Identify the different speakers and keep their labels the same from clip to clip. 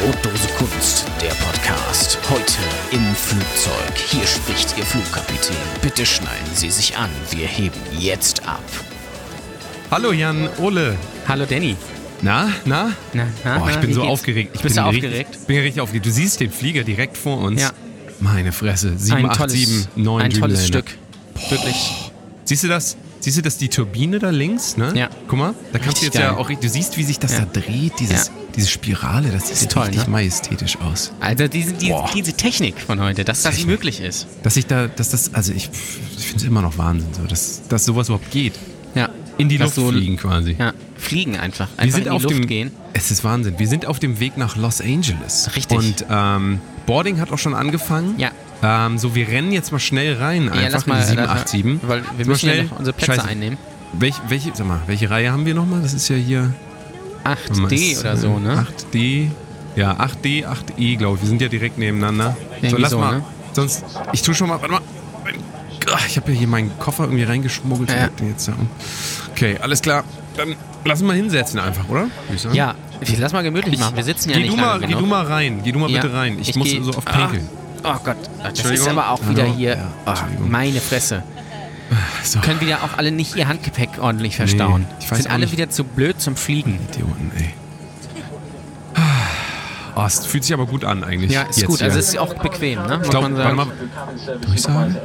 Speaker 1: Brotdose Kunst, der Podcast. Heute im Flugzeug. Hier spricht Ihr Flugkapitän. Bitte schneiden Sie sich an. Wir heben jetzt ab.
Speaker 2: Hallo Jan, Ole.
Speaker 3: Hallo Danny.
Speaker 2: Na, na?
Speaker 3: Na, na,
Speaker 2: oh, ich
Speaker 3: na,
Speaker 2: bin
Speaker 3: wie
Speaker 2: so
Speaker 3: geht's?
Speaker 2: aufgeregt. Ich
Speaker 3: Bist
Speaker 2: bin
Speaker 3: du
Speaker 2: richtig-
Speaker 3: aufgeregt?
Speaker 2: Ich bin richtig aufgeregt. Du siehst den Flieger direkt vor uns.
Speaker 3: Ja.
Speaker 2: Meine Fresse.
Speaker 3: Ein tolles,
Speaker 2: 787, 9
Speaker 3: ein tolles
Speaker 2: Dreamliner.
Speaker 3: Stück. Wirklich.
Speaker 2: Siehst du das? Siehst du das, die Turbine da links, ne?
Speaker 3: Ja.
Speaker 2: Guck mal, da kannst du
Speaker 3: Richtig
Speaker 2: jetzt
Speaker 3: geil.
Speaker 2: ja auch, richtig- du siehst, wie sich das
Speaker 3: Ja.
Speaker 2: da dreht, dieses,
Speaker 3: Ja.
Speaker 2: diese Spirale, das sieht
Speaker 3: toll,
Speaker 2: richtig
Speaker 3: ne?
Speaker 2: majestätisch aus.
Speaker 3: Also diese, die,
Speaker 2: Boah.
Speaker 3: diese Technik von heute, dass das möglich ist.
Speaker 2: Dass ich da, dass das, also ich, ich finde es immer noch Wahnsinn, so, dass, dass sowas überhaupt geht.
Speaker 3: Ja.
Speaker 2: In die
Speaker 3: Dass
Speaker 2: Luft
Speaker 3: so-
Speaker 2: fliegen quasi.
Speaker 3: Ja. Fliegen einfach. Einfach
Speaker 2: Wir sind
Speaker 3: in die
Speaker 2: auf
Speaker 3: Luft
Speaker 2: dem,
Speaker 3: gehen.
Speaker 2: Es ist Wahnsinn. Wir sind auf dem Weg nach Los Angeles.
Speaker 3: Richtig.
Speaker 2: Und ähm, Boarding hat auch schon angefangen.
Speaker 3: Ja.
Speaker 2: Ähm, so, wir rennen jetzt mal schnell rein. Einfach
Speaker 3: ja, lass mal.
Speaker 2: in die
Speaker 3: lass mal-
Speaker 2: 787.
Speaker 3: Weil
Speaker 2: Lass
Speaker 3: wir
Speaker 2: mal
Speaker 3: müssen ja noch unsere Plätze
Speaker 2: Scheiße.
Speaker 3: einnehmen.
Speaker 2: Welch, welche, sag mal, welche Reihe haben wir nochmal? Das ist ja hier. warte mal,
Speaker 3: 8D
Speaker 2: ist,
Speaker 3: oder so,
Speaker 2: äh,
Speaker 3: ne?
Speaker 2: 8D. Ja, 8D, 8E, glaube ich. Wir sind ja direkt nebeneinander. so,
Speaker 3: Irgendwie
Speaker 2: lass
Speaker 3: so,
Speaker 2: mal.
Speaker 3: ne?
Speaker 2: Sonst, ich tue schon mal. Warte mal. Ah, Ich habe ja hier meinen Koffer irgendwie reingeschmuggelt.
Speaker 3: Ja.
Speaker 2: Den jetzt da um. Okay, alles klar. Dann lass uns mal hinsetzen einfach, oder? Würde ich sagen.
Speaker 3: Ja. wir- Lass mal gemütlich machen. Wir sitzen ja
Speaker 2: ne? Geh
Speaker 3: nicht
Speaker 2: du, mal,
Speaker 3: lange
Speaker 2: geh du
Speaker 3: genug.
Speaker 2: mal rein, geh du mal
Speaker 3: Ja,
Speaker 2: bitte rein. Ich,
Speaker 3: ich
Speaker 2: muss
Speaker 3: geh-
Speaker 2: so oft pinkeln.
Speaker 3: Oh Gott, das ist
Speaker 2: Entschuldigung.
Speaker 3: aber auch
Speaker 2: Hallo?
Speaker 3: wieder hier.
Speaker 2: Ja,
Speaker 3: oh,
Speaker 2: Entschuldigung.
Speaker 3: meine Fresse.
Speaker 2: So.
Speaker 3: Können wieder auch alle nicht ihr Handgepäck ordentlich verstauen.
Speaker 2: ich weiß
Speaker 3: Sind
Speaker 2: auch
Speaker 3: alle
Speaker 2: nicht.
Speaker 3: wieder zu blöd zum Fliegen.
Speaker 2: Idioten, ey. Oh, es fühlt sich aber gut an eigentlich.
Speaker 3: Ja, ist
Speaker 2: Jetzt
Speaker 3: gut.
Speaker 2: hier.
Speaker 3: Also es ist auch bequem, ne? Muss
Speaker 2: glaub,
Speaker 3: man
Speaker 2: warte
Speaker 3: sagen.
Speaker 2: mal. Durchsagen?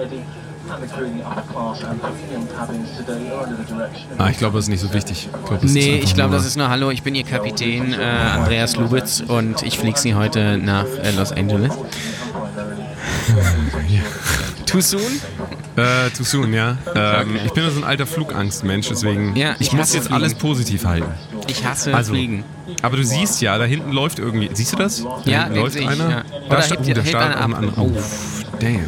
Speaker 2: Ah, ich glaube, das ist nicht so wichtig. Ich glaub, das ist
Speaker 3: Nee,
Speaker 2: einfach
Speaker 3: ich glaube,
Speaker 2: nur-
Speaker 3: das ist nur Hallo, ich bin Ihr Kapitän äh, Andreas Lubitz und ich fliege Sie heute nach äh, Los Angeles. Too soon?
Speaker 2: Äh, too soon, ja. Ähm, Ich bin ja so ein alter Flugangstmensch, deswegen.
Speaker 3: Ja,
Speaker 2: ich
Speaker 3: ich
Speaker 2: muss
Speaker 3: hasse
Speaker 2: jetzt
Speaker 3: Fliegen.
Speaker 2: alles positiv halten.
Speaker 3: Ich hasse
Speaker 2: Also,
Speaker 3: Fliegen.
Speaker 2: aber du siehst ja, da hinten läuft irgendwie. Siehst du das? Da
Speaker 3: Ja,
Speaker 2: hinten
Speaker 3: den
Speaker 2: läuft
Speaker 3: seh ich,
Speaker 2: einer.
Speaker 3: ja.
Speaker 2: Da,
Speaker 3: Oder
Speaker 2: sta-
Speaker 3: hebt-
Speaker 2: oh, da
Speaker 3: hebt
Speaker 2: startet
Speaker 3: einer
Speaker 2: auch ein
Speaker 3: ab.
Speaker 2: anderer. Oh, damn.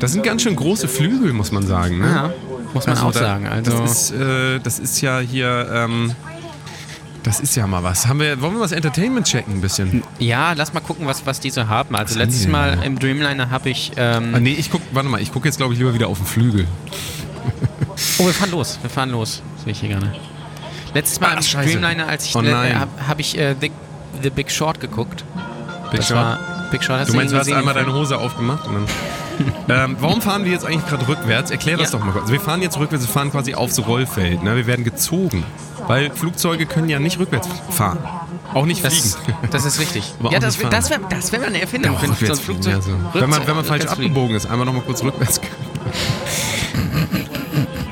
Speaker 2: Das sind ganz schön große Flügel, muss man sagen. Ne?
Speaker 3: Ja, muss man auch
Speaker 2: da-
Speaker 3: sagen. Also,
Speaker 2: das, ist, äh, das ist ja hier. Ähm, das ist ja mal was. Haben wir, wollen wir was Entertainment checken ein
Speaker 3: Hm.
Speaker 2: bisschen?
Speaker 3: ja, lass mal gucken, was, was die so haben. Also
Speaker 2: haben die
Speaker 3: letztes
Speaker 2: denn
Speaker 3: Mal im Dreamliner habe ich... Ähm,
Speaker 2: Ah, nee, ich guck, warte mal, ich gucke jetzt glaube ich lieber wieder auf den Flügel.
Speaker 3: Oh, wir fahren los. Wir fahren los. Sehe ich hier gerade. Letztes Mal
Speaker 2: Ah,
Speaker 3: im
Speaker 2: scheiße.
Speaker 3: Dreamliner, als ich
Speaker 2: Oh
Speaker 3: äh,
Speaker 2: nein.
Speaker 3: habe hab ich äh, The, The Big Short geguckt.
Speaker 2: Big
Speaker 3: das
Speaker 2: Shot.
Speaker 3: war Big Short. Hast
Speaker 2: Du meinst,
Speaker 3: ihn
Speaker 2: du hast
Speaker 3: gesehen?
Speaker 2: einmal deine Hose aufgemacht und dann. ähm, warum fahren wir jetzt eigentlich gerade rückwärts? Erklär das
Speaker 3: Ja.
Speaker 2: doch mal kurz. Also wir fahren jetzt rückwärts, wir fahren quasi auf so Rollfeld. Ne? Wir werden gezogen. Weil Flugzeuge können ja nicht rückwärts fahren. Auch nicht
Speaker 3: Das,
Speaker 2: fliegen.
Speaker 3: das ist richtig.
Speaker 2: Aber auch
Speaker 3: ja, das,
Speaker 2: nicht fahren.
Speaker 3: das wäre das wär mal eine Erfindung.
Speaker 2: Auch
Speaker 3: wenn so ein
Speaker 2: rückwärts fliegen,
Speaker 3: Flugzeug,
Speaker 2: ja, so. wenn, man, wenn man falsch
Speaker 3: rückwärts fliegen.
Speaker 2: abgebogen ist, einmal nochmal kurz rückwärts.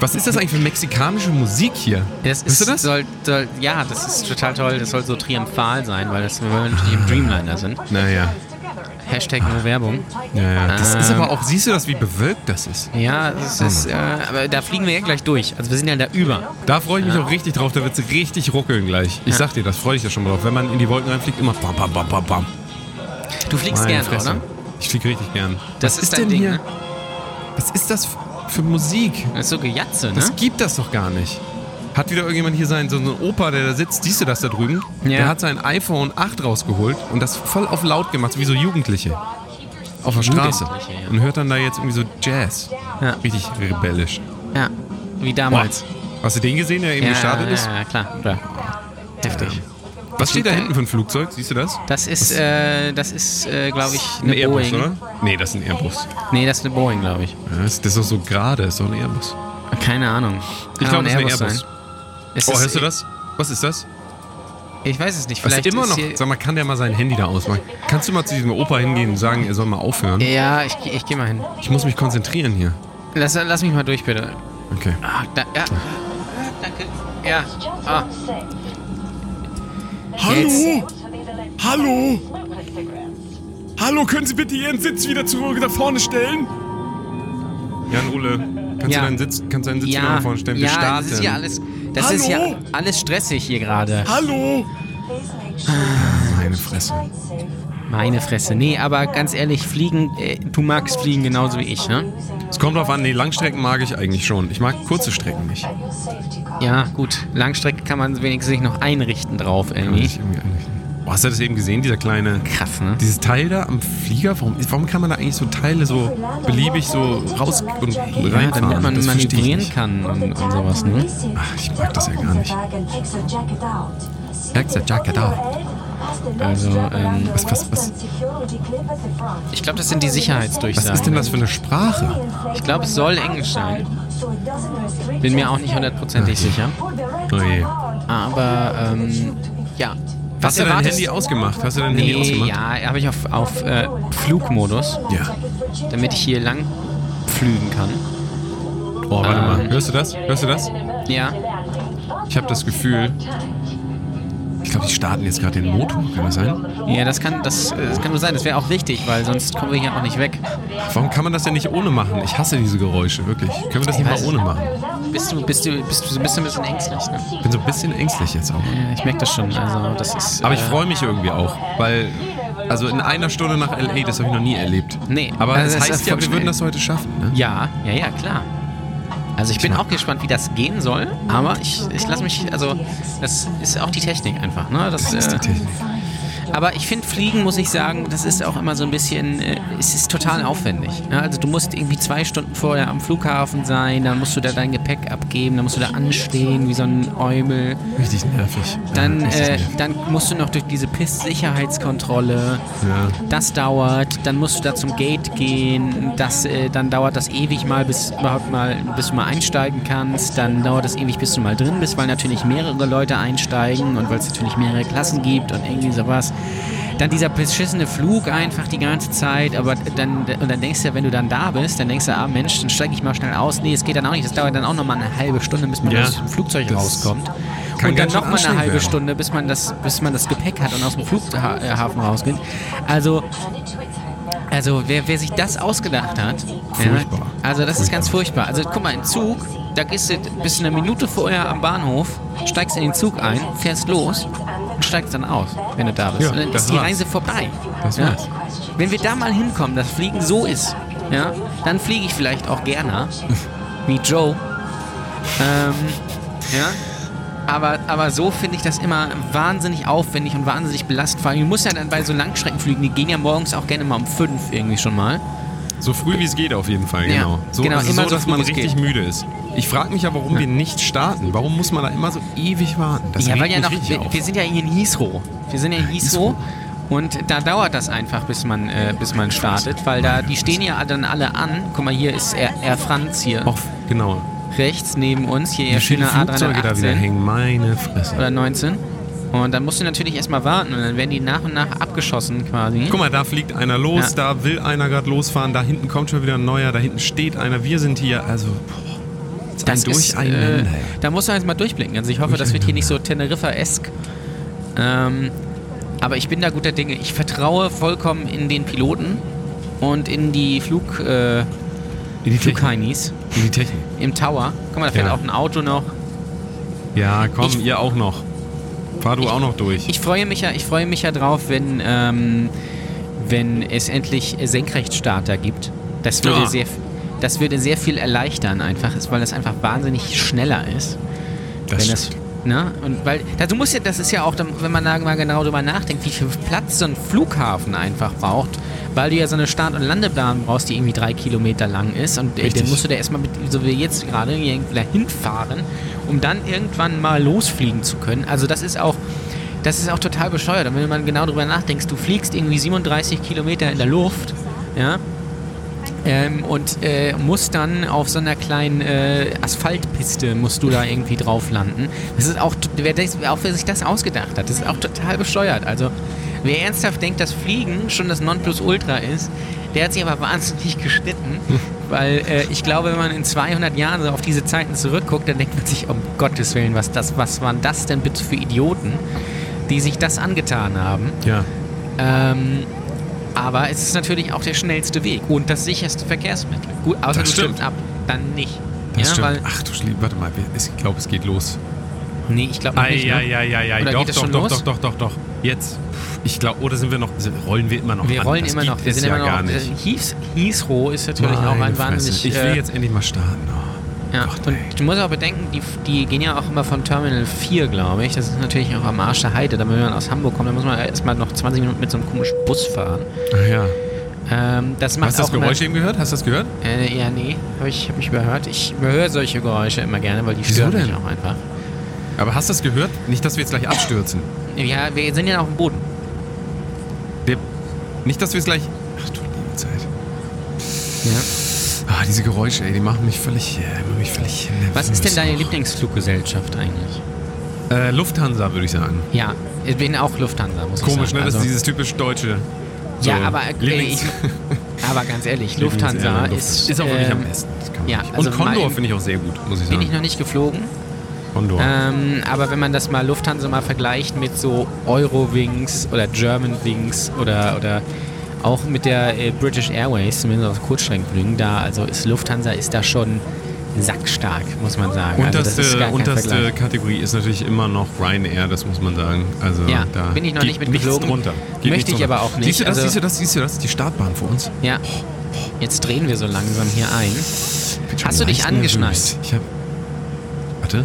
Speaker 2: Was ist das eigentlich für mexikanische Musik hier?
Speaker 3: Das
Speaker 2: Wisst
Speaker 3: ist,
Speaker 2: ihr das?
Speaker 3: Soll, soll, ja, das ist total toll. Das soll so triumphal sein, weil das, weil wir natürlich im Dreamliner sind.
Speaker 2: Naja.
Speaker 3: Hashtag nur Werbung.
Speaker 2: Ja, ja. Das ist
Speaker 3: Ähm.
Speaker 2: aber auch, siehst du das, wie bewölkt das ist?
Speaker 3: Ja,
Speaker 2: Oh
Speaker 3: das ist, äh, aber da fliegen wir ja gleich durch. Also wir sind ja da über.
Speaker 2: Da freue ich mich auch richtig drauf, da wird es richtig ruckeln gleich. Ich
Speaker 3: Ja.
Speaker 2: sag dir, das freue ich ja schon mal drauf. Wenn man in die Wolken reinfliegt, immer bam, bam, bam, bam, bam.
Speaker 3: Du fliegst
Speaker 2: Meine
Speaker 3: gerne,
Speaker 2: Fresse.
Speaker 3: oder?
Speaker 2: Ich fliege richtig gern.
Speaker 3: Das ist dein Ding, ne?
Speaker 2: Was ist das f- für Musik?
Speaker 3: Das ist so Gejatze, ne?
Speaker 2: Das gibt das doch gar nicht. Hat wieder irgendjemand hier sein, so ein Opa, der da sitzt, siehst du das da drüben?
Speaker 3: Ja.
Speaker 2: Der hat sein iPhone 8 rausgeholt und das voll auf laut gemacht, so wie so Jugendliche. Auf der Straße.
Speaker 3: Jugendliche, ja.
Speaker 2: Und hört dann da jetzt irgendwie so Jazz.
Speaker 3: Ja.
Speaker 2: Richtig rebellisch.
Speaker 3: Ja, wie damals.
Speaker 2: Hast du den gesehen, der eben
Speaker 3: ja,
Speaker 2: gestartet
Speaker 3: ja,
Speaker 2: ist?
Speaker 3: Ja, klar, klar. Heftig.
Speaker 2: Was steht da hinten für ein Flugzeug? Siehst du das?
Speaker 3: Das ist, äh, das ist, äh, glaube ich, eine
Speaker 2: Airbus,
Speaker 3: Boeing.
Speaker 2: oder? Nee, das ist ein Airbus.
Speaker 3: Nee, das ist eine Boeing, glaube ich.
Speaker 2: Ja, das das ist doch so gerade, das ist doch ein Airbus.
Speaker 3: Keine Ahnung. Kann
Speaker 2: Ich
Speaker 3: auch
Speaker 2: glaube, das ist ein Airbus.
Speaker 3: sein. Es
Speaker 2: Oh,
Speaker 3: ist- e-
Speaker 2: hörst du das? Was ist das?
Speaker 3: Ich weiß es nicht.
Speaker 2: Was
Speaker 3: Vielleicht
Speaker 2: immer
Speaker 3: ist
Speaker 2: noch.
Speaker 3: Hier,
Speaker 2: Sag mal, kann der mal sein Handy da ausmachen? Kannst du mal zu diesem Opa hingehen und sagen, er soll mal aufhören?
Speaker 3: ja, ich, ich gehe mal hin.
Speaker 2: Ich muss mich konzentrieren hier.
Speaker 3: Lass, lass mich mal durch, bitte.
Speaker 2: Okay.
Speaker 3: Ah, da, ja. Danke. Ja. Ah. Jetzt.
Speaker 2: Hallo! Hallo, können Sie bitte Ihren Sitz wieder zurück da vorne stellen? Jan Ole, kannst
Speaker 3: Ja.
Speaker 2: du deinen Sitz, kannst deinen Sitz wieder
Speaker 3: Ja,
Speaker 2: nach vorne stellen? Wir
Speaker 3: ja,
Speaker 2: starten.
Speaker 3: das ist ja alles, das ist ja
Speaker 2: Hallo?
Speaker 3: alles stressig hier gerade.
Speaker 2: Hallo! Meine Fresse.
Speaker 3: Meine Fresse. Nee, aber ganz ehrlich, fliegen, äh, du magst fliegen genauso wie ich, ne?
Speaker 2: Es kommt drauf an, nee, Langstrecken mag ich eigentlich schon. Ich mag kurze Strecken nicht.
Speaker 3: Ja, gut. Langstrecke kann man wenigstens nicht noch einrichten drauf irgendwie.
Speaker 2: Ich irgendwie eigentlich nicht. Boah, hast du das eben gesehen, dieser kleine.
Speaker 3: Krass, ne?
Speaker 2: Dieses Teil da am Flieger, warum, warum kann man da eigentlich so Teile so beliebig so raus und
Speaker 3: Ja,
Speaker 2: reinfahren?
Speaker 3: damit man
Speaker 2: das verstehe ich
Speaker 3: manövrieren
Speaker 2: nicht.
Speaker 3: kann und, und sowas, ne?
Speaker 2: Ach, ich mag das ja gar nicht.
Speaker 4: Takes
Speaker 2: Jacket out.
Speaker 3: Also, ähm,
Speaker 2: Was, was, was?
Speaker 3: ich glaube, das sind die Sicherheitsdurchsagen.
Speaker 2: Was ist denn das für eine Sprache?
Speaker 3: Ich glaube, es soll Englisch sein. Bin mir auch nicht hundertprozentig sicher.
Speaker 2: Oje.
Speaker 3: Ah, Aber, ähm, ja. Was
Speaker 2: Hast du dein
Speaker 3: erwartest-
Speaker 2: Handy ausgemacht? Hast du dein Handy
Speaker 3: Nee,
Speaker 2: ausgemacht?
Speaker 3: ja, habe ich auf, auf äh, Flugmodus,
Speaker 2: Ja.
Speaker 3: damit ich hier lang pflügen kann.
Speaker 2: Oh, warte
Speaker 3: Ähm.
Speaker 2: mal. Hörst du das? Hörst du das?
Speaker 3: Ja,
Speaker 2: Ich habe das Gefühl. Ich glaube, die starten jetzt gerade den Motor. Kann das sein?
Speaker 3: ja das, kann, das, äh, das kann nur sein. Das wäre auch wichtig, weil sonst kommen wir hier auch nicht weg.
Speaker 2: Warum kann man das denn nicht ohne machen? Ich hasse diese Geräusche, wirklich. Können wir das nicht mal
Speaker 3: weiß
Speaker 2: ohne machen?
Speaker 3: Äh, Bist du, bist du, bist du, bist du ein bisschen ängstlich, ne?
Speaker 2: Ich bin so ein bisschen ängstlich jetzt auch.
Speaker 3: Ja, Ich merke das schon. Also, das ist.
Speaker 2: Aber ich freue mich irgendwie auch, weil. Also in einer Stunde nach L.A., das habe ich noch nie erlebt.
Speaker 3: Nee,
Speaker 2: Aber
Speaker 3: also
Speaker 2: es
Speaker 3: das
Speaker 2: das heißt
Speaker 3: ist
Speaker 2: ja,
Speaker 3: voll
Speaker 2: wir würden
Speaker 3: schnell.
Speaker 2: das heute schaffen. Ne?
Speaker 3: Ja, ja, ja, klar. Also ich bin auch gespannt, wie das gehen soll, aber ich, ich lasse mich, also das ist auch die Technik einfach, ne? Das, ist die Technik. Aber ich finde, Fliegen, muss ich sagen, das ist auch immer so ein bisschen, äh, es ist total aufwendig. Ne? Also du musst irgendwie zwei Stunden vorher am Flughafen sein, dann musst du da dein Gepäck abgeben, dann musst du da anstehen wie so ein Eumel.
Speaker 2: Richtig nervig.
Speaker 3: Dann,
Speaker 2: Ja, richtig
Speaker 3: äh,
Speaker 2: nervig.
Speaker 3: dann musst du noch durch diese Piss-Sicherheitskontrolle.
Speaker 2: Ja.
Speaker 3: Das dauert, dann musst du da zum Gate gehen, das, äh, dann dauert das ewig mal, bis, überhaupt mal, bis du mal einsteigen kannst, dann dauert das ewig, bis du mal drin bist, weil natürlich mehrere Leute einsteigen und weil es natürlich mehrere Klassen gibt und irgendwie sowas. Dann dieser beschissene Flug einfach die ganze Zeit, aber dann, und dann denkst du ja, wenn du dann da bist, dann denkst du, ah Mensch, dann steige ich mal schnell aus. Nee, es geht dann auch nicht, das dauert dann auch nochmal eine halbe Stunde, bis man
Speaker 2: Ja,
Speaker 3: aus dem Flugzeug
Speaker 2: das
Speaker 3: rauskommt.
Speaker 2: kann
Speaker 3: Und dann
Speaker 2: ganz schön
Speaker 3: nochmal eine
Speaker 2: anstrengend
Speaker 3: halbe
Speaker 2: werden.
Speaker 3: Stunde, bis man, das, bis man das Gepäck hat und aus dem Flughafen rausgeht. Also also wer, wer sich das ausgedacht hat,
Speaker 2: Furchtbar.
Speaker 3: Ja, also das ist ganz furchtbar. Also guck mal, ein Zug, da gehst du bis eine Minute vorher am Bahnhof, steigst in den Zug ein, fährst los und steigst dann aus, wenn du da bist.
Speaker 2: Ja,
Speaker 3: und dann
Speaker 2: das
Speaker 3: ist die
Speaker 2: war's.
Speaker 3: Reise vorbei.
Speaker 2: Das
Speaker 3: ja.
Speaker 2: war's.
Speaker 3: Wenn wir da mal hinkommen, dass Fliegen so ist, ja, dann fliege ich vielleicht auch gerne, wie Joe. Ähm, ja. Aber, aber so finde ich das immer wahnsinnig aufwendig und wahnsinnig belastend. Vor allem, du musst ja dann bei so Langstreckenflügen, die gehen ja morgens auch gerne mal um fünf irgendwie schon mal.
Speaker 2: So früh wie es geht auf jeden Fall,
Speaker 3: Ja,
Speaker 2: genau. So,
Speaker 3: genau,
Speaker 2: also
Speaker 3: immer
Speaker 2: so,
Speaker 3: so
Speaker 2: dass
Speaker 3: früh,
Speaker 2: man
Speaker 3: wie es
Speaker 2: richtig
Speaker 3: geht.
Speaker 2: müde ist. Ich frage mich ja, warum wir nicht starten. Warum muss man da immer so ewig warten? Das
Speaker 3: ja,
Speaker 2: regt
Speaker 3: weil ja
Speaker 2: mich
Speaker 3: noch,
Speaker 2: richtig
Speaker 3: wir,
Speaker 2: auf.
Speaker 3: wir sind ja hier in Hisro. Wir sind ja in Hisro. Und da dauert das einfach, bis man, äh, bis man startet, weil da, die stehen ja dann alle an. Guck mal, hier ist Air, Air France hier
Speaker 2: Auch, genau.
Speaker 3: rechts neben uns, hier Air
Speaker 2: Wie viele
Speaker 3: China
Speaker 2: Flugzeuge da wieder
Speaker 3: A318
Speaker 2: hängen? Meine Fresse.
Speaker 3: oder 19. Und dann musst du natürlich erstmal warten und dann werden die nach und nach abgeschossen quasi.
Speaker 2: Guck mal, da fliegt einer los,
Speaker 3: Ja.
Speaker 2: da will einer gerade losfahren, da hinten kommt schon wieder ein neuer, da hinten steht einer, wir sind hier. Also, boah,
Speaker 3: Das ist, äh,
Speaker 2: Durcheinander.
Speaker 3: da muss man jetzt mal durchblicken. Also ich hoffe, das wird hier nicht so Teneriffa-esk. Ähm, aber ich bin da guter Dinge. Ich vertraue vollkommen in den Piloten und in die Flug, äh,
Speaker 2: in die Technik.
Speaker 3: Flugheinis
Speaker 2: In die Technik.
Speaker 3: im Tower. Guck mal, da fährt
Speaker 2: Ja.
Speaker 3: auch ein Auto noch.
Speaker 2: Ja, komm,
Speaker 3: Ich-
Speaker 2: ihr auch noch. Fahr du auch noch durch.
Speaker 3: Ich freue mich ja, ich freue mich ja drauf, wenn, ähm, wenn es endlich Senkrechtstarter gibt. Das würde,
Speaker 2: Ja.
Speaker 3: sehr, das würde sehr viel erleichtern einfach, ist, weil das einfach wahnsinnig schneller ist. wenn das,
Speaker 2: stimmt.
Speaker 3: ne? Und weil, da, du musst ja, das ist ja auch, dann, wenn man da mal genau drüber nachdenkt, wie viel Platz so ein Flughafen einfach braucht, weil du ja so eine Start- und Landebahn brauchst, die irgendwie drei Kilometer lang ist und äh,
Speaker 2: Richtig.
Speaker 3: den musst du da erstmal mit, so wie jetzt gerade, hier irgendwie da hinfahren, um dann irgendwann mal losfliegen zu können. Also das ist auch, das ist auch total bescheuert. Und wenn man genau drüber nachdenkt, du fliegst irgendwie 37 Kilometer in der Luft, ja, ähm, und äh, musst dann auf so einer kleinen äh, Asphaltpiste musst du da irgendwie drauf landen. Das ist auch, t- wer, das, auch wer sich das ausgedacht hat, das ist auch total bescheuert. Also wer ernsthaft denkt, dass Fliegen schon das Nonplusultra ist, der hat sich aber wahnsinnig geschnitten, weil äh, ich glaube, wenn man in 200 Jahren so auf diese Zeiten zurückguckt, dann denkt man sich, um Gottes Willen, was, das, was waren das denn bitte für Idioten, die sich das angetan haben.
Speaker 2: Ja.
Speaker 3: Ähm, aber es ist natürlich auch der schnellste Weg und das sicherste Verkehrsmittel. Gut, außer
Speaker 2: Das
Speaker 3: du
Speaker 2: stimmt.
Speaker 3: stimmst ab, dann nicht.
Speaker 2: Das stimmt.
Speaker 3: Weil,
Speaker 2: Ach du Schlieb, warte mal, wir- ich glaube, es geht los.
Speaker 3: nee, ich glaube nicht. Ne?
Speaker 2: Eieieiei,
Speaker 3: Oder
Speaker 2: doch,
Speaker 3: geht es
Speaker 2: doch,
Speaker 3: schon
Speaker 2: doch,
Speaker 3: los?
Speaker 2: doch, doch, doch, doch. Jetzt. Ich glaube, oder sind wir noch, sind- rollen wir immer noch
Speaker 3: Wir
Speaker 2: an?
Speaker 3: rollen
Speaker 2: Das
Speaker 3: immer noch.
Speaker 2: gibt
Speaker 3: Wir
Speaker 2: es
Speaker 3: sind
Speaker 2: ja
Speaker 3: immer
Speaker 2: gar
Speaker 3: noch.
Speaker 2: nicht.
Speaker 3: Hies, Hiesro ist natürlich auch ein
Speaker 2: Meine
Speaker 3: wahnsinnig.
Speaker 2: Fresse. Ich will
Speaker 3: äh,
Speaker 2: jetzt endlich mal starten. Oh,
Speaker 3: ja.
Speaker 2: Gott,
Speaker 3: Und
Speaker 2: ey.
Speaker 3: du musst auch bedenken, die, die gehen ja auch immer von Terminal 4, glaube ich. Das ist natürlich auch am Arsch der Heide. Dann, wenn man aus Hamburg kommt, dann muss man erstmal noch 20 Minuten mit so einem komischen Bus fahren.
Speaker 2: Ach ja.
Speaker 3: Ähm, das macht
Speaker 2: Hast du das
Speaker 3: auch immer-
Speaker 2: Geräusch eben gehört? Hast du das gehört?
Speaker 3: Äh, ja, nee, habe ich, hab ich überhört. Ich überhöre solche Geräusche immer gerne, weil die
Speaker 2: Wieso
Speaker 3: stören mich
Speaker 2: denn?
Speaker 3: auch einfach.
Speaker 2: Aber hast du das gehört? Nicht, dass wir jetzt gleich abstürzen.
Speaker 3: Ja, wir sind ja auf dem Boden.
Speaker 2: Nicht, dass wir es gleich. Ach du liebe Zeit.
Speaker 3: Ja.
Speaker 2: Ah, diese Geräusche, ey, die machen mich völlig, äh, machen mich völlig nervös.
Speaker 3: Was ist denn deine Lieblingsfluggesellschaft eigentlich?
Speaker 2: Äh, Lufthansa, würde ich sagen.
Speaker 3: Ja, ich bin auch Lufthansa, muss ich
Speaker 2: Komisch,
Speaker 3: sagen.
Speaker 2: ne? Das
Speaker 3: Also-
Speaker 2: ist dieses typisch Deutsche. So,
Speaker 3: ja, aber, ey,
Speaker 2: Lieblings-
Speaker 3: ich, aber ganz ehrlich, Lufthansa
Speaker 2: Lieblings-
Speaker 3: ist,
Speaker 2: Ist auch wirklich am
Speaker 3: ähm,
Speaker 2: besten. Das kann man
Speaker 3: ja,
Speaker 2: nicht.
Speaker 3: also
Speaker 2: Und Condor
Speaker 3: mein-
Speaker 2: finde ich auch sehr gut, muss ich
Speaker 3: Bin ich
Speaker 2: sagen.
Speaker 3: noch nicht geflogen,
Speaker 2: Condor.
Speaker 3: ähm, aber wenn man das mal Lufthansa mal vergleicht mit so Eurowings oder Germanwings oder, oder auch mit der äh, British Airways, zumindest auf Kurzstreckenflügen, da also ist Lufthansa ist da schon sackstark, muss man sagen. also das
Speaker 2: unterste
Speaker 3: ist gar kein
Speaker 2: unterste
Speaker 3: Vergleich.
Speaker 2: Kategorie ist natürlich immer noch Ryanair, das muss man sagen. Also
Speaker 3: Ja,
Speaker 2: da
Speaker 3: bin ich noch
Speaker 2: geht
Speaker 3: nicht mit
Speaker 2: nichts
Speaker 3: geflogen.
Speaker 2: drunter.
Speaker 3: Möchte
Speaker 2: nichts
Speaker 3: ich
Speaker 2: drunter.
Speaker 3: aber auch nicht.
Speaker 2: Siehst du das,
Speaker 3: Also-
Speaker 2: siehst du das, siehst du das? Die Startbahn vor uns.
Speaker 3: Ja. Jetzt drehen wir so langsam hier ein.
Speaker 2: Ich bin schon
Speaker 3: Hast du dich
Speaker 2: leicht
Speaker 3: angeschnallt?
Speaker 2: nervös. Ich hab. Warte.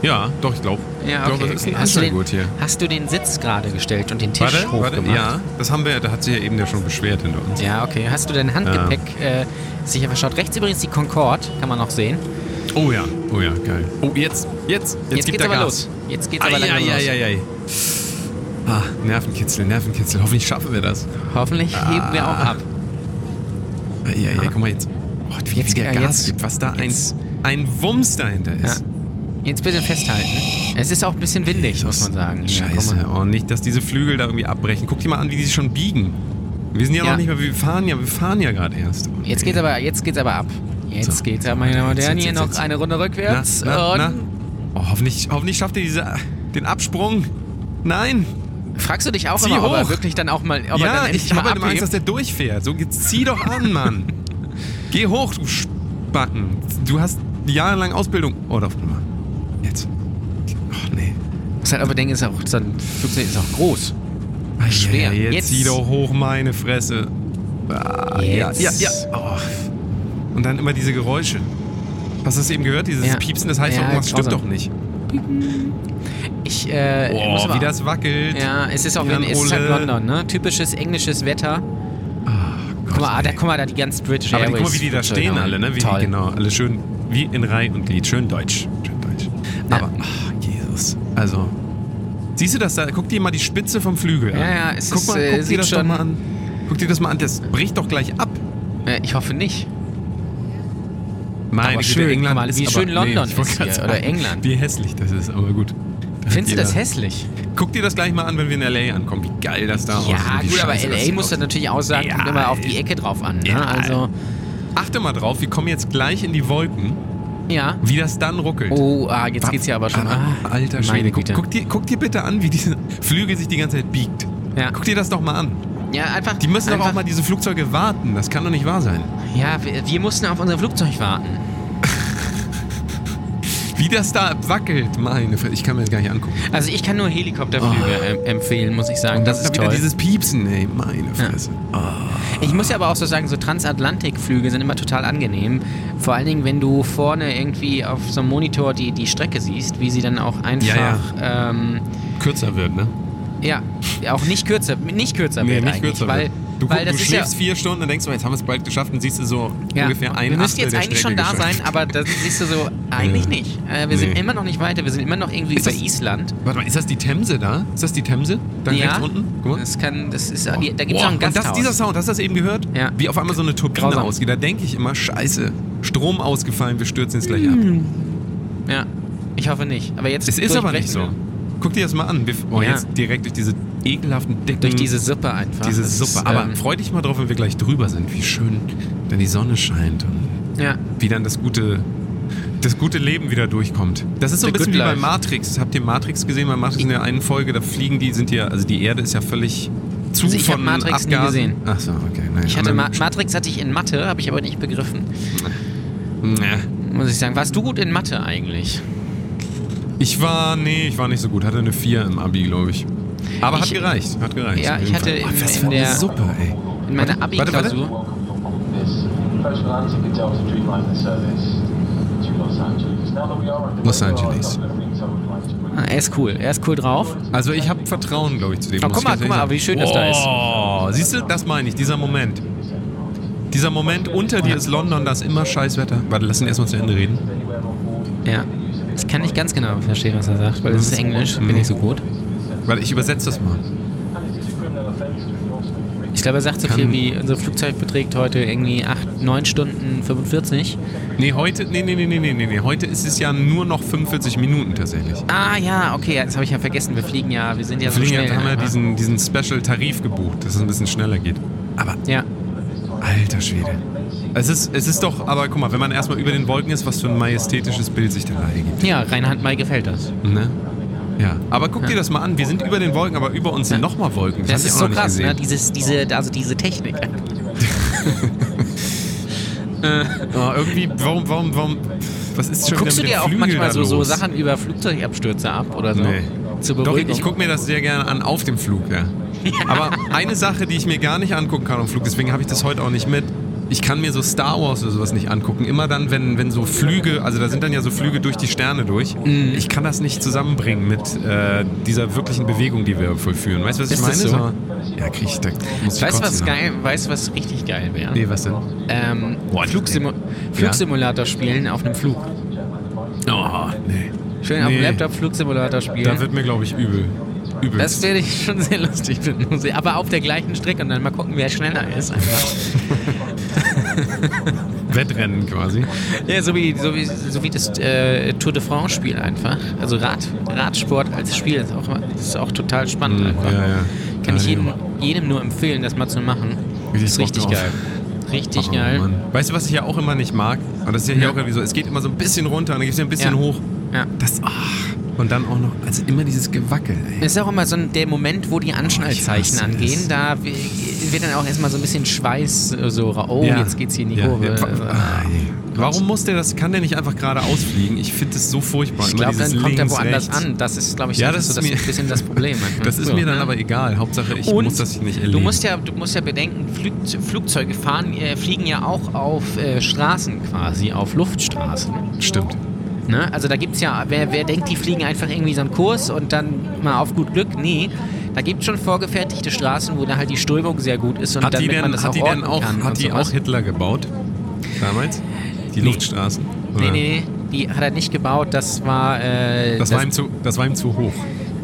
Speaker 2: Ja, doch, ich glaube.
Speaker 3: Ja,
Speaker 2: ich glaube,
Speaker 3: okay,
Speaker 2: das
Speaker 3: okay.
Speaker 2: ist
Speaker 3: Hast, du
Speaker 2: ein
Speaker 3: den,
Speaker 2: Anschlaggurt hier.
Speaker 3: hast du den Sitz gerade gestellt und den Tisch
Speaker 2: Warte, warte,
Speaker 3: hochgemacht?
Speaker 2: ja, das haben wir, da hat sich ja eben der schon beschwert hinter uns.
Speaker 3: Ja, okay. Hast du dein Handgepäck äh, sicher verschaut? Rechts übrigens die Concorde, kann man noch sehen.
Speaker 2: Oh ja, oh ja, geil. Oh, jetzt, jetzt, jetzt,
Speaker 3: Jetzt,
Speaker 2: gibt
Speaker 3: geht's
Speaker 2: er Gas.
Speaker 3: aber los. Jetzt geht's aber langsam los.
Speaker 2: Eieieiei. Ah, Nervenkitzel, Nervenkitzel. Hoffentlich schaffen wir das.
Speaker 3: Hoffentlich heben wir auch
Speaker 2: Ah.
Speaker 3: ab.
Speaker 2: Eieiei, guck mal jetzt. Oh, wie,
Speaker 3: Jetzt-
Speaker 2: wie der
Speaker 3: ja,
Speaker 2: Gas
Speaker 3: jetzt-
Speaker 2: gibt, was da ein,
Speaker 3: jetzt.
Speaker 2: ein Wumms dahinter ist.
Speaker 3: Ja. Jetzt bitte festhalten. Es ist auch ein bisschen windig, muss man sagen. Ja, guck
Speaker 2: Scheiße,
Speaker 3: mal.
Speaker 2: oh, nicht, dass diese Flügel da irgendwie abbrechen. Guck dir mal an, wie die sich schon biegen. Wir sind ja,
Speaker 3: Ja.
Speaker 2: noch nicht mal, wir fahren ja, wir fahren ja gerade erst. Oh,
Speaker 3: Jetzt
Speaker 2: nee.
Speaker 3: geht's aber, jetzt geht's aber ab. Jetzt
Speaker 2: So.
Speaker 3: geht's aber, meine Damen und
Speaker 2: Jetzt,
Speaker 3: Herren,
Speaker 2: jetzt,
Speaker 3: hier
Speaker 2: jetzt,
Speaker 3: noch
Speaker 2: jetzt.
Speaker 3: eine Runde
Speaker 2: Na,
Speaker 3: rückwärts.
Speaker 2: na, na.
Speaker 3: und
Speaker 2: Oh, hoffentlich, hoffentlich schafft ihr diese, den Absprung. Nein.
Speaker 3: Fragst du dich auch
Speaker 2: Zieh
Speaker 3: immer, ob er
Speaker 2: hoch.
Speaker 3: wirklich dann auch mal, ob er
Speaker 2: ja,
Speaker 3: dann endlich
Speaker 2: ich
Speaker 3: mal
Speaker 2: habe immer Angst, dass
Speaker 3: abhebt?
Speaker 2: der durchfährt. So, jetzt zieh doch an, Mann. Geh hoch, du Spacken. Du hast jahrelang Ausbildung. Oh, doch, warte mal. Jetzt. Ach, nee.
Speaker 3: Das halt aber denken, ist auch, sein Flugzeug ist auch groß.
Speaker 2: Ei,
Speaker 3: Schwer.
Speaker 2: ei, ei, Jetzt,
Speaker 3: Jetzt.
Speaker 2: zieh doch hoch, meine Fresse. Ah,
Speaker 3: Jetzt.
Speaker 2: Ja, ja. ja. Oh. Und dann immer diese Geräusche. Hast du das eben gehört? Dieses
Speaker 3: Ja.
Speaker 2: Piepsen, das heißt
Speaker 3: Ja,
Speaker 2: doch, irgendwas stimmt
Speaker 3: grausam.
Speaker 2: doch nicht.
Speaker 3: Ich, äh, muss
Speaker 2: Oh,
Speaker 3: aber-
Speaker 2: wie das wackelt.
Speaker 3: Ja, es ist auch
Speaker 2: Jan
Speaker 3: in, es ist halt
Speaker 2: Ole.
Speaker 3: London, ne? Typisches englisches Wetter. guck mal, ah, da, guck mal, da die ganzen British
Speaker 2: Aber die,
Speaker 3: Airways.
Speaker 2: guck mal, wie die da stehen
Speaker 3: Flugzeuge.
Speaker 2: alle, ne? Wie
Speaker 3: Toll.
Speaker 2: Die, genau, alle schön, wie in Reihe und Glied. Schön deutsch. Schön deutsch.
Speaker 3: Ja.
Speaker 2: Aber, ach, Jesus. Also, siehst du das da? Guck dir mal die Spitze vom Flügel an.
Speaker 3: Ja, ja, es
Speaker 2: guck
Speaker 3: ist,
Speaker 2: mal,
Speaker 3: äh,
Speaker 2: guck dir
Speaker 3: sieht
Speaker 2: das doch
Speaker 3: schon-
Speaker 2: mal an. Guck dir das mal an, das bricht doch gleich ab.
Speaker 3: Äh, ich hoffe nicht.
Speaker 2: Meine
Speaker 3: Aber
Speaker 2: Güte,
Speaker 3: schön, guck
Speaker 2: England
Speaker 3: mal,
Speaker 2: ist
Speaker 3: wie
Speaker 2: aber,
Speaker 3: schön London
Speaker 2: ich wollte
Speaker 3: ist
Speaker 2: grad
Speaker 3: hier, oder
Speaker 2: sagen,
Speaker 3: England.
Speaker 2: Wie hässlich das ist, aber gut. Da
Speaker 3: Findest
Speaker 2: hat
Speaker 3: du das
Speaker 2: jeder-
Speaker 3: hässlich?
Speaker 2: Guck dir das gleich mal an, wenn wir in L.A. ankommen. Wie geil das da aussieht.
Speaker 3: Ja,
Speaker 2: und Oh, wie
Speaker 3: gut, aber
Speaker 2: scheiße das
Speaker 3: LA muss
Speaker 2: aussieht.
Speaker 3: dann natürlich auch sagen,
Speaker 2: Ja,
Speaker 3: kommt immer auf
Speaker 2: ey.
Speaker 3: die Ecke drauf an, ne?
Speaker 2: Ja,
Speaker 3: Also,
Speaker 2: Achte mal drauf, wir kommen jetzt gleich in die Wolken,
Speaker 3: ja.
Speaker 2: wie das dann ruckelt.
Speaker 3: Oh, ah, jetzt geht's ja aber schon.
Speaker 2: Ah,
Speaker 3: Ah,
Speaker 2: alter
Speaker 3: meine
Speaker 2: Schwede, guck,
Speaker 3: Güte.
Speaker 2: guck, dir, guck dir bitte an, wie diese Flüge sich die ganze Zeit biegt.
Speaker 3: Ja.
Speaker 2: Guck dir das doch mal an.
Speaker 3: ja, einfach.
Speaker 2: Die müssen doch
Speaker 3: einfach,
Speaker 2: auch mal diese Flugzeuge warten. Das kann doch nicht wahr sein.
Speaker 3: Ja, wir, wir mussten auf unser Flugzeug warten.
Speaker 2: Wie das da wackelt, meine Fresse. Ich kann mir das gar nicht angucken.
Speaker 3: Also, ich kann nur Helikopterflüge
Speaker 2: Oh.
Speaker 3: ähm, empfehlen, muss ich sagen. Das
Speaker 2: da
Speaker 3: ist
Speaker 2: wieder
Speaker 3: toll.
Speaker 2: dieses Piepsen, ey, meine Fresse.
Speaker 3: Ich muss ja aber auch so sagen, so Transatlantikflüge sind immer total angenehm. Vor allen Dingen, wenn du vorne irgendwie auf so einem Monitor die, die Strecke siehst, wie sie dann auch einfach.
Speaker 2: Ja,
Speaker 3: ja. Ähm,
Speaker 2: Kürzer wird, ne?
Speaker 3: ja auch nicht kürzer, nicht kürzer
Speaker 2: Nee,
Speaker 3: wird
Speaker 2: nicht
Speaker 3: eigentlich,
Speaker 2: kürzer
Speaker 3: weil,
Speaker 2: wird. Du,
Speaker 3: weil
Speaker 2: guck,
Speaker 3: das
Speaker 2: du
Speaker 3: ist ja,
Speaker 2: schläfst vier Stunden, dann denkst du, jetzt haben wir es bald geschafft, dann siehst du so
Speaker 3: ja,
Speaker 2: ungefähr ein
Speaker 3: Wir müssten
Speaker 2: Achtel
Speaker 3: jetzt
Speaker 2: der
Speaker 3: eigentlich schon
Speaker 2: Strecke
Speaker 3: da
Speaker 2: geschafft.
Speaker 3: sein, aber das siehst du so, eigentlich
Speaker 2: Ja.
Speaker 3: nicht. Äh, wir sind
Speaker 2: Nee.
Speaker 3: immer noch nicht weiter, wir sind immer noch irgendwie
Speaker 2: Ist
Speaker 3: über
Speaker 2: das-
Speaker 3: Island.
Speaker 2: Warte mal, ist das die Themse da? Ist das die Themse? Da
Speaker 3: ja,
Speaker 2: rechts unten? Guck mal.
Speaker 3: das kann, das ist, da gibt es
Speaker 2: Boah.
Speaker 3: auch ein
Speaker 2: Und
Speaker 3: Gasthaus.
Speaker 2: das, dieser Sound, hast du das eben gehört?
Speaker 3: Ja.
Speaker 2: Wie auf einmal so eine Turbine
Speaker 3: Grausam.
Speaker 2: ausgeht. Da denke ich immer, scheiße, Strom ausgefallen, wir stürzen jetzt gleich
Speaker 3: Hm,
Speaker 2: ab.
Speaker 3: ja, ich hoffe nicht. Aber jetzt
Speaker 2: Es ist aber nicht so.
Speaker 3: durchbrechen
Speaker 2: Guck dir das mal an. Wir, oh,
Speaker 3: Ja.
Speaker 2: jetzt direkt durch diese ekelhaften Decken.
Speaker 3: wir Durch diese Suppe einfach.
Speaker 2: Mhm. diese
Speaker 3: Das ist,
Speaker 2: Suppe. Aber
Speaker 3: ähm,
Speaker 2: freu dich mal drauf, wenn wir gleich drüber sind. Wie schön dann die Sonne scheint und
Speaker 3: ja.
Speaker 2: wie dann das gute, das gute Leben wieder durchkommt. Das ist so ein
Speaker 3: The
Speaker 2: bisschen wie
Speaker 3: good
Speaker 2: bei
Speaker 3: life.
Speaker 2: Matrix. Habt ihr Matrix gesehen? Bei Matrix in der einen Folge, da fliegen die, sind ja, also die Erde ist ja völlig zu
Speaker 3: Also ich hab
Speaker 2: von
Speaker 3: Matrix nie
Speaker 2: Abgasen.
Speaker 3: gesehen.
Speaker 2: Ach so, okay. Nein,
Speaker 3: Ich hatte Ma
Speaker 2: anderen-
Speaker 3: Matrix hatte ich in Mathe, habe ich aber nicht begriffen.
Speaker 2: Nee.
Speaker 3: Muss ich sagen, warst du gut in Mathe eigentlich?
Speaker 2: Ich war, nee, ich war nicht so gut. Hatte eine 4 im Abi, glaube ich. Aber
Speaker 3: Ich-
Speaker 2: hat gereicht, hat gereicht.
Speaker 3: Ja,
Speaker 2: auf
Speaker 3: ich
Speaker 2: jeden
Speaker 3: hatte
Speaker 2: Fall.
Speaker 3: in-
Speaker 2: oh, was
Speaker 3: in
Speaker 2: für eine
Speaker 3: der-
Speaker 2: Suppe, ey.
Speaker 3: In meiner
Speaker 2: Warte, warte,
Speaker 3: Abi-Klausur?
Speaker 4: this personal anti Delta Dreamliner service to Los Angeles. Now that we are at the
Speaker 2: Los
Speaker 4: border, I've got
Speaker 2: Angeles.
Speaker 4: a couple of things I would like to bring
Speaker 3: Ah, er ist cool, er ist cool drauf.
Speaker 2: Also ich habe Vertrauen, glaube ich, zu dem.
Speaker 3: Oh,
Speaker 2: muss
Speaker 3: guck
Speaker 2: ich
Speaker 3: mal,
Speaker 2: ganz
Speaker 3: guck
Speaker 2: ehrlich
Speaker 3: mal,
Speaker 2: sagen.
Speaker 3: wie schön das da ist.
Speaker 2: Oh, siehst du, das meine ich, dieser Moment. Dieser Moment, unter dir ist London, da ist immer Scheißwetter. Warte, lass ihn erstmal zu Ende reden.
Speaker 3: Ja. Das kann ich ganz genau verstehen, was er
Speaker 2: Mhm.
Speaker 3: sagt, weil das ist Englisch, bin ich so gut.
Speaker 2: Warte, ich übersetze das mal.
Speaker 4: And it is a criminal offence to enforce
Speaker 3: glaube, er sagt so
Speaker 2: Kann-
Speaker 3: viel wie, unser Flugzeug beträgt heute irgendwie 8, 9 Stunden 45.
Speaker 2: Nee, heute, nee, nee, nee, nee, nee, nee, nee. Heute ist es ja nur noch 45 Minuten tatsächlich.
Speaker 3: Ah ja, okay, ja, das habe ich ja vergessen. Wir fliegen ja, wir sind ja
Speaker 2: Wir
Speaker 3: so
Speaker 2: fliegen
Speaker 3: schnell.
Speaker 2: jetzt, haben wir
Speaker 3: einfach.
Speaker 2: diesen, diesen Special-Tarif gebucht, dass es ein bisschen schneller geht. Aber
Speaker 3: ja,
Speaker 2: alter Schwede. Es ist, es ist doch, aber guck mal, wenn man erstmal über den Wolken ist, was für ein majestätisches Bild sich da ergibt.
Speaker 3: ja, Reinhard May gefällt das.
Speaker 2: Ne? Ja. Aber guck dir das mal an, wir sind über den Wolken, aber über uns sind nochmal Wolken. Das, hab
Speaker 3: Das,
Speaker 2: ich
Speaker 3: ist
Speaker 2: auch
Speaker 3: so
Speaker 2: noch nicht
Speaker 3: krass, ne?
Speaker 2: gesehen.
Speaker 3: Dieses, diese, also diese Technik.
Speaker 2: Oh, irgendwie, warum, warum, warum, was ist schon
Speaker 3: Guckst du
Speaker 2: wieder mit
Speaker 3: dir
Speaker 2: den
Speaker 3: auch
Speaker 2: Flügeln
Speaker 3: manchmal
Speaker 2: da
Speaker 3: so, so
Speaker 2: los?
Speaker 3: Sachen über Flugzeugabstürze ab oder so?
Speaker 2: Nee.
Speaker 3: Zur
Speaker 2: Doch,
Speaker 3: Beruhigung.
Speaker 2: ich gucke mir das sehr gerne an auf dem Flug, ja. Aber eine Sache, die ich mir gar nicht angucken kann auf dem Flug, deswegen habe ich das heute auch nicht mit. Ich kann mir so Star Wars oder sowas nicht angucken. Immer dann, wenn, wenn so Flüge, also da sind dann ja so Flüge durch die Sterne durch.
Speaker 3: Mhm.
Speaker 2: Ich kann das nicht zusammenbringen mit äh, dieser wirklichen Bewegung, die wir vollführen. Weißt du, was ich
Speaker 3: Ist
Speaker 2: meine?
Speaker 3: das so?
Speaker 2: ja, krieg ich, da muss ich
Speaker 3: weißt du, was
Speaker 2: kotzen. ne?
Speaker 3: geil, weißt du, was richtig geil wäre?
Speaker 2: Nee, was denn?
Speaker 3: Ähm,
Speaker 2: What?
Speaker 3: Flugsimu Flugsimulator spielen auf einem Flug.
Speaker 2: Oh, nee.
Speaker 3: Schön auf dem
Speaker 2: Nee.
Speaker 3: Laptop Flugsimulator
Speaker 2: Da
Speaker 3: spielen.
Speaker 2: wird mir, glaube ich, übel. Übel.
Speaker 3: Das werde ich schon sehr lustig finden. muss ich- Aber auf der gleichen Strecke und dann mal gucken, wer schneller ist. Einfach.
Speaker 2: Wettrennen quasi.
Speaker 3: Ja, so wie, so wie, so wie das äh, Tour de France-Spiel einfach. Also Rad, Radsport als Spiel ist auch, immer- ist auch total spannend. einfach.
Speaker 2: Hm, ja, ja.
Speaker 3: Kann ich
Speaker 2: Ja,
Speaker 3: jedem,
Speaker 2: ja.
Speaker 3: jedem nur empfehlen, das mal zu machen.
Speaker 2: Ich
Speaker 3: ist
Speaker 2: bock
Speaker 3: richtig
Speaker 2: drauf.
Speaker 3: geil. Richtig
Speaker 2: Oh,
Speaker 3: geil.
Speaker 2: Mann. Weißt du, was ich ja auch immer nicht mag? Und das ist ja hier auch irgendwie so, es geht immer so ein bisschen runter und dann geht es ein bisschen
Speaker 3: Ja.
Speaker 2: hoch.
Speaker 3: Ja.
Speaker 2: Das, ah. Und dann auch noch, also immer dieses Gewackel, ey.
Speaker 3: Es ist auch immer so ein, der Moment, wo die Anschnallzeichen
Speaker 2: hasse
Speaker 3: angehen,
Speaker 2: es.
Speaker 3: da w- wird dann auch erstmal so ein bisschen Schweiß äh, so, ra- oh,
Speaker 2: Ja.
Speaker 3: jetzt geht's hier in die
Speaker 2: Ja.
Speaker 3: Kurve. Äh,
Speaker 2: Ja, wa- ah, ey. Warum muss der das, kann der nicht einfach geradeaus fliegen? Ich finde das so furchtbar.
Speaker 3: Ich
Speaker 2: Immer
Speaker 3: glaube,
Speaker 2: dieses
Speaker 3: dann kommt er
Speaker 2: links,
Speaker 3: woanders
Speaker 2: rechts.
Speaker 3: an. Das ist, glaube ich,
Speaker 2: Ja, das
Speaker 3: so,
Speaker 2: ist
Speaker 3: das
Speaker 2: mir-
Speaker 3: ein bisschen das Problem. halt, ne?
Speaker 2: Das ist
Speaker 3: So.
Speaker 2: mir dann aber egal. Hauptsache, ich
Speaker 3: Und
Speaker 2: muss das nicht erleben.
Speaker 3: Du musst ja, du musst ja bedenken, Flüg- Flugzeuge fahren, äh, fliegen ja auch auf äh, Straßen quasi, auf Luftstraßen.
Speaker 2: Stimmt.
Speaker 3: Ne? Also da gibt es ja, wer, wer denkt, die fliegen einfach irgendwie so einen Kurs und dann mal auf gut Glück, nee. Da gibt es schon vorgefertigte Straßen, wo da halt die Strömung sehr gut ist und
Speaker 2: Hat die
Speaker 3: damit man
Speaker 2: denn,
Speaker 3: das
Speaker 2: hat
Speaker 3: auch
Speaker 2: die denn
Speaker 3: ordnen
Speaker 2: auch,
Speaker 3: kann. und
Speaker 2: hat die auch
Speaker 3: sowas.
Speaker 2: Hitler gebaut? Damals? Die Luftstraßen?
Speaker 3: Nee,
Speaker 2: Oder?
Speaker 3: nee, nee, die hat er nicht gebaut, das war... Äh,
Speaker 2: Das, war ihm zu, das war ihm zu hoch.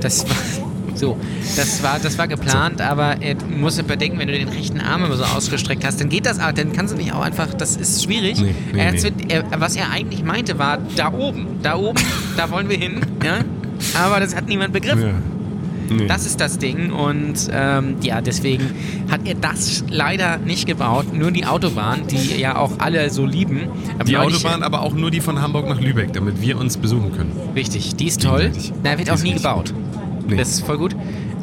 Speaker 3: Das war, so, das war, das war geplant, aber äh, du musst ja bedenken, wenn du den rechten Arm immer so ausgestreckt hast, dann geht das, ah, dann kannst du nicht auch einfach, das ist schwierig.
Speaker 2: Nee, nee,
Speaker 3: er hat's
Speaker 2: nee.
Speaker 3: Mit, er, was er eigentlich meinte war, da oben, da oben, da wollen wir hin, ja? aber das hat niemand begriffen.
Speaker 2: Nee.
Speaker 3: Das ist das Ding und ähm, ja, deswegen hat er das leider nicht gebaut, nur die Autobahn, die ja auch alle so lieben. Aber
Speaker 2: Die
Speaker 3: neulich-
Speaker 2: Autobahn, aber auch nur die von Hamburg nach Lübeck, damit wir uns besuchen können.
Speaker 3: Richtig, die ist toll.
Speaker 2: Gegenseitig.
Speaker 3: Na, wird
Speaker 2: Die
Speaker 3: auch
Speaker 2: ist
Speaker 3: nie
Speaker 2: richtig.
Speaker 3: gebaut.
Speaker 2: Nee.
Speaker 3: Das ist voll gut.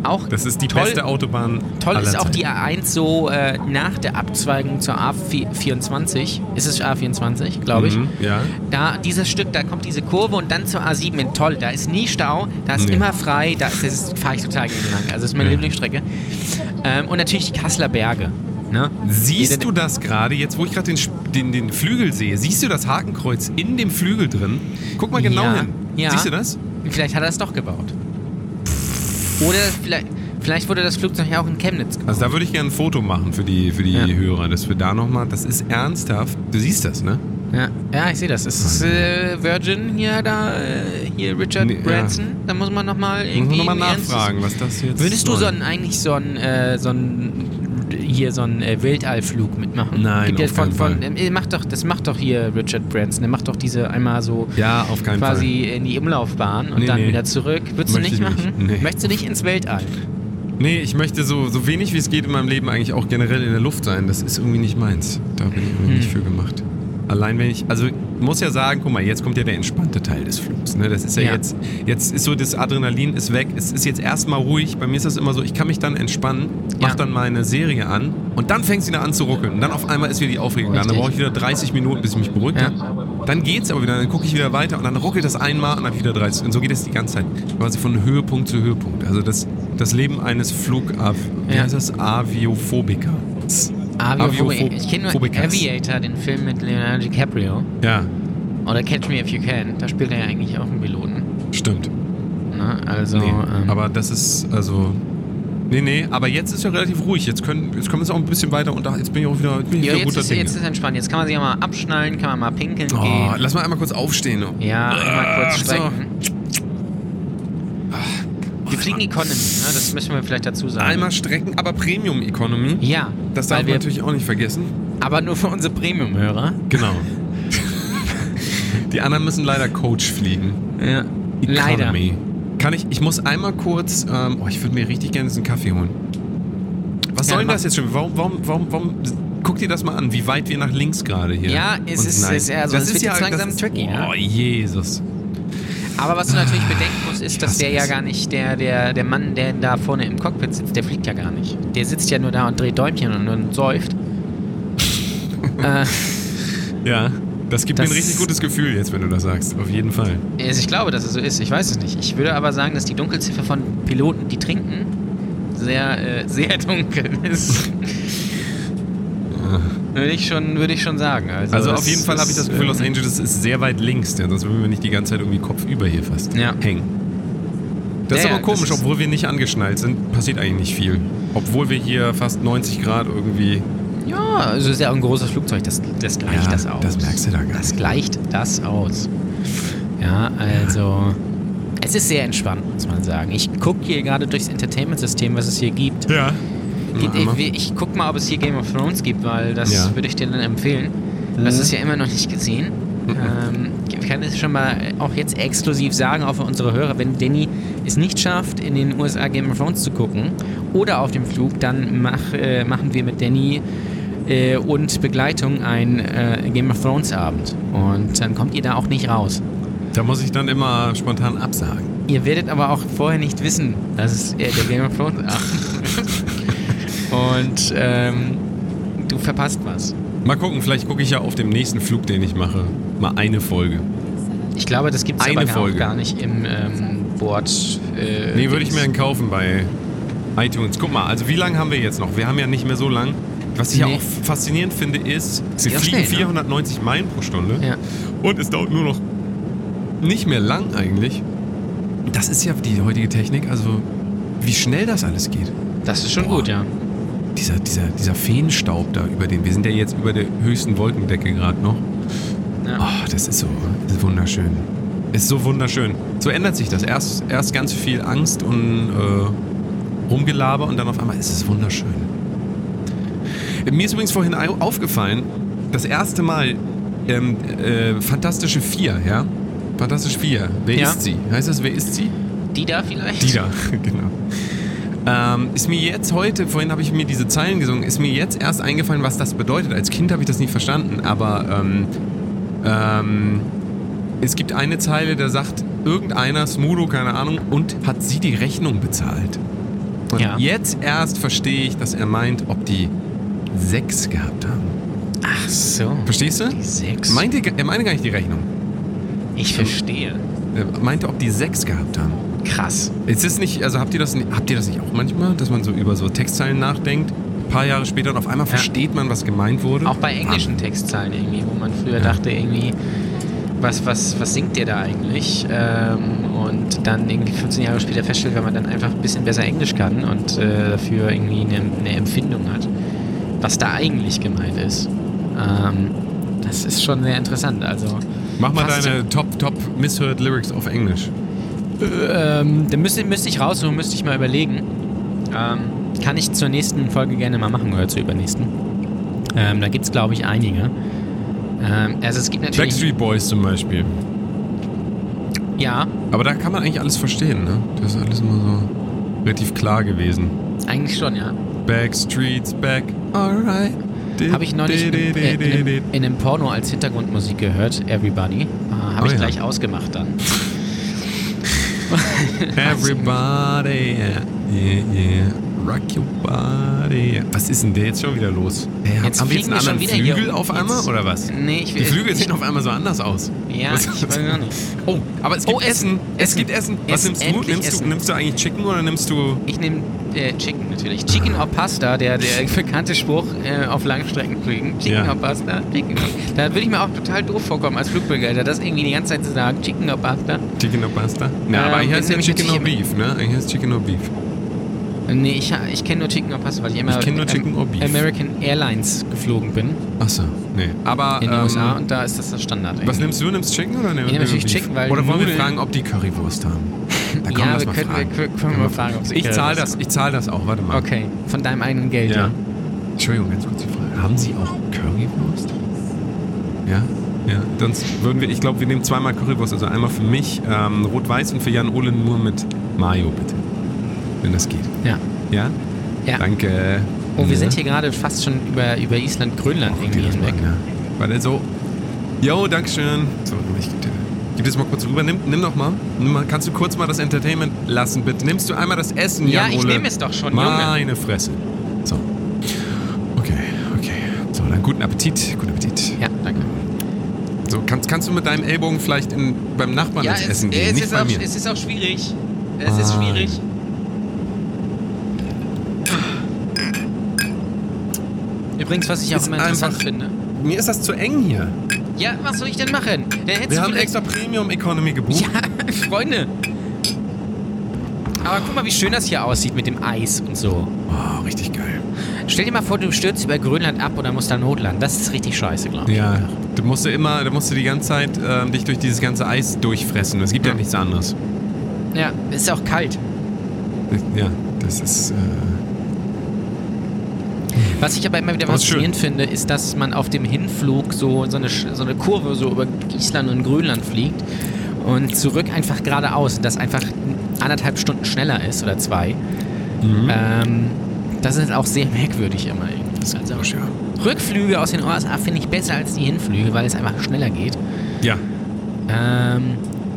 Speaker 3: Auch
Speaker 2: Das ist die
Speaker 3: toll,
Speaker 2: beste Autobahn.
Speaker 3: Toll
Speaker 2: aller
Speaker 3: ist auch
Speaker 2: Zeiten.
Speaker 3: die A1 so äh, nach der Abzweigung zur A24. Ist es A24, glaube ich.
Speaker 2: Mhm, ja.
Speaker 3: Da, dieses Stück, da kommt diese Kurve und dann zur A7 in Toll. Da ist nie Stau, da ist
Speaker 2: Nee.
Speaker 3: immer frei, da ist- das fahre ich total gerne lang. Also das ist meine
Speaker 2: Ja.
Speaker 3: Lieblingsstrecke. Ähm, und natürlich die Kasseler Berge. Ne? Die
Speaker 2: Siehst
Speaker 3: sind-
Speaker 2: du das gerade, jetzt wo ich gerade den, Sp- den, den Flügel sehe, siehst du das Hakenkreuz in dem Flügel drin? Guck mal genau
Speaker 3: Ja.
Speaker 2: hin.
Speaker 3: Ja.
Speaker 2: Siehst du das?
Speaker 3: Vielleicht hat er es doch gebaut. Oder vielleicht, vielleicht wurde das Flugzeug ja auch in Chemnitz gebaut.
Speaker 2: Also da würde ich gerne ein Foto machen für die, für die
Speaker 3: Ja.
Speaker 2: Hörer, dass wir da nochmal, das ist ernsthaft, du siehst das, ne?
Speaker 3: Ja, ja ich sehe das. Es ist äh, Virgin hier, da, äh, hier Richard
Speaker 2: Nee, ja.
Speaker 3: Branson. Da muss man nochmal
Speaker 2: Muss
Speaker 3: irgendwie.
Speaker 2: man nochmal
Speaker 3: ein ernstes-
Speaker 2: nachfragen, was das jetzt
Speaker 3: Würdest du so
Speaker 2: soll.
Speaker 3: einen, eigentlich so einen, äh, so einen, hier so einen äh, Weltallflug mitmachen?
Speaker 2: Nein,
Speaker 3: Gibt ja
Speaker 2: auf
Speaker 3: von,
Speaker 2: keinen
Speaker 3: von,
Speaker 2: Fall.
Speaker 3: äh, macht doch, Das macht doch hier Richard Branson. Der macht doch diese einmal so
Speaker 2: Ja, auf keinen Fall.
Speaker 3: quasi in die Umlaufbahn und
Speaker 2: Nee,
Speaker 3: dann
Speaker 2: nee.
Speaker 3: wieder zurück.
Speaker 2: Möchte
Speaker 3: Würdest du nicht
Speaker 2: ich
Speaker 3: machen?
Speaker 2: nicht. Nee.
Speaker 3: Möchtest du nicht ins Weltall?
Speaker 2: Nee, ich möchte so, so wenig wie es geht in meinem Leben eigentlich auch generell in der Luft sein. Das ist irgendwie nicht meins. Da bin ich irgendwie nicht für gemacht. Allein wenn ich, also muss ja sagen, guck mal, jetzt kommt ja der entspannte Teil des Flugs. Ne? Das ist ja,
Speaker 3: Ja.
Speaker 2: jetzt, jetzt ist so, das Adrenalin ist weg. Es ist jetzt erstmal ruhig. Bei mir ist das immer so, ich kann mich dann entspannen, mach
Speaker 3: Ja.
Speaker 2: dann meine Serie an und dann fängt sie wieder an zu ruckeln. Und dann auf einmal ist wieder die Aufregung da. Dann
Speaker 3: Richtig.
Speaker 2: brauche ich wieder 30 Minuten, bis ich mich beruhigt
Speaker 3: Ja.
Speaker 2: habe. Dann geht's aber wieder, dann gucke ich wieder weiter und dann ruckelt das einmal und dann wieder 30. Und so geht es die ganze Zeit. Quasi von Höhepunkt zu Höhepunkt. Also das, das Leben eines Flug... Wie
Speaker 3: Ja.
Speaker 2: heißt das? Aviophobikers.
Speaker 3: Aviophob- Ah, Ich kenne nur
Speaker 2: Phobikers.
Speaker 3: Aviator, den Film mit Leonardo DiCaprio.
Speaker 2: Ja,
Speaker 3: Oder Catch Me If You Can. Da spielt er ja eigentlich auch einen Piloten.
Speaker 2: stimmt.
Speaker 3: Ne? Also,
Speaker 2: Nee,
Speaker 3: ähm,
Speaker 2: aber das ist, also. Nee, nee, aber jetzt ist ja relativ ruhig. Jetzt können, jetzt können wir es auch ein bisschen weiter unter. Jetzt bin ich auch wieder, jetzt bin ich
Speaker 3: ja,
Speaker 2: wieder
Speaker 3: jetzt,
Speaker 2: guter
Speaker 3: ist,
Speaker 2: Dinge.
Speaker 3: jetzt ist entspannt. Jetzt kann man sich ja mal abschnallen, kann man mal pinkeln
Speaker 2: oh,
Speaker 3: gehen.
Speaker 2: lass Ah, mal einmal kurz aufstehen.
Speaker 3: Ja, mal kurz
Speaker 2: so.
Speaker 3: strecken. Wie fliegen Economy, ne? das müssen wir vielleicht dazu sagen.
Speaker 2: Einmal Strecken, aber Premium Economy.
Speaker 3: ja,
Speaker 2: Das darf
Speaker 3: weil
Speaker 2: man
Speaker 3: wir,
Speaker 2: natürlich auch nicht vergessen.
Speaker 3: aber nur für unsere Premium-Hörer.
Speaker 2: Genau. Die anderen müssen leider Coach fliegen.
Speaker 3: Ja. Leider.
Speaker 2: Economy. Kann ich, ich muss einmal kurz, ähm, oh, ich würde mir richtig gerne diesen Kaffee holen. Was
Speaker 3: Ja,
Speaker 2: soll denn
Speaker 3: mach.
Speaker 2: das jetzt schon? Warum, warum, warum, warum, guck dir das mal an, wie weit wir nach links gerade hier.
Speaker 3: Ja, es
Speaker 2: uns
Speaker 3: ist-
Speaker 2: neigen.
Speaker 3: es ist- also es wird jetzt langsam tricky, ne?
Speaker 2: Oh, Jesus.
Speaker 3: Aber was du natürlich bedenken musst, ist, dass
Speaker 2: hasse
Speaker 3: der ja
Speaker 2: es.
Speaker 3: gar nicht, der, der, der Mann, der da vorne im Cockpit sitzt, der fliegt ja gar nicht. Der sitzt ja nur da und dreht Däumchen und, und säuft. äh,
Speaker 2: Ja, das gibt
Speaker 3: Das-
Speaker 2: mir ein richtig gutes Gefühl jetzt, wenn du das sagst. Auf jeden Fall.
Speaker 3: also ich glaube, dass es so ist. Ich weiß es nicht. Ich würde aber sagen, dass die Dunkelziffer von Piloten, die trinken, sehr, äh, sehr dunkel ist. würde, ich schon, würde ich schon sagen. Also,
Speaker 2: Also auf
Speaker 3: es
Speaker 2: jeden Fall habe ich das
Speaker 3: ist,
Speaker 2: Gefühl,
Speaker 3: ähm,
Speaker 2: Los Angeles ist sehr weit links, denn sonst würden wir nicht die ganze Zeit irgendwie kopfüber hier fast
Speaker 3: Ja.
Speaker 2: hängen. Das ist
Speaker 3: Ja, ja,
Speaker 2: aber komisch,
Speaker 3: das ist-
Speaker 2: obwohl wir nicht angeschnallt sind, passiert eigentlich nicht viel. Obwohl wir hier fast 90 Grad irgendwie.
Speaker 3: Ja, also ist ja auch ein großes Flugzeug. Das, das gleicht
Speaker 2: Ja,
Speaker 3: das aus.
Speaker 2: das merkst du da gar nicht.
Speaker 3: Das gleicht das aus. Ja, also. Es ist sehr entspannt, muss man sagen. Ich gucke hier gerade durchs Entertainment-System, was es hier gibt.
Speaker 2: Ja.
Speaker 3: Geht- ich, ich guck mal, ob es hier Game of Thrones gibt, weil das
Speaker 2: Ja.
Speaker 3: würde ich dir dann empfehlen. Du hast es ja immer noch nicht gesehen. Ähm, ich kann es schon mal auch jetzt exklusiv sagen, auch für unsere Hörer, wenn Danny es nicht schafft, in den USA Game of Thrones zu gucken oder auf dem Flug, dann mach, äh, machen wir mit Danny äh, und Begleitung einen äh, Game of Thrones Abend. Und dann kommt ihr da auch nicht raus.
Speaker 2: Da muss ich dann immer spontan absagen.
Speaker 3: Ihr werdet aber auch vorher nicht wissen, dass es äh, der Game of Thrones Abend ist. Und ähm, du verpasst was.
Speaker 2: Mal gucken, vielleicht gucke ich ja auf dem nächsten Flug, den ich mache, mal eine Folge.
Speaker 3: Ich glaube, das gibt es
Speaker 2: Eine
Speaker 3: aber gar,
Speaker 2: Folge.
Speaker 3: gar nicht im ähm, Board. Äh,
Speaker 2: Nee, würde ich
Speaker 3: Dings.
Speaker 2: mir einen kaufen bei iTunes. Guck mal, also wie lange haben wir jetzt noch? Wir haben ja nicht mehr so lang. Was ich ja
Speaker 3: Nee.
Speaker 2: auch faszinierend finde, ist, wir
Speaker 3: geht auch
Speaker 2: fliegen
Speaker 3: schnell, ne?
Speaker 2: 490 Meilen pro Stunde.
Speaker 3: Ja.
Speaker 2: Und es dauert nur noch nicht mehr lang eigentlich. Das ist ja die heutige Technik, also wie schnell das alles geht.
Speaker 3: Das ist schon
Speaker 2: Boah.
Speaker 3: gut, ja.
Speaker 2: Dieser, dieser, dieser Feenstaub da über den. Wir sind ja jetzt über der höchsten Wolkendecke gerade noch.
Speaker 3: ja.
Speaker 2: Oh, das ist so das ist wunderschön. Ist so wunderschön. So ändert sich das. Erst, erst ganz viel Angst und äh, Rumgelaber und dann auf einmal ist es wunderschön. Mir ist übrigens vorhin au- aufgefallen, das erste Mal ähm, äh, Fantastische Vier, ja? Fantastische Vier. Wer
Speaker 3: Ja.
Speaker 2: ist sie? Heißt das, wer ist sie?
Speaker 3: Die da vielleicht?
Speaker 2: Die da, genau. Ähm, ist mir jetzt heute, vorhin habe ich mir diese Zeilen gesungen, ist mir jetzt erst eingefallen, was das bedeutet. Als Kind habe ich das nicht verstanden, aber ähm, ähm, es gibt eine Zeile, da sagt irgendeiner, Smudo, keine Ahnung, und hat sie die Rechnung bezahlt. Und
Speaker 3: Ja.
Speaker 2: jetzt erst verstehe ich, dass er meint, ob die sechs gehabt haben.
Speaker 3: Ach so.
Speaker 2: Verstehst du?
Speaker 3: Die 6.
Speaker 2: Meinte, er meinte gar nicht die Rechnung.
Speaker 3: ich verstehe.
Speaker 2: Er meinte, ob die sechs gehabt haben.
Speaker 3: Krass.
Speaker 2: Ist es nicht, also habt ihr das, ni- habt ihr das nicht auch manchmal, dass man so über so Textzeilen nachdenkt, ein paar Jahre später und auf einmal versteht man, was gemeint wurde? Ah,
Speaker 3: Auch bei englischen Textzeilen irgendwie, wo man früher dachte, irgendwie, was, was, was singt der da eigentlich? Ähm, und dann irgendwie 15 Jahre später feststellt, weil man dann einfach ein bisschen besser Englisch kann und äh, dafür irgendwie eine, eine Empfindung hat, was da eigentlich gemeint ist. Ähm, das ist schon sehr interessant. Also,
Speaker 2: Mach mal
Speaker 3: Fast-
Speaker 2: deine Top, Top Misheard Lyrics auf Englisch.
Speaker 3: ähm, da müsste, müsste ich raussuchen, müsste ich mal überlegen. Ähm, kann ich zur nächsten Folge gerne mal machen oder zur übernächsten. Ähm, da gibt es, glaube ich, einige. Ähm, also es gibt natürlich...
Speaker 2: Backstreet Boys zum Beispiel.
Speaker 3: Ja,
Speaker 2: Aber da kann man eigentlich alles verstehen, ne? Das ist alles immer so relativ klar gewesen.
Speaker 3: Eigentlich schon, ja.
Speaker 2: Backstreets back, alright.
Speaker 3: Habe ich neulich in, äh, in, einem- in einem Porno als Hintergrundmusik gehört, Everybody. Äh, Habe
Speaker 2: Oh
Speaker 3: ich
Speaker 2: ja.
Speaker 3: gleich ausgemacht dann.
Speaker 2: Everybody, yeah, yeah, yeah. Rock your body. Was ist denn da jetzt schon wieder los? Hä,
Speaker 3: Jetzt
Speaker 2: haben wir jetzt einen
Speaker 3: fliegen wir schon
Speaker 2: anderen
Speaker 3: wieder hier
Speaker 2: Flügel
Speaker 3: um.
Speaker 2: auf einmal
Speaker 3: Jetzt-
Speaker 2: oder was?
Speaker 3: Nee, ich will.
Speaker 2: Die Flügel
Speaker 3: ich,
Speaker 2: sehen auf einmal so anders aus.
Speaker 3: Ja,
Speaker 2: Was-
Speaker 3: ich weiß gar nicht.
Speaker 2: Oh, aber es gibt
Speaker 3: Oh,
Speaker 2: Essen.
Speaker 3: Essen.
Speaker 2: Es gibt Essen. Was
Speaker 3: Essen.
Speaker 2: nimmst du?
Speaker 3: Endlich
Speaker 2: Nimmst du,
Speaker 3: Essen.
Speaker 2: nimmst du eigentlich Chicken oder nimmst du...
Speaker 3: Ich nehme äh, Chicken natürlich. Chicken or Pasta, der, der bekannte Spruch äh, auf Langstreckenflügen. Chicken
Speaker 2: Ja. Chicken or Pasta? Na, aber
Speaker 3: Ähm,
Speaker 2: eigentlich heißt ja
Speaker 3: nämlich
Speaker 2: Chicken or
Speaker 3: natürlich
Speaker 2: Beef, ne? Eigentlich heißt Chicken or Beef.
Speaker 3: Äh, Nee, ich, ich kenne nur Chicken or Pasta, weil ich immer
Speaker 2: Ich kenn nur
Speaker 3: ähm,
Speaker 2: Chicken or Beef.
Speaker 3: American Airlines geflogen bin
Speaker 2: Achso, nee. Aber,
Speaker 3: in den
Speaker 2: ähm,
Speaker 3: USA und da ist das das Standard.
Speaker 2: was
Speaker 3: irgendwie.
Speaker 2: nimmst du? Nimmst du Chicken oder nimmst du
Speaker 3: nehme natürlich
Speaker 2: Beef?
Speaker 3: Chicken, weil
Speaker 2: Oder wollen wir
Speaker 3: Nudeln-
Speaker 2: fragen, ob die Currywurst haben? Da kommen
Speaker 3: ja,
Speaker 2: wir
Speaker 3: wir
Speaker 2: mal
Speaker 3: können, wir,
Speaker 2: fragen.
Speaker 3: können wir mal fragen, ob es
Speaker 2: Ich zahle das, ich zahl das auch, warte mal.
Speaker 3: Okay, von deinem eigenen Geld, ja.
Speaker 2: Ja. Entschuldigung, ganz kurz die Frage. Haben Sie auch Currywurst? Ja? Ja. Sonst würden wir, ich glaube, wir nehmen zweimal Currywurst. Also einmal für mich ähm, rot-weiß und für Jan Ole nur mit Mayo, bitte. Wenn das geht.
Speaker 3: Ja.
Speaker 2: Ja?
Speaker 3: Ja.
Speaker 2: Danke.
Speaker 3: Oh, wir
Speaker 2: Ja.
Speaker 3: sind hier gerade fast schon über, über Island, Grönland irgendwie hinweg.
Speaker 2: Ja. Warte, so. Jo, also, Dankeschön. So, ich geb dir. Gib das mal kurz rüber. Nimm, nimm doch mal. Nimm mal. Kannst du kurz mal das Entertainment lassen, bitte? Nimmst du einmal das Essen,
Speaker 3: Ja,
Speaker 2: Jan
Speaker 3: ich
Speaker 2: Ole?
Speaker 3: nehme es doch schon, Junge.
Speaker 2: Meine Fresse. So. Okay, okay. So, dann guten Appetit. Guten Appetit.
Speaker 3: Ja, danke.
Speaker 2: So, kannst, kannst du mit deinem Ellbogen vielleicht in, beim Nachbarn ins Essen gehen? nicht bei mir.
Speaker 3: ist auch schwierig.
Speaker 2: Es ist Ah. schwierig.
Speaker 3: Übrigens, was ich auch
Speaker 2: Ist
Speaker 3: immer interessant
Speaker 2: einfach-
Speaker 3: finde.
Speaker 2: mir ist das zu eng hier.
Speaker 3: Ja, was soll ich denn machen? Dann hättest
Speaker 2: Wir
Speaker 3: du
Speaker 2: haben
Speaker 3: vielleicht-
Speaker 2: extra Premium Economy gebucht.
Speaker 3: Ja, Freunde. Aber guck mal, wie schön das hier aussieht mit dem Eis und so.
Speaker 2: Oh, richtig geil.
Speaker 3: Stell dir mal vor, du stürzt über Grönland ab oder musst da notlanden. Das ist richtig scheiße, glaube ich.
Speaker 2: Ja, du musst ja immer, du musst ja die ganze Zeit ähm, dich durch dieses ganze Eis durchfressen. Es gibt ja,
Speaker 3: Ja.
Speaker 2: nichts anderes.
Speaker 3: Ja, es ist auch kalt.
Speaker 2: Ja, das ist. Äh,
Speaker 3: Was ich aber immer wieder
Speaker 2: Aber ist
Speaker 3: faszinierend finde, ist, dass man auf dem Hinflug so, so, eine, Sch- so eine Kurve so über Island und Grönland fliegt und zurück einfach geradeaus und das einfach anderthalb Stunden schneller ist oder zwei.
Speaker 2: Mhm.
Speaker 3: Ähm, das ist auch sehr merkwürdig immer irgendwie. Also,
Speaker 2: komisch, ja.
Speaker 3: Rückflüge aus den USA finde ich besser als die Hinflüge, weil es einfach schneller geht.
Speaker 2: ja.
Speaker 3: Ähm,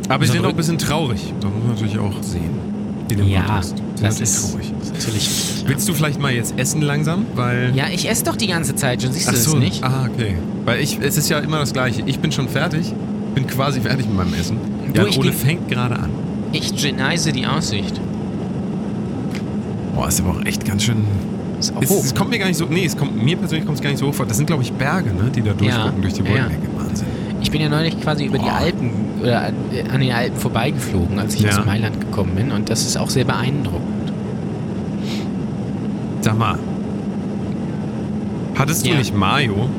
Speaker 2: Aber sie
Speaker 3: So
Speaker 2: sind auch
Speaker 3: verrückt.
Speaker 2: ein bisschen traurig. Da muss man natürlich auch sehen. In dem
Speaker 3: ja,
Speaker 2: Kontext. Sie sind
Speaker 3: das
Speaker 2: natürlich
Speaker 3: ist
Speaker 2: traurig.
Speaker 3: natürlich.
Speaker 2: Willst du vielleicht mal jetzt essen langsam? Weil.
Speaker 3: Ja, ich esse doch die ganze Zeit schon, siehst du
Speaker 2: Ach
Speaker 3: das
Speaker 2: so.
Speaker 3: nicht?
Speaker 2: Ah, okay. Weil ich, es ist ja immer das Gleiche. Ich bin schon fertig, bin quasi fertig mit meinem Essen. Ja,
Speaker 3: ich
Speaker 2: Ole
Speaker 3: geh-
Speaker 2: fängt gerade an.
Speaker 3: Ich genieße die Aussicht.
Speaker 2: Boah, ist aber auch echt ganz schön.
Speaker 3: Ist auch
Speaker 2: Es,
Speaker 3: hoch.
Speaker 2: es kommt mir gar nicht so. Nee, es kommt mir persönlich kommt es gar nicht so hoch vor. Das sind glaube ich Berge, ne, die da durchgucken durch die
Speaker 3: ja, ja.
Speaker 2: Wolkendecke. Wahnsinn.
Speaker 3: Ich bin ja neulich quasi über die
Speaker 2: Boah.
Speaker 3: Alpen oder an äh, an den Alpen vorbeigeflogen, als ich
Speaker 2: Ja.
Speaker 3: aus Mailand gekommen bin. Und das ist auch sehr beeindruckend.
Speaker 2: Sag mal. Hattest
Speaker 3: Ja.
Speaker 2: du nicht Mayo?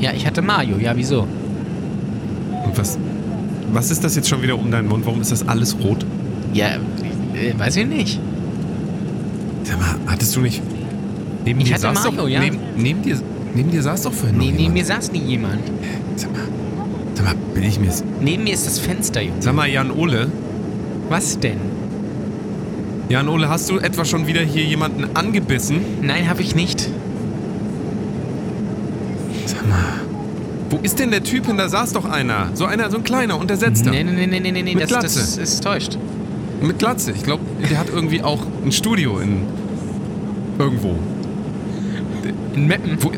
Speaker 3: Ja, ich hatte Mario. Ja, wieso?
Speaker 2: Und was? Was ist das jetzt schon wieder um deinen Mund? Warum ist das alles rot?
Speaker 3: Ja, äh, weiß ich nicht.
Speaker 2: Sag mal, hattest du nicht. Neben
Speaker 3: Ich
Speaker 2: dir
Speaker 3: hatte
Speaker 2: saß
Speaker 3: Mayo,
Speaker 2: doch,
Speaker 3: ja.
Speaker 2: neben, neben dir, neben dir saß doch vorhin.
Speaker 3: Nee,
Speaker 2: noch
Speaker 3: neben
Speaker 2: jemand.
Speaker 3: mir saß nie jemand.
Speaker 2: Sag mal, sag mal, bin ich mir.
Speaker 3: Neben mir ist das Fenster, Junge.
Speaker 2: Sag mal, Jan Ole.
Speaker 3: Was denn?
Speaker 2: Jan Ole, hast du etwa schon wieder hier jemanden angebissen?
Speaker 3: Nein, habe ich nicht.
Speaker 2: Sag mal. Wo ist denn der Typ hin? Da saß doch einer. So einer, so ein kleiner, untersetzter.
Speaker 3: Nee, nee, nee, nee, nee, nee,
Speaker 2: Mit
Speaker 3: das, das
Speaker 2: Glatze.
Speaker 3: ist täuscht.
Speaker 2: Mit Glatze. Ich glaube, der hat irgendwie auch ein Studio in. irgendwo.
Speaker 3: In Meppen.
Speaker 2: Wo,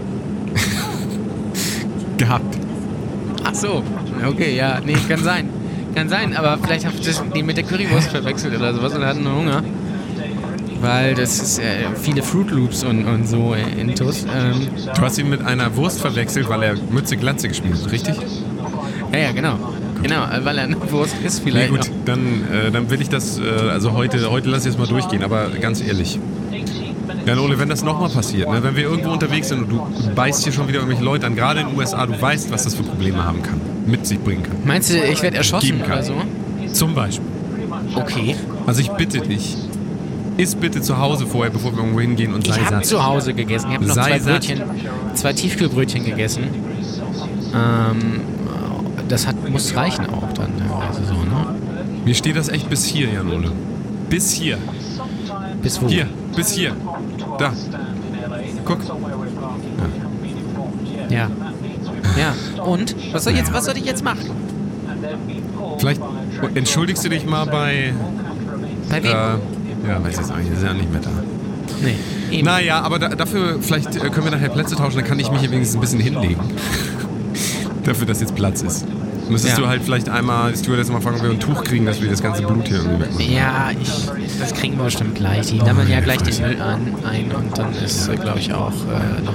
Speaker 2: gehabt.
Speaker 3: Ach so. Okay, ja, nee, kann sein. Kann sein, aber vielleicht habe ich das die mit der Currywurst verwechselt oder sowas und hatten nur Hunger. Weil das ist äh, viele Fruit Loops und, und so äh, intus. Ähm,
Speaker 2: Du hast ihn mit einer Wurst verwechselt, weil er Mütze Glatze gespielt hat, richtig?
Speaker 3: ja, ja, genau. Genau, äh, weil er eine Wurst ist vielleicht.
Speaker 2: Nee, gut, dann, äh, dann will ich das, äh, also heute, heute lass ich es mal durchgehen, aber ganz ehrlich. Ja, Ole, wenn das nochmal passiert, ne, wenn wir irgendwo unterwegs sind und du beißt hier schon wieder irgendwelche Leute an, gerade in den USA, du weißt, was das für Probleme haben kann, mit sich bringen kann.
Speaker 3: Auch. Meinst du, ich werde erschossen
Speaker 2: Geben kann.
Speaker 3: oder so?
Speaker 2: Zum Beispiel.
Speaker 3: Okay.
Speaker 2: Also ich bitte dich, iss bitte zu Hause vorher, bevor wir irgendwo hingehen und sei
Speaker 3: Ich habe
Speaker 2: satt.
Speaker 3: zu Hause gegessen. Ich habe noch
Speaker 2: Sei
Speaker 3: zwei
Speaker 2: satt.
Speaker 3: Brötchen, zwei Tiefkühlbrötchen gegessen. Ähm, das hat, muss reichen auch dann teilweise so, ne?
Speaker 2: Mir steht das echt bis hier, Jan Ole. Bis hier.
Speaker 3: Bis wo?
Speaker 2: Hier, bis hier. Da. Guck.
Speaker 4: Ah.
Speaker 3: Ja. Ja. Und? Was soll, jetzt, was soll ich jetzt machen?
Speaker 2: Vielleicht entschuldigst du dich mal bei.
Speaker 3: Bei
Speaker 2: Äh,
Speaker 3: wem?
Speaker 2: ja, weiß jetzt auch nicht, ist ja nicht mehr da.
Speaker 3: Nee. Eben.
Speaker 2: Naja, aber da, dafür, vielleicht äh, können wir nachher Plätze tauschen, dann kann ich mich hier wenigstens ein bisschen hinlegen. dafür, dass jetzt Platz ist. Müsstest
Speaker 3: Ja.
Speaker 2: du halt vielleicht einmal, die Stewardess mal fragen, ob wir ein Tuch kriegen, dass wir das ganze Blut hier irgendwie wegmachen.
Speaker 3: Ja, ich, das kriegen wir bestimmt gleich. Die sammeln ja gleich den Müll an, ein und dann ist, glaube ich, auch. Äh, ne?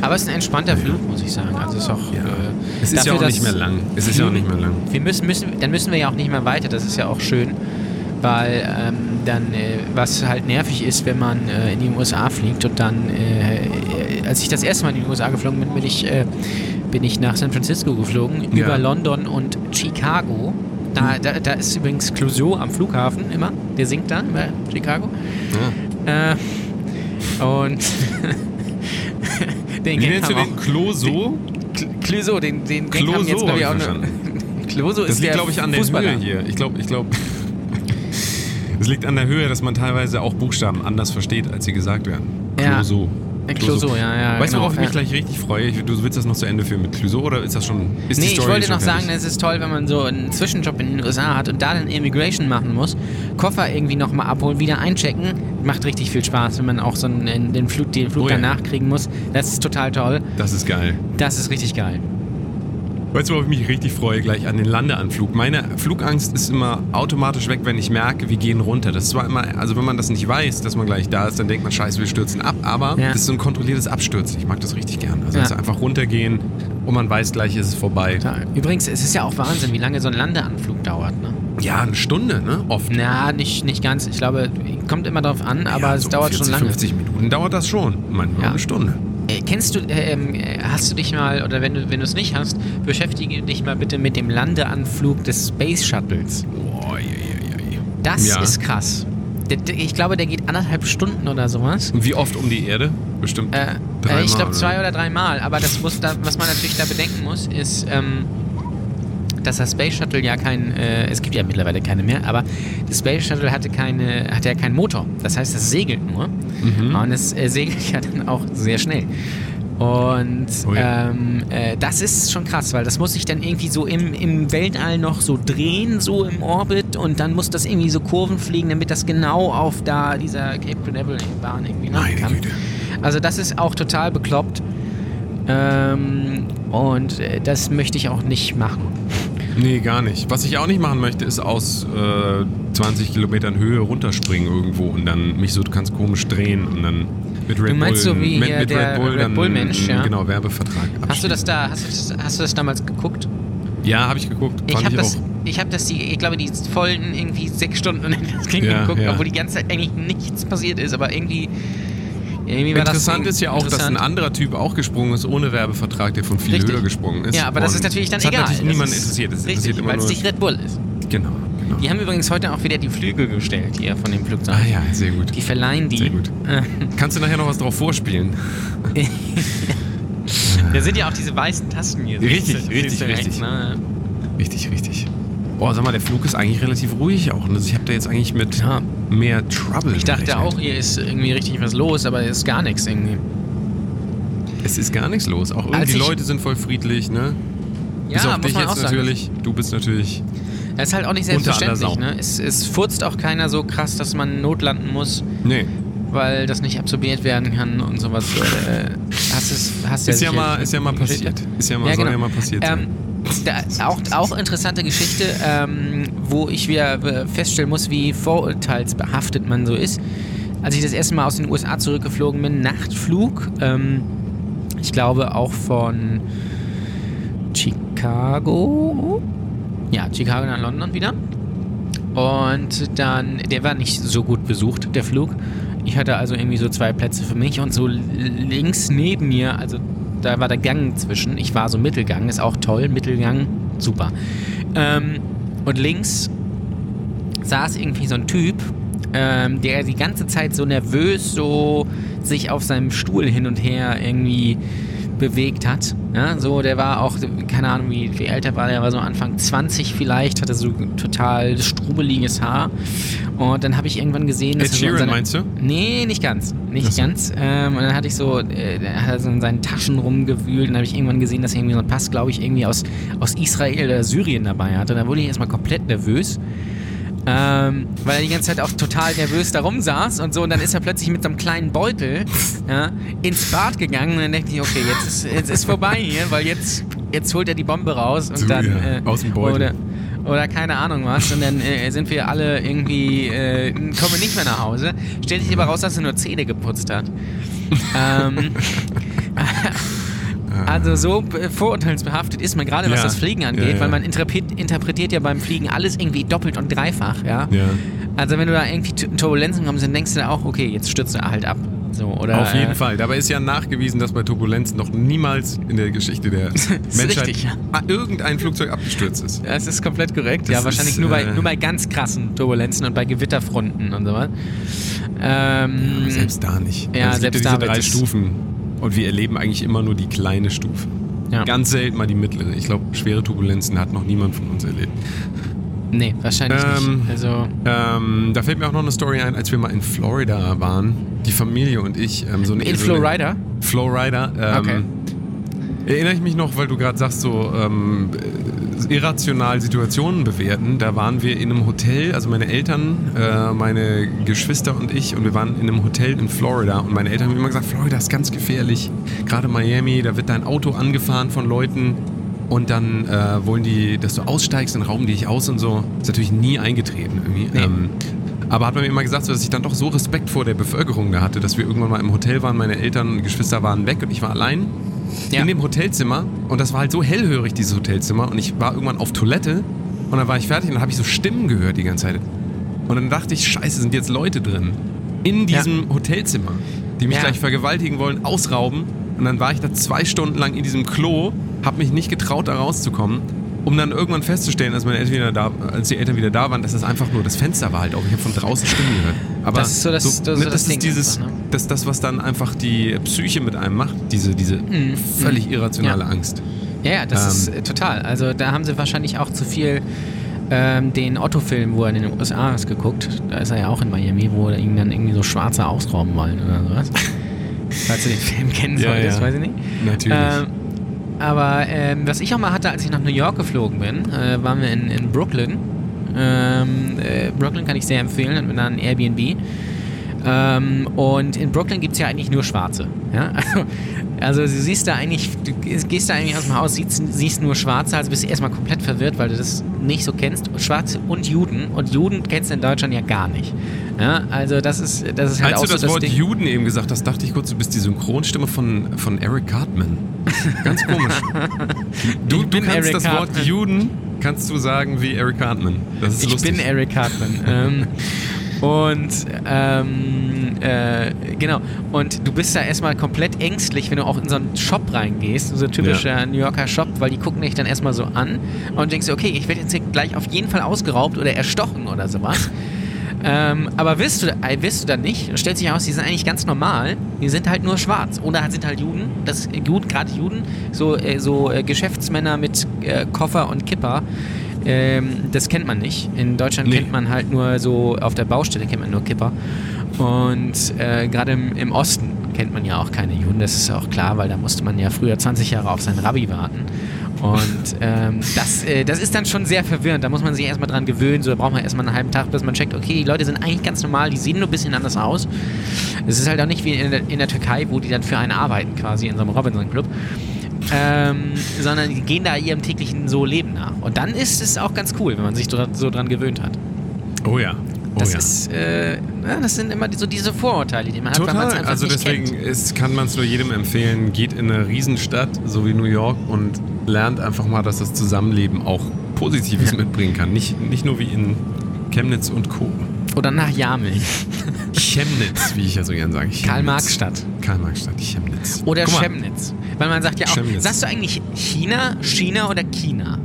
Speaker 3: Aber es ist ein entspannter Flug, muss ich sagen. Also es ist auch.
Speaker 2: Ja.
Speaker 3: Äh,
Speaker 2: Es ist ja auch
Speaker 3: dass-
Speaker 2: nicht mehr lang. Es ist ja auch nicht mehr lang.
Speaker 3: Wir müssen, müssen, dann müssen wir ja auch nicht mehr weiter. Das ist ja auch schön, weil ähm, dann äh, was halt nervig ist, wenn man äh, in die USA fliegt und dann, äh, äh, als ich das erste Mal in die USA geflogen bin, bin ich, äh, bin ich nach San Francisco geflogen
Speaker 2: Ja. Hm.
Speaker 3: über London und Chicago Da, da, da ist übrigens Clouseau am Flughafen immer. Der singt da über Chicago. Äh, und den
Speaker 2: Wie
Speaker 3: Gag
Speaker 2: nennst du
Speaker 3: haben
Speaker 2: den?
Speaker 3: auch.
Speaker 2: Closo?
Speaker 3: Clouseau, den, den Gag haben jetzt,
Speaker 2: Clouseau
Speaker 3: glaube ich, auch
Speaker 2: hab ich
Speaker 3: noch. Clouseau ist
Speaker 2: Das liegt,
Speaker 3: der
Speaker 2: glaube ich, an der
Speaker 3: Fußballer.
Speaker 2: Höhe hier. Ich glaube, ich glaube. Es liegt an der Höhe, dass man teilweise auch Buchstaben anders versteht, als sie gesagt werden.
Speaker 3: Ja.
Speaker 2: Clouseau.
Speaker 3: Äh, Clouseau, ja, ja,
Speaker 2: Weißt du,
Speaker 3: genau,
Speaker 2: worauf ich mich
Speaker 3: ja.
Speaker 2: gleich richtig freue? Ich, du willst das noch zu Ende führen mit Clouseau oder ist das schon. Ist
Speaker 3: Nee,
Speaker 2: die
Speaker 3: ich
Speaker 2: Story
Speaker 3: wollte
Speaker 2: schon
Speaker 3: noch sagen,
Speaker 2: fertig?
Speaker 3: es ist toll, wenn man so einen Zwischenjob in den USA hat und da dann Immigration machen muss. Koffer irgendwie nochmal abholen, wieder einchecken. Macht richtig viel Spaß, wenn man auch so einen, den Flug, den Flug
Speaker 2: Oh ja.
Speaker 3: danach kriegen muss. Das ist total toll.
Speaker 2: Das ist geil.
Speaker 3: Das ist richtig geil.
Speaker 2: Weißt du, worauf ich mich richtig freue? Gleich an den Landeanflug. Meine Flugangst ist immer automatisch weg, wenn ich merke, wir gehen runter. Das ist zwar immer, also wenn man das nicht weiß, dass man gleich da ist, dann denkt man, scheiße, wir stürzen ab. Aber
Speaker 3: Ja.
Speaker 2: das ist so ein kontrolliertes Abstürzen. Ich mag das richtig gern. Also
Speaker 3: Ja.
Speaker 2: dass wir einfach runtergehen und man weiß, gleich ist es vorbei.
Speaker 3: Total. Übrigens, es ist ja auch Wahnsinn, wie lange so ein Landeanflug dauert. Ne?
Speaker 2: Ja, eine Stunde, ne? Oft.
Speaker 3: Na, nicht, nicht ganz. Ich glaube, kommt immer drauf an, aber
Speaker 2: ja,
Speaker 3: es
Speaker 2: so um
Speaker 3: dauert
Speaker 2: 40,
Speaker 3: schon lange.
Speaker 2: 50 Minuten dauert das schon. Manchmal
Speaker 3: Ja.
Speaker 2: eine Stunde.
Speaker 3: Äh, Kennst du, äh, ähm, äh, hast du dich mal, oder wenn du wenn du es nicht hast, beschäftige dich mal bitte mit dem Landeanflug des Space Shuttles.
Speaker 2: Boah, je, je, je.
Speaker 3: Das
Speaker 2: Ja.
Speaker 3: ist krass. Der, der, ich glaube, der geht anderthalb Stunden oder sowas.
Speaker 2: Und wie oft um die Erde? Bestimmt.
Speaker 3: Äh, äh,
Speaker 2: dreimal,
Speaker 3: ich glaube
Speaker 2: oder?
Speaker 3: zwei oder dreimal. Aber das muss da, was man natürlich da bedenken muss, ist, ähm, dass das Space Shuttle ja kein, äh, es gibt ja mittlerweile keine mehr, aber das Space Shuttle hatte keine, hatte ja keinen Motor. Das heißt, es segelt nur.
Speaker 2: Mhm.
Speaker 3: Und es äh, segelt ja dann auch sehr schnell. Und
Speaker 2: Oh ja.
Speaker 3: ähm, äh, das ist schon krass, weil das muss sich dann irgendwie so im, im Weltall noch so drehen, so im Orbit und dann muss das irgendwie so Kurven fliegen, damit das genau auf da dieser Cape Canaveral Bahn irgendwie landen
Speaker 2: Meine
Speaker 3: kann.
Speaker 2: Güte.
Speaker 3: Ne? Also das ist auch total bekloppt ähm, und äh, das möchte ich auch nicht machen.
Speaker 2: Nee, gar nicht. Was ich auch nicht machen möchte, ist aus äh, 20 Kilometern Höhe runterspringen irgendwo und dann mich so ganz komisch drehen und dann mit Red
Speaker 3: meinst
Speaker 2: Bull,
Speaker 3: so wie
Speaker 2: mit,
Speaker 3: hier
Speaker 2: mit
Speaker 3: der
Speaker 2: Red Bull
Speaker 3: Red
Speaker 2: dann
Speaker 3: Bull-Mensch,
Speaker 2: einen,
Speaker 3: ja?
Speaker 2: genau Werbevertrag.
Speaker 3: Hast du
Speaker 2: abschließen.
Speaker 3: das da, hast du das, hast du das damals geguckt?
Speaker 2: Ja, habe ich geguckt.
Speaker 3: Ich
Speaker 2: Fand
Speaker 3: habe
Speaker 2: ich
Speaker 3: das,
Speaker 2: auch.
Speaker 3: ich habe das, die, ich glaube, die vollen irgendwie sechs Stunden und das Ding
Speaker 2: Ja,
Speaker 3: geguckt,
Speaker 2: ja.
Speaker 3: obwohl die ganze Zeit eigentlich nichts passiert ist, aber irgendwie, irgendwie war das
Speaker 2: Interessant
Speaker 3: Ding
Speaker 2: ist ja auch, dass ein
Speaker 3: interessant.
Speaker 2: anderer Typ auch gesprungen ist ohne Werbevertrag, der von viel
Speaker 3: Richtig.
Speaker 2: höher gesprungen ist.
Speaker 3: Ja, aber das
Speaker 2: Und
Speaker 3: ist natürlich dann
Speaker 2: das
Speaker 3: egal.
Speaker 2: Hat natürlich
Speaker 3: Das
Speaker 2: niemand
Speaker 3: ist
Speaker 2: interessiert. Das
Speaker 3: richtig,
Speaker 2: interessiert immer
Speaker 3: weil es
Speaker 2: nur.
Speaker 3: nicht Red Bull ist.
Speaker 2: Genau, genau.
Speaker 3: Die haben übrigens heute auch wieder die Flügel gestellt hier von dem Flugzeug.
Speaker 2: Ah ja, sehr gut.
Speaker 3: Die verleihen die.
Speaker 2: Sehr gut.
Speaker 3: Äh,
Speaker 2: Kannst du nachher noch was drauf vorspielen?
Speaker 3: Da sind ja auch diese weißen Tasten hier.
Speaker 2: Richtig,
Speaker 3: Siehst du-
Speaker 2: richtig,
Speaker 3: siehst du rechts,
Speaker 2: richtig.
Speaker 3: ne?
Speaker 2: Richtig, richtig. Boah, sag mal, der Flug ist eigentlich relativ ruhig auch. ne? Also ich habe da jetzt eigentlich mit
Speaker 3: Ja.
Speaker 2: mehr Trouble.
Speaker 3: Ich dachte
Speaker 2: gerechnet.
Speaker 3: auch, hier ist irgendwie richtig was los, aber es ist gar nichts irgendwie.
Speaker 2: Es ist gar nichts los. Auch
Speaker 3: Als
Speaker 2: irgendwie die
Speaker 3: ich-
Speaker 2: Leute sind voll friedlich, ne? Bis auf dich jetzt natürlich. Du bist natürlich.
Speaker 3: Das ist halt auch nicht
Speaker 2: Unter aller
Speaker 3: selbstverständlich.
Speaker 2: Sau.
Speaker 3: Ne? Es, es furzt auch keiner so krass, dass man notlanden muss,
Speaker 2: Nee.
Speaker 3: weil das nicht absorbiert werden kann und sowas. Äh, hast es, hast
Speaker 2: Ist ja
Speaker 3: sicher-
Speaker 2: mal, ist ja mal
Speaker 3: Geschichte.
Speaker 2: passiert. Ist ja mal, soll ja mal passiert
Speaker 3: Ähm,
Speaker 2: sein.
Speaker 3: da, auch, auch interessante Geschichte, ähm, wo ich wieder äh, feststellen muss, wie vorurteilsbehaftet man so ist. Als ich das erste Mal aus den USA zurückgeflogen bin, Nachtflug, ähm, ich glaube auch von Chicago. Ja, Chicago nach London wieder. Und dann, der war nicht so gut besucht, der Flug. Ich hatte also irgendwie so zwei Plätze für mich und so l- links neben mir, also da war der Gang zwischen. Ich war so Mittelgang, ist auch toll, Mittelgang, super. Ähm, und links saß irgendwie so ein Typ, ähm, der die ganze Zeit so nervös so sich auf seinem Stuhl hin und her irgendwie bewegt hat. Ja, so, der war auch, keine Ahnung, wie, wie älter war der, war so Anfang 20 vielleicht, hatte so total strubeliges Haar. Und dann habe ich irgendwann gesehen,
Speaker 2: Ed
Speaker 3: er so in
Speaker 2: Sheeran
Speaker 3: seiner-
Speaker 2: meinst du?
Speaker 3: Nee, nicht ganz. Nicht
Speaker 2: Ach so.
Speaker 3: ganz. Ähm, und dann hatte ich so, äh, dann hat er so in seinen Taschen rumgewühlt und habe ich irgendwann gesehen, dass er irgendwie so einen Pass, glaube ich, irgendwie aus, aus Israel oder Syrien dabei hatte. Da wurde ich erstmal komplett nervös. Ähm, weil er die ganze Zeit auch total nervös da rumsaß und so. Und dann ist er plötzlich mit so einem kleinen Beutel ja, ins Bad gegangen. Und dann dachte ich, okay, jetzt ist, jetzt ist vorbei hier, weil jetzt, jetzt holt er die Bombe raus und
Speaker 2: So,
Speaker 3: dann.
Speaker 2: ja, aus dem Beutel.
Speaker 3: Oder, oder keine Ahnung was. Und dann äh, sind wir alle irgendwie, äh, kommen nicht mehr nach Hause. Stellt sich aber raus, dass er nur Zähne geputzt hat. ähm, also so äh, vorurteilsbehaftet ist man gerade, was
Speaker 2: Ja.
Speaker 3: das Fliegen angeht,
Speaker 2: Ja, ja.
Speaker 3: weil man interpret interpretiert ja beim Fliegen alles irgendwie doppelt und dreifach, ja.
Speaker 2: ja.
Speaker 3: Also wenn du da irgendwie Tu- Turbulenzen kommst, dann denkst du da auch, okay, jetzt stürzt du halt ab. so. Oder,
Speaker 2: Auf jeden
Speaker 3: äh,
Speaker 2: Fall. Dabei ist ja nachgewiesen, dass bei Turbulenz noch niemals in der Geschichte der Menschheit
Speaker 3: richtig, ja. Mhm.
Speaker 2: a- irgendein Flugzeug abgestürzt ist.
Speaker 3: Das ist komplett korrekt.
Speaker 2: Das
Speaker 3: ja, wahrscheinlich
Speaker 2: ist,
Speaker 3: nur, bei,
Speaker 2: äh,
Speaker 3: nur bei ganz krassen Turbulenzen und bei Gewitterfronten und sowas. Ähm,
Speaker 2: Aber Selbst da nicht. Also
Speaker 3: Ja,
Speaker 2: es gibt
Speaker 3: selbst
Speaker 2: ja
Speaker 3: da
Speaker 2: diese
Speaker 3: wird
Speaker 2: drei
Speaker 3: es-
Speaker 2: Stufen. Und wir erleben eigentlich immer nur die kleine Stufe.
Speaker 3: ja.
Speaker 2: Ganz selten mal die mittlere. Ich glaube, schwere Turbulenzen hat noch niemand von uns erlebt.
Speaker 3: Nee, wahrscheinlich
Speaker 2: Ähm,
Speaker 3: nicht. Also,
Speaker 2: Ähm, da fällt mir auch noch eine Story ein, als wir mal in Florida waren. Die Familie und ich. Ähm, so eine
Speaker 3: in
Speaker 2: Insel-
Speaker 3: Florida?
Speaker 2: Flowrider. Ähm,
Speaker 3: Okay.
Speaker 2: Erinnere ich mich noch, weil du gerade sagst, so ähm, äh, irrational Situationen bewerten. Da waren wir in einem Hotel, also meine Eltern, äh, meine Geschwister und ich, und wir waren in einem Hotel in Florida. Und meine Eltern haben immer gesagt, Florida ist ganz gefährlich. Gerade Miami, da wird dein Auto angefahren von Leuten. Und dann äh, wollen die, dass du aussteigst, dann rauben die dich aus und so. Ist natürlich nie eingetreten irgendwie.
Speaker 3: Nee.
Speaker 2: Ähm, aber hat man mir immer gesagt, so, dass ich dann doch so Respekt vor der Bevölkerung da hatte, dass wir irgendwann mal im Hotel waren, meine Eltern und Geschwister waren weg und ich war allein
Speaker 3: Ja.
Speaker 2: in dem Hotelzimmer. Und das war halt so hellhörig, dieses Hotelzimmer. Und ich war irgendwann auf Toilette und dann war ich fertig und dann habe ich so Stimmen gehört die ganze Zeit. Und dann dachte ich, scheiße, sind jetzt Leute drin. In diesem Hotelzimmer, die mich
Speaker 3: Ja.
Speaker 2: gleich vergewaltigen wollen, ausrauben. Und dann war ich da zwei Stunden lang in diesem Klo, habe mich nicht getraut, da rauszukommen. Um dann irgendwann festzustellen, als, meine Eltern wieder da, als die Eltern wieder da waren, dass es einfach nur das Fenster war halt auch. Ich habe von draußen Stimmen gehört. Aber
Speaker 3: Das ist so das- das ist so
Speaker 2: ne,
Speaker 3: das Ding
Speaker 2: ist dieses,
Speaker 3: einfach, ne?
Speaker 2: das, das, was dann einfach die Psyche mit einem macht, diese, diese völlig irrationale
Speaker 3: Mhm. Ja.
Speaker 2: Angst.
Speaker 3: Ja, ja, das
Speaker 2: Ähm.
Speaker 3: ist äh, total. Also da haben sie wahrscheinlich auch zu viel ähm, den Otto-Film, wo er in den USA ist, geguckt. Da ist er ja auch in Miami, wo ihn dann irgendwie so Schwarze ausrauben wollen oder sowas. Falls du den Film kennen
Speaker 2: Ja,
Speaker 3: solltest,
Speaker 2: ja.
Speaker 3: weiß ich nicht.
Speaker 2: Natürlich.
Speaker 3: Ähm, aber ähm, was ich auch mal hatte, als ich nach New York geflogen bin, äh, waren wir in, in Brooklyn. Ähm, äh, Brooklyn kann ich sehr empfehlen, hatten wir da ein Airbnb. Ähm, und in Brooklyn gibt es ja eigentlich nur Schwarze. Ja? Also, also du siehst da eigentlich, du gehst da eigentlich aus dem Haus, siehst, siehst nur Schwarze, also bist du erstmal komplett verwirrt, weil du das nicht so kennst. Schwarze und Juden. Und Juden kennst du in Deutschland ja gar nicht. Ja? Also das ist, das ist halt
Speaker 2: Als
Speaker 3: auch
Speaker 2: du das
Speaker 3: so das
Speaker 2: Wort
Speaker 3: Ding.
Speaker 2: Juden eben gesagt hast, dachte ich kurz, du bist die Synchronstimme von, von Eric Cartman. Ganz komisch. Du, du
Speaker 3: bin
Speaker 2: kannst
Speaker 3: Eric
Speaker 2: das
Speaker 3: Cartman.
Speaker 2: Wort Juden, kannst du sagen wie Eric Cartman. Das ist
Speaker 3: ich
Speaker 2: lustig.
Speaker 3: bin Eric Hartman. ähm, und ähm, äh, genau. Und du bist da erstmal komplett ängstlich, wenn du auch in so einen Shop reingehst, so ein typischer New Yorker Shop, weil die gucken dich dann erstmal so an und denkst, dir, okay, ich werde jetzt hier gleich auf jeden Fall ausgeraubt oder erstochen oder sowas. Ähm, aber wirst du, äh, wirst du dann nicht, stellt sich heraus, die sind eigentlich ganz normal, die sind halt nur schwarz. Oder halt- sind halt Juden, das ist gut, gerade Juden, so, äh, so äh, Geschäftsmänner mit äh, Koffer und Kipper. Ähm, das kennt man nicht. In Deutschland
Speaker 2: Nee.
Speaker 3: kennt man halt nur so, auf der Baustelle kennt man nur Kipper. Und äh, gerade im, im Osten kennt man ja auch keine Juden, das ist ja auch klar, weil da musste man ja früher 20 Jahre auf seinen Rabbi warten. Und ähm, das, äh, das ist dann schon sehr verwirrend. Da muss man sich erstmal dran gewöhnen. So, da braucht man erstmal einen halben Tag, bis man checkt, okay, die Leute sind eigentlich ganz normal, die sehen nur ein bisschen anders aus. Es ist halt auch nicht wie in der, in der Türkei, wo die dann für einen arbeiten, quasi in so einem Robinson-Club. Ähm, sondern die gehen da ihrem täglichen so Leben nach. Und dann ist es auch ganz cool, wenn man sich dra- so dran gewöhnt hat.
Speaker 2: Oh ja. Oh
Speaker 3: Das
Speaker 2: ja.
Speaker 3: ist, äh, na, das sind immer die- so diese Vorurteile, die man hat, weil man es
Speaker 2: Total.
Speaker 3: einfach
Speaker 2: Also
Speaker 3: nicht
Speaker 2: deswegen
Speaker 3: kennt.
Speaker 2: ist, kann man es nur jedem empfehlen. Geht in eine Riesenstadt, so wie New York, und lernt einfach mal, dass das Zusammenleben auch Positives mitbringen kann. Nicht, nicht nur wie in Chemnitz und Co.
Speaker 3: Oder nach Jameln,
Speaker 2: Chemnitz, wie ich ja so gern sage. Chemnitz.
Speaker 3: Karl-Marx-Stadt.
Speaker 2: Karl-Marx-Stadt, Chemnitz.
Speaker 3: Oder
Speaker 2: Guck mal,
Speaker 3: Chemnitz. Weil man sagt ja auch,
Speaker 2: Chemnitz.
Speaker 3: sagst du eigentlich China, China oder China?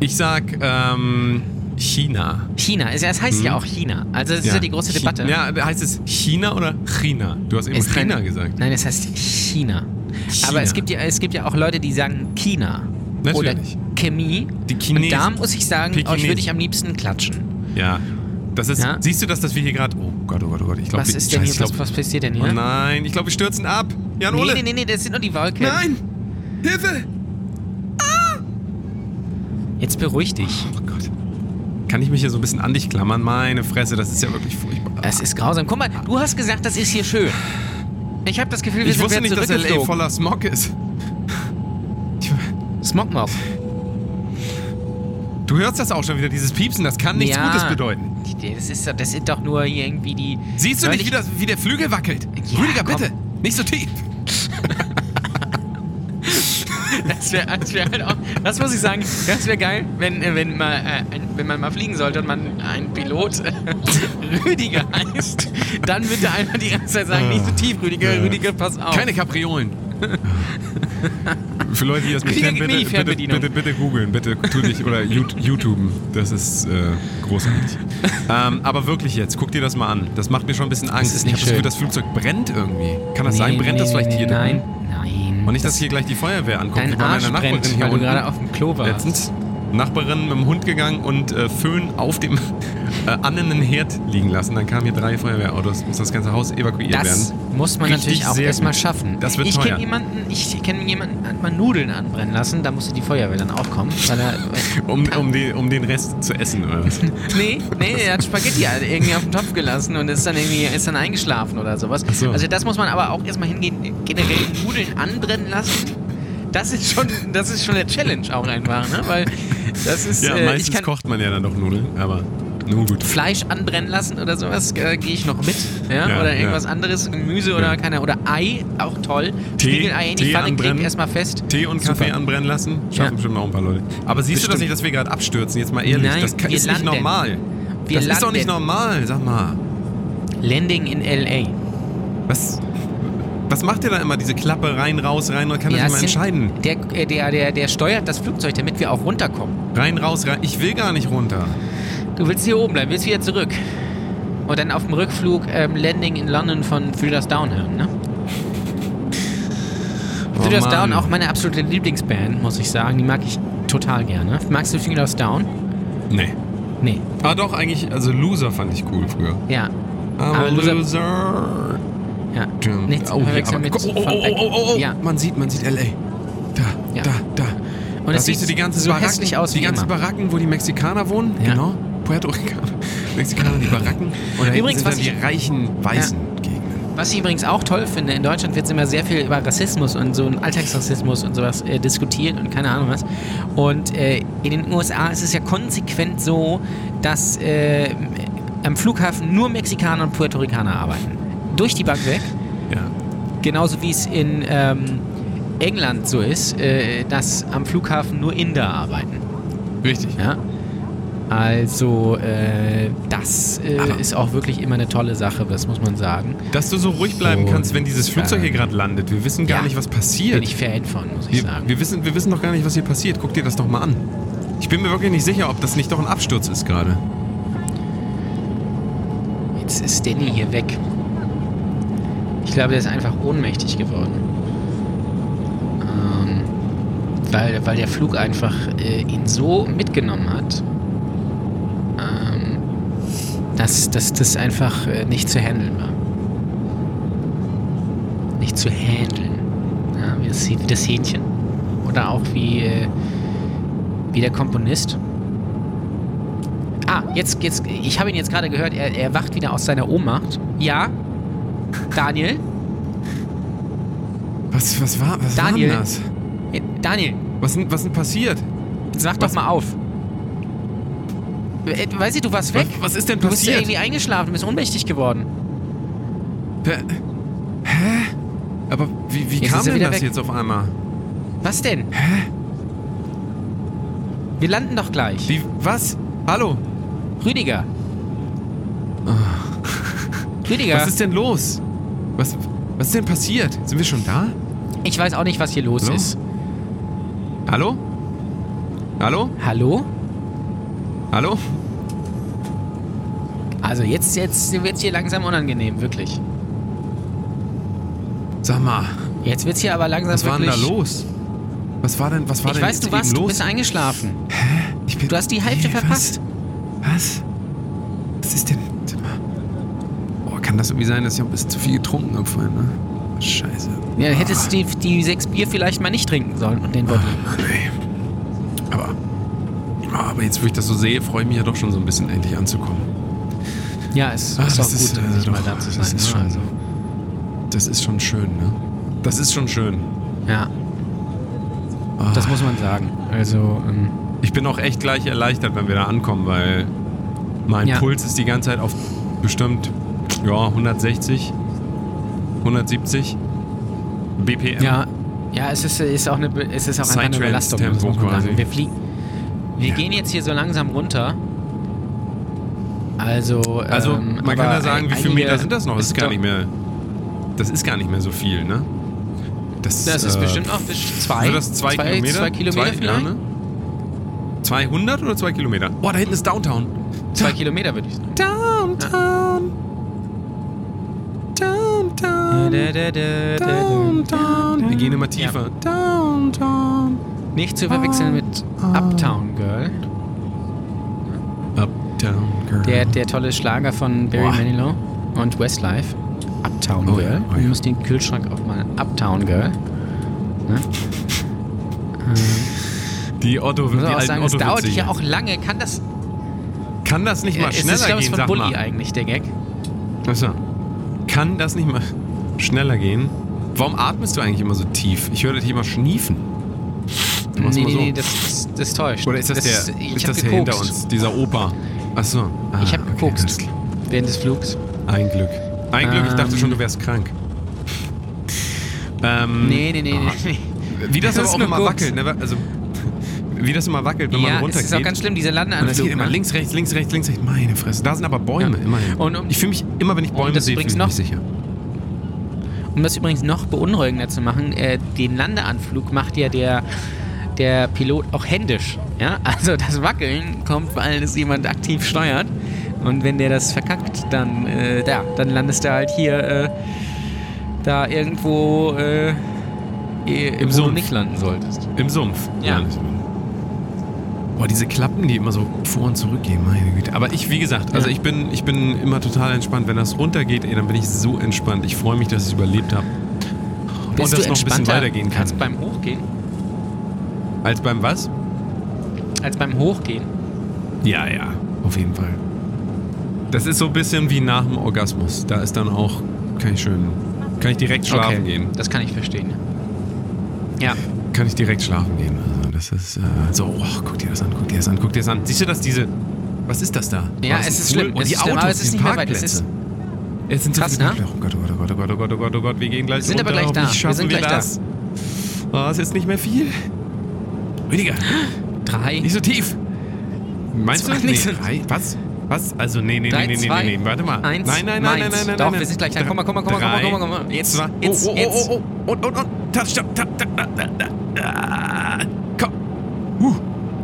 Speaker 2: Ich sag ähm, China.
Speaker 3: China, es es heißt ja auch China. Also das ist ja die große
Speaker 2: Hm. Chi-
Speaker 3: Debatte.
Speaker 2: Ja, heißt es China oder China? Du hast eben
Speaker 3: Es
Speaker 2: China
Speaker 3: kann-
Speaker 2: gesagt.
Speaker 3: Nein, es heißt China.
Speaker 2: China.
Speaker 3: Aber es gibt, ja, es gibt ja auch Leute, die sagen China. Oder
Speaker 2: Natürlich.
Speaker 3: Chemie.
Speaker 2: Die Chinesen.
Speaker 3: Und da muss ich sagen,
Speaker 2: Die
Speaker 3: euch würde ich
Speaker 2: Chinesen.
Speaker 3: am liebsten klatschen.
Speaker 2: Ja. Das ist,
Speaker 3: Ja.
Speaker 2: Siehst du das, dass wir hier gerade. Oh Gott, oh Gott, oh Gott. Ich glaub,
Speaker 3: was
Speaker 2: wir-
Speaker 3: ist denn
Speaker 2: Scheiße,
Speaker 3: hier?
Speaker 2: ich
Speaker 3: Was,
Speaker 2: glaub,
Speaker 3: was passiert denn
Speaker 2: Oh
Speaker 3: hier?
Speaker 2: nein, ich glaube, wir stürzen ab. Jan Ole.
Speaker 3: nee, nee, nee, nee, das sind nur die Wolken.
Speaker 2: Nein. Hilfe.
Speaker 3: Jetzt beruhig dich.
Speaker 2: Oh Gott. Kann ich mich hier so ein bisschen an dich klammern? Meine Fresse, das ist ja wirklich furchtbar.
Speaker 3: Das ist grausam. Guck mal, du hast gesagt, das ist hier schön. Ich habe das Gefühl, wir
Speaker 2: ich
Speaker 3: sind
Speaker 2: wusste
Speaker 3: wieder
Speaker 2: nicht, dass LA
Speaker 3: zurückgeflogen.
Speaker 2: voller Smog ist. Ich,
Speaker 3: Smogmog.
Speaker 2: du hörst das auch schon wieder, dieses Piepsen. Das kann nichts
Speaker 3: Ja.
Speaker 2: Gutes bedeuten.
Speaker 3: Das ist, doch- das sind doch nur hier irgendwie die.
Speaker 2: Siehst du nicht,
Speaker 3: Neulich-
Speaker 2: wie, das, wie der Flügel wackelt?
Speaker 3: Ja,
Speaker 2: Rüdiger,
Speaker 3: komm.
Speaker 2: bitte. Nicht so tief.
Speaker 3: Das wäre das wär halt auch. Das muss ich sagen, das wäre geil, wenn, äh, wenn mal äh, ein wenn man mal fliegen sollte und man ein Pilot äh, Rüdiger heißt, dann bitte einmal die ganze Zeit sagen, nicht so tief, Rüdiger, Rüdiger, pass auf.
Speaker 2: Ah. Keine Kapriolen. Oh. Für Leute, die das nicht
Speaker 3: Kriege
Speaker 2: kennen, bitte, bitte, bitte,
Speaker 3: Kniefernbedienung.
Speaker 2: bitte, googeln, bitte tu dich oder Yout- YouTuben. Das ist äh, großartig. ähm, aber wirklich jetzt, guck dir das mal an. Das macht mir schon ein bisschen Angst.
Speaker 3: ist nicht
Speaker 2: ich habe das Gefühl, das
Speaker 3: schön.
Speaker 2: Flugzeug brennt irgendwie. Kann das sein? Brennt das vielleicht hier?
Speaker 3: Nein,
Speaker 2: drin?
Speaker 3: nein.
Speaker 2: Und nicht, dass hier gleich die Feuerwehr ankommt.
Speaker 3: Dein
Speaker 2: wie bei
Speaker 3: Arsch brennt, weil du gerade auf dem Klo warst.
Speaker 2: letztens Nachbarin mit dem Hund gegangen und äh, Föhn auf dem äh, annenden Herd liegen lassen. Dann kamen hier drei Feuerwehrautos, muss das ganze Haus evakuiert
Speaker 3: Das
Speaker 2: werden.
Speaker 3: muss man
Speaker 2: Richtig
Speaker 3: natürlich auch
Speaker 2: sehr
Speaker 3: erstmal
Speaker 2: gut.
Speaker 3: schaffen.
Speaker 2: Das wird
Speaker 3: ich
Speaker 2: teuer.
Speaker 3: kenne jemanden, ich kenne jemanden, hat mal Nudeln anbrennen lassen, da musste die Feuerwehr dann auch kommen. Weil er,
Speaker 2: Um, um, die, um den Rest zu essen oder was?
Speaker 3: nee, nee, er hat Spaghetti halt irgendwie auf den Topf gelassen und ist dann irgendwie ist dann eingeschlafen oder sowas.
Speaker 2: so.
Speaker 3: Also das muss man aber auch erstmal hingehen, generell Nudeln anbrennen lassen. Das ist schon, das ist schon eine Challenge auch einfach, ne? Weil das ist,
Speaker 2: Ja,
Speaker 3: äh, ich
Speaker 2: meistens
Speaker 3: kann
Speaker 2: kocht man ja dann doch Nudeln, aber nun gut.
Speaker 3: Fleisch anbrennen lassen oder sowas, äh, gehe ich noch mit. Ja?
Speaker 2: Ja,
Speaker 3: oder
Speaker 2: ja.
Speaker 3: irgendwas anderes, Gemüse oder keine, oder Ei, auch toll.
Speaker 2: Tee-
Speaker 3: Spiegelei in die
Speaker 2: Tee
Speaker 3: Pfanne
Speaker 2: anbrennen.
Speaker 3: kriegt erstmal fest.
Speaker 2: Tee und Kaffee
Speaker 3: Super.
Speaker 2: anbrennen lassen, schaffen
Speaker 3: Ja.
Speaker 2: bestimmt auch ein paar Leute. Aber siehst du das
Speaker 3: Bestimmt.
Speaker 2: nicht, dass wir gerade abstürzen? Jetzt mal ehrlich,
Speaker 3: Nein,
Speaker 2: das kann,
Speaker 3: wir
Speaker 2: ist nicht
Speaker 3: landen.
Speaker 2: normal.
Speaker 3: Wir
Speaker 2: das ist doch nicht
Speaker 3: landen.
Speaker 2: normal, sag mal.
Speaker 3: Landing in L.A.
Speaker 2: Was, was macht ihr da immer? Diese Klappe rein, raus, rein, kann das
Speaker 3: Ja,
Speaker 2: immer
Speaker 3: es sind-
Speaker 2: entscheiden?
Speaker 3: Der, äh, der, der, der steuert das Flugzeug, damit wir auch runterkommen.
Speaker 2: Rein, raus, rein. Ich will gar nicht runter.
Speaker 3: Du willst hier oben bleiben, willst wieder zurück. Und dann auf dem Rückflug ähm, Landing in London von Thrillers Down hören, ne?
Speaker 2: Oh,
Speaker 3: Thrillers
Speaker 2: Mann.
Speaker 3: Down, auch meine absolute Lieblingsband, muss ich sagen. Die mag ich total gerne. Magst du Thrillers Down?
Speaker 2: Nee.
Speaker 3: Nee.
Speaker 2: Ah, doch, eigentlich, also Loser fand ich cool früher.
Speaker 3: Ja.
Speaker 2: I'm a
Speaker 3: Aber Loser-
Speaker 2: Loser.
Speaker 3: ja.
Speaker 2: Jim.
Speaker 3: Nichts
Speaker 2: oh, hier,
Speaker 3: verwechseln
Speaker 2: aber,
Speaker 3: mit
Speaker 2: oh, oh, oh, oh, oh, oh.
Speaker 3: Ja.
Speaker 2: Man sieht, man sieht L.A. Da,
Speaker 3: Ja.
Speaker 2: da, da.
Speaker 3: Und
Speaker 2: da
Speaker 3: es
Speaker 2: siehst
Speaker 3: sieht
Speaker 2: du die ganzen
Speaker 3: so
Speaker 2: Baracken,
Speaker 3: hässlich aus
Speaker 2: die
Speaker 3: wie
Speaker 2: ganzen
Speaker 3: immer.
Speaker 2: Baracken, wo die Mexikaner wohnen.
Speaker 3: Ja.
Speaker 2: Genau. Puerto Ricaner. Mexikaner, die Baracken. Und da hinten
Speaker 3: Übrigens,
Speaker 2: sind dann
Speaker 3: was
Speaker 2: die
Speaker 3: ich-
Speaker 2: reichen weißen Gegenden.
Speaker 3: Was ich übrigens auch toll finde, in Deutschland wird immer sehr viel über Rassismus und so einen Alltagsrassismus und sowas äh, diskutiert und keine Ahnung was. Und äh, in den USA ist es ja konsequent so, dass äh, am Flughafen nur Mexikaner und Puerto Ricaner arbeiten. Durch die Bank weg.
Speaker 2: Ja.
Speaker 3: Genauso wie es in ähm, England so ist, äh, dass am Flughafen nur Inder arbeiten.
Speaker 2: Richtig.
Speaker 3: Ja? Also äh, das äh,
Speaker 2: Aber-
Speaker 3: ist auch wirklich immer eine tolle Sache, das muss man sagen.
Speaker 2: Dass du so ruhig bleiben
Speaker 3: So,
Speaker 2: kannst, wenn dieses Flugzeug hier
Speaker 3: ähm,
Speaker 2: gerade landet. Wir wissen gar
Speaker 3: ja.
Speaker 2: nicht, was
Speaker 3: Bin
Speaker 2: passiert.
Speaker 3: ich Fan von, muss
Speaker 2: wir,
Speaker 3: ich sagen.
Speaker 2: wir, wissen, wir wissen doch gar nicht, was hier passiert. Guck dir das doch mal an. Ich bin mir wirklich nicht sicher, ob das nicht doch ein Absturz ist gerade.
Speaker 3: Jetzt ist Danny hier weg. Ich glaube, der ist einfach ohnmächtig geworden. Ähm, weil, weil der Flug einfach äh, ihn so mitgenommen hat, ähm, dass, dass das einfach äh, nicht zu handeln war. Nicht zu handeln. Ja, wie das, wie das Hähnchen. Oder auch wie, äh, wie der Komponist. Ah, jetzt, jetzt, ich habe ihn jetzt gerade gehört, er, er wacht wieder aus seiner Ohnmacht. Ja, Daniel,
Speaker 2: Was, was war was
Speaker 3: Daniel.
Speaker 2: War denn das?
Speaker 3: äh, Daniel,
Speaker 2: Was denn, was denn passiert?
Speaker 3: sag
Speaker 2: Was?
Speaker 3: doch mal auf. Äh, Weißt du, du warst weg.
Speaker 2: Was, was ist denn
Speaker 3: Du bist ja
Speaker 2: passiert?
Speaker 3: irgendwie eingeschlafen, du bist ohnmächtig geworden.
Speaker 2: Hä? Aber wie, wie
Speaker 3: Jetzt
Speaker 2: kam
Speaker 3: ist er
Speaker 2: denn
Speaker 3: wieder
Speaker 2: das
Speaker 3: weg.
Speaker 2: jetzt auf einmal?
Speaker 3: Was denn? Hä? Wir landen doch gleich.
Speaker 2: Wie, was? Hallo?
Speaker 3: Rüdiger. Rüdiger,
Speaker 2: Ah. Was ist denn los? Was, was ist denn passiert? Sind wir schon da?
Speaker 3: ich weiß auch nicht, was hier los
Speaker 2: Hallo?
Speaker 3: ist.
Speaker 2: Hallo? Hallo?
Speaker 3: Hallo?
Speaker 2: Hallo?
Speaker 3: Also jetzt, jetzt wird's hier langsam unangenehm, wirklich.
Speaker 2: Sag mal,
Speaker 3: Jetzt wird's hier aber langsam
Speaker 2: was war denn
Speaker 3: wirklich...
Speaker 2: da los? Was war denn, was war
Speaker 3: ich
Speaker 2: denn
Speaker 3: weiß,
Speaker 2: jetzt
Speaker 3: du warst,
Speaker 2: eben
Speaker 3: du
Speaker 2: los?
Speaker 3: bist eingeschlafen.
Speaker 2: Ich bin-
Speaker 3: Du hast die Hälfte
Speaker 2: Hä,
Speaker 3: verpasst.
Speaker 2: Was? was? Was ist denn? Sag mal. Boah, kann das irgendwie sein, dass ich auch ein bisschen zu viel getrunken habe vorhin, ne? Scheiße.
Speaker 3: Ja, hättest du die, die sechs Bier vielleicht mal nicht trinken sollen und den Wodka.
Speaker 2: Nee. Aber, aber jetzt, wo ich das so sehe, freue ich mich ja doch schon so ein bisschen endlich anzukommen.
Speaker 3: Ja, es
Speaker 2: Ah,
Speaker 3: ist auch gut,
Speaker 2: äh,
Speaker 3: endlich mal
Speaker 2: doch,
Speaker 3: da zu sein.
Speaker 2: das, ist
Speaker 3: ne?
Speaker 2: schon,
Speaker 3: also,
Speaker 2: das ist schon schön, ne? Das ist schon schön.
Speaker 3: ja,
Speaker 2: Ah.
Speaker 3: das muss man sagen. Also, ähm,
Speaker 2: ich bin auch echt gleich erleichtert, wenn wir da ankommen, weil mein
Speaker 3: Ja.
Speaker 2: Puls ist die ganze Zeit auf bestimmt ja, 160, 170 BPM.
Speaker 3: ja, ja, es ist, ist auch eine, Be- es ist auch einfach eine
Speaker 2: Sidetrain-Tempo
Speaker 3: Belastung, das muss man
Speaker 2: quasi.
Speaker 3: sagen. Wir fliegen. Wir gehen jetzt hier so langsam runter. Also,
Speaker 2: Also
Speaker 3: ähm,
Speaker 2: man kann
Speaker 3: aber
Speaker 2: ja sagen, wie viele
Speaker 3: einige-
Speaker 2: Meter sind das noch? Das ist gar
Speaker 3: doch-
Speaker 2: nicht mehr. Das ist gar nicht mehr so viel, ne?
Speaker 3: Das ist
Speaker 2: äh,
Speaker 3: bestimmt noch bis zwei,
Speaker 2: Sind das zwei, Kilometer?
Speaker 3: Zwei Kilometer
Speaker 2: Zwei,
Speaker 3: vielleicht?
Speaker 2: Ja, ne? 200 oder zwei Kilometer? Boah, da hinten ist Downtown.
Speaker 3: Zwei Kilometer würde ich sagen.
Speaker 2: Downtown. Downtown. Downtown. Wir gehen immer tiefer. Downtown.
Speaker 3: Nicht zu verwechseln mit Uptown Girl,
Speaker 2: Uptown Girl.
Speaker 3: der, der tolle Schlager von Barry
Speaker 2: Boah.
Speaker 3: Manilow und Westlife. Uptown
Speaker 2: Oh ja,
Speaker 3: Girl.
Speaker 2: oh ja.
Speaker 3: Du musst den Kühlschrank aufmachen. Uptown Girl.
Speaker 2: die Otto, die
Speaker 3: Muss auch
Speaker 2: alten
Speaker 3: sagen, es
Speaker 2: Otto
Speaker 3: dauert ja auch lange. Kann das.
Speaker 2: Kann das nicht mal
Speaker 3: es
Speaker 2: schneller
Speaker 3: ist, glaube ich,
Speaker 2: gehen,
Speaker 3: von
Speaker 2: sag
Speaker 3: Bully
Speaker 2: mal.
Speaker 3: eigentlich, der Gag.
Speaker 2: Achso. Kann das nicht mal schneller gehen? Warum atmest du eigentlich immer so tief? Ich höre dich immer schniefen. Du machst
Speaker 3: Nee,
Speaker 2: mal
Speaker 3: nee,
Speaker 2: so.
Speaker 3: nee, das, das, das täuscht.
Speaker 2: Oder ist das, der,
Speaker 3: Ich
Speaker 2: ist
Speaker 3: hab
Speaker 2: das der hinter
Speaker 3: gekokst.
Speaker 2: uns, dieser Opa? Achso. Ah,
Speaker 3: Ich habe
Speaker 2: okay, alles
Speaker 3: gekokst.
Speaker 2: klar. Hm.
Speaker 3: Während des Flugs.
Speaker 2: Ein Glück. Ein Glück, ich dachte
Speaker 3: Ähm.
Speaker 2: schon, du wärst krank. Ähm,
Speaker 3: Nee, nee, nee,
Speaker 2: ah.
Speaker 3: nee.
Speaker 2: Wie das,
Speaker 3: Das ist
Speaker 2: aber auch
Speaker 3: nur
Speaker 2: immer
Speaker 3: Koks.
Speaker 2: wackelt, ne? Also, wie das immer wackelt, wenn man
Speaker 3: Ja, es
Speaker 2: runtergeht.
Speaker 3: ist auch ganz schlimm, diese
Speaker 2: und es
Speaker 3: Landeanflug.
Speaker 2: geht immer
Speaker 3: ne?
Speaker 2: links, rechts, links, rechts, links, rechts. Meine Fresse, da sind aber Bäume,
Speaker 3: Ja.
Speaker 2: immerhin.
Speaker 3: Und um-
Speaker 2: ich fühle mich immer, wenn ich Bäume
Speaker 3: das
Speaker 2: sehe, fühle
Speaker 3: übrigens
Speaker 2: ich
Speaker 3: noch-
Speaker 2: mich sicher.
Speaker 3: Um das übrigens noch beunruhigender zu machen, äh, den Landeanflug macht ja der, der Pilot auch händisch. Ja? Also das Wackeln kommt, weil es jemand aktiv steuert. Und wenn der das verkackt, dann, äh, da, dann landest du halt hier äh, da irgendwo äh,
Speaker 2: Im
Speaker 3: Im wo du
Speaker 2: Sumpf.
Speaker 3: nicht landen solltest.
Speaker 2: Im Sumpf.
Speaker 3: Ja.
Speaker 2: nicht so. Boah, diese Klappen, die immer so vor und zurück gehen, meine Güte. Aber ich, wie gesagt, also
Speaker 3: Ja.
Speaker 2: ich bin, ich bin immer total entspannt. Wenn das runtergeht, ey, dann bin ich so entspannt. Ich freue mich, dass ich es überlebt habe. Und
Speaker 3: Bist
Speaker 2: dass
Speaker 3: du
Speaker 2: es noch ein bisschen
Speaker 3: entspannter
Speaker 2: weitergehen kann.
Speaker 3: Als beim Hochgehen.
Speaker 2: Als beim was?
Speaker 3: Als beim Hochgehen.
Speaker 2: Ja, ja, auf jeden Fall. Das ist so ein bisschen wie nach dem Orgasmus. Da ist dann auch, kann ich schön, kann ich direkt schlafen gehen.
Speaker 3: Das kann ich verstehen. Ja.
Speaker 2: Kann ich direkt schlafen gehen. Also das ist äh, so, oh, guck dir das an, guck dir das an, guck dir das an. Siehst du, dass diese, was ist das da?
Speaker 3: Ja,
Speaker 2: War das ein
Speaker 3: es ist
Speaker 2: Pool?
Speaker 3: schlimm,
Speaker 2: Und
Speaker 3: es
Speaker 2: die
Speaker 3: ist
Speaker 2: Autos,
Speaker 3: schlimm, aber es ist
Speaker 2: die
Speaker 3: nicht mehr weit, es
Speaker 2: Parkplätze.
Speaker 3: ist-
Speaker 2: Es sind so
Speaker 3: Krass,
Speaker 2: viele
Speaker 3: ne?
Speaker 2: Parkplätze. Oh Gott, oh Gott, oh Gott, oh Gott, oh Gott, oh Gott, wir gehen gleich
Speaker 3: Sind aber
Speaker 2: runter.
Speaker 3: gleich da.
Speaker 2: Hoffentlich
Speaker 3: Wir
Speaker 2: Schaffen
Speaker 3: sind
Speaker 2: wir
Speaker 3: gleich da.
Speaker 2: das. Oh, es ist nicht mehr viel. Weniger.
Speaker 3: Drei.
Speaker 2: Nicht so tief. Meinst du?
Speaker 3: Zwei,
Speaker 2: Nee,
Speaker 3: nicht so-
Speaker 2: drei. Was? Was? Also, nee, nee,
Speaker 3: Drei,
Speaker 2: nee, nee,
Speaker 3: zwei,
Speaker 2: nee, nee. Warte mal.
Speaker 3: eins,
Speaker 2: nein, nein, nein, nein,
Speaker 3: meins.
Speaker 2: nein, nein.
Speaker 3: Doch,
Speaker 2: nein.
Speaker 3: wir sind gleich da.
Speaker 2: Drei,
Speaker 3: Komm mal, komm mal, komm mal, komm mal,
Speaker 2: drei.
Speaker 3: komm mal, komm mal. Jetzt,
Speaker 2: Zwei.
Speaker 3: jetzt,
Speaker 2: oh, oh,
Speaker 3: jetzt.
Speaker 2: Oh, oh, oh, und, und, und. Da, stopp, da, da, da, da, da, da. Komm. oh.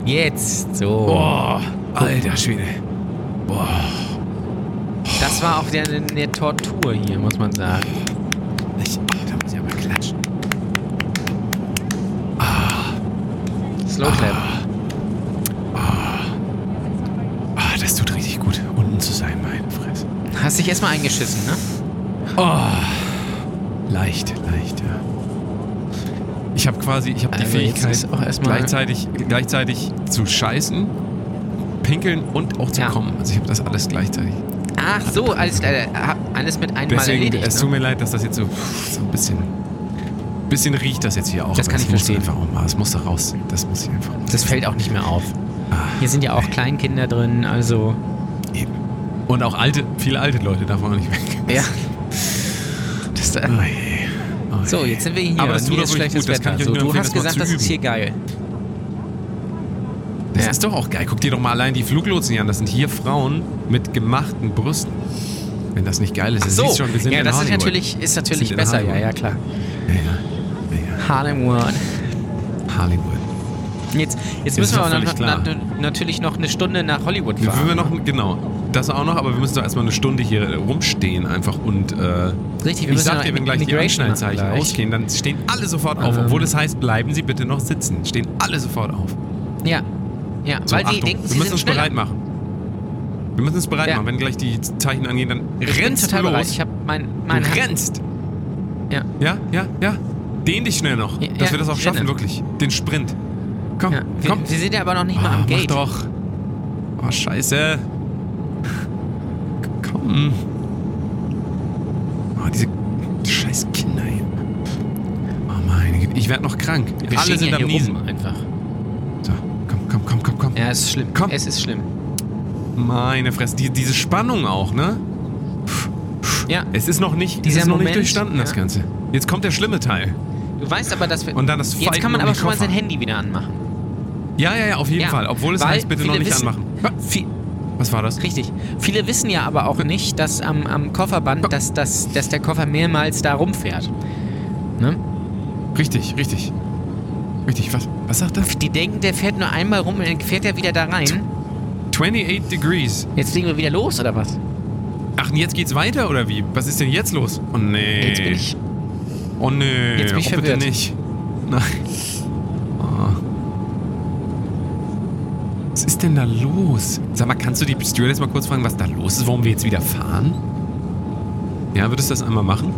Speaker 3: Jetzt. So.
Speaker 2: Boah, alter Schwede.
Speaker 3: Das war auch der, eine Tortur hier, muss man sagen.
Speaker 2: Ich, oh, da muss ich aber klatschen.
Speaker 3: Slow Clap.
Speaker 2: Ah, das tut richtig gut, unten zu sein, meine Fresse.
Speaker 3: Hast dich erstmal eingeschissen, ne?
Speaker 2: Leicht, leicht, ja. Ich habe quasi, ich habe die
Speaker 3: Also jetzt
Speaker 2: Fähigkeit,
Speaker 3: ist auch erstmal-
Speaker 2: gleichzeitig, gleichzeitig zu scheißen, pinkeln und auch zu
Speaker 3: Ja.
Speaker 2: kommen. Also ich habe das alles gleichzeitig.
Speaker 3: Ach so, alles, äh, hab alles mit einem Mal
Speaker 2: Deswegen, es
Speaker 3: erledigt.
Speaker 2: tut
Speaker 3: Ne?
Speaker 2: mir leid, dass das jetzt so, so ein bisschen, bisschen riecht das jetzt hier auch.
Speaker 3: Das
Speaker 2: aber
Speaker 3: kann ich
Speaker 2: muss
Speaker 3: verstehen.
Speaker 2: Einfach auch mal, es muss da raus. Das muss ich einfach.
Speaker 3: Das fällt auch nicht mehr auf.
Speaker 2: Ah.
Speaker 3: Hier sind ja auch Kleinkinder drin, also.
Speaker 2: Eben. Und auch alte, viele alte Leute darf man auch nicht weg.
Speaker 3: Ja. Das, äh,
Speaker 2: Oje, oje.
Speaker 3: so, jetzt sind wir hier.
Speaker 2: Aber das
Speaker 3: und
Speaker 2: tut doch
Speaker 3: hier
Speaker 2: wirklich
Speaker 3: ist schlechtes
Speaker 2: gut, das kann ich
Speaker 3: Wetter.
Speaker 2: euch
Speaker 3: So,
Speaker 2: nur empfehlen,
Speaker 3: du
Speaker 2: das
Speaker 3: hast
Speaker 2: mal
Speaker 3: gesagt,
Speaker 2: zu
Speaker 3: das ist
Speaker 2: üben.
Speaker 3: hier geil.
Speaker 2: Das
Speaker 3: Ja.
Speaker 2: ist doch auch geil. Guck dir doch mal allein die Fluglotsen hier an. Das sind hier Frauen mit gemachten Brüsten. Wenn das nicht geil ist, das siehst du schon, wir sind
Speaker 3: ja,
Speaker 2: in
Speaker 3: das ist
Speaker 2: Hollywood.
Speaker 3: natürlich, ist
Speaker 2: Sind
Speaker 3: natürlich
Speaker 2: in
Speaker 3: besser. Ja,
Speaker 2: Hollywood.
Speaker 3: ja, klar.
Speaker 2: Ja, ja. Ja,
Speaker 3: Harlem World.
Speaker 2: ja. Hollywood.
Speaker 3: Jetzt, jetzt
Speaker 2: Ist
Speaker 3: müssen wir
Speaker 2: doch
Speaker 3: aber
Speaker 2: völlig
Speaker 3: noch,
Speaker 2: klar.
Speaker 3: na, natürlich noch eine Stunde nach Hollywood
Speaker 2: Dann
Speaker 3: fahren.
Speaker 2: würden wir noch, genau, das auch noch, aber wir müssen doch erstmal eine Stunde hier rumstehen einfach und äh,
Speaker 3: Richtig,
Speaker 2: ich
Speaker 3: wir müssen
Speaker 2: sag
Speaker 3: noch
Speaker 2: dir, wenn gleich die
Speaker 3: Immigration machen
Speaker 2: Anschnallzeichen
Speaker 3: gleich.
Speaker 2: ausgehen, dann stehen alle sofort auf,
Speaker 3: Ähm.
Speaker 2: obwohl es heißt, bleiben Sie bitte noch sitzen. Stehen alle sofort auf.
Speaker 3: Ja. Ja,
Speaker 2: So,
Speaker 3: weil
Speaker 2: Achtung,
Speaker 3: die denken,
Speaker 2: wir
Speaker 3: sie
Speaker 2: müssen
Speaker 3: sind
Speaker 2: uns
Speaker 3: schneller.
Speaker 2: bereit machen. Wir müssen uns bereit
Speaker 3: Ja.
Speaker 2: machen. Wenn gleich die Zeichen angehen, dann
Speaker 3: Ich bin
Speaker 2: rennst du
Speaker 3: total
Speaker 2: los.
Speaker 3: bereit. Ich habe mein, mein
Speaker 2: du
Speaker 3: Hand-
Speaker 2: rennst.
Speaker 3: Ja.
Speaker 2: Ja, ja, ja. Dehn dich schnell noch,
Speaker 3: Ja,
Speaker 2: dass
Speaker 3: ja,
Speaker 2: wir das auch
Speaker 3: ich
Speaker 2: schaffen,
Speaker 3: renne.
Speaker 2: wirklich. Den Sprint. Komm,
Speaker 3: Ja, wir,
Speaker 2: komm.
Speaker 3: wir sind ja aber noch nicht mal am
Speaker 2: Ah,
Speaker 3: Gate.
Speaker 2: Mach doch. Oh, scheiße. Komm. Oh, diese scheiß Kinder hier. Oh, meine Güte. Ich werd noch krank.
Speaker 3: Wir
Speaker 2: Alle
Speaker 3: stehen
Speaker 2: sind
Speaker 3: ja
Speaker 2: am
Speaker 3: hier
Speaker 2: Niesen.
Speaker 3: rum einfach.
Speaker 2: So, komm, komm, komm, komm, komm.
Speaker 3: Ja, es ist schlimm.
Speaker 2: Komm.
Speaker 3: Es ist schlimm.
Speaker 2: Meine Fresse. Die, diese Spannung auch, ne?
Speaker 3: Ja,
Speaker 2: Es ist noch nicht, es
Speaker 3: Dieser
Speaker 2: ist noch nicht
Speaker 3: Moment,
Speaker 2: durchstanden, das
Speaker 3: ja.
Speaker 2: Ganze. Jetzt kommt der schlimme Teil.
Speaker 3: du weißt aber, dass wir
Speaker 2: Und dann das
Speaker 3: Jetzt
Speaker 2: Fighten
Speaker 3: kann man
Speaker 2: um
Speaker 3: aber
Speaker 2: die
Speaker 3: schon mal
Speaker 2: Koffer.
Speaker 3: sein Handy wieder anmachen.
Speaker 2: Ja, ja, ja, auf jeden
Speaker 3: Ja,
Speaker 2: Fall. Obwohl es
Speaker 3: weil
Speaker 2: heißt, bitte noch
Speaker 3: viele
Speaker 2: nicht
Speaker 3: wissen-
Speaker 2: anmachen.
Speaker 3: Viel,
Speaker 2: Was war das?
Speaker 3: Richtig. Viele wissen ja aber auch nicht, dass am, am Kofferband, dass, dass, dass der Koffer mehrmals da rumfährt. Ne?
Speaker 2: Richtig, richtig. Richtig, was, was sagt er?
Speaker 3: Die denken, der fährt nur einmal rum und dann fährt er wieder da rein.
Speaker 2: 28 Degrees.
Speaker 3: Jetzt fliegen wir wieder los, oder was?
Speaker 2: Ach, und jetzt geht's weiter oder wie? Was ist denn jetzt los? Oh nee.
Speaker 3: Jetzt bin ich.
Speaker 2: Oh nee.
Speaker 3: Jetzt bin ich
Speaker 2: oh, bitte
Speaker 3: verwirrt.
Speaker 2: nicht. Nein. Oh. Was ist denn da los? Sag mal, kannst du die Stewardess mal kurz fragen, was da los ist, warum wir jetzt wieder fahren? Ja, würdest du das einmal machen?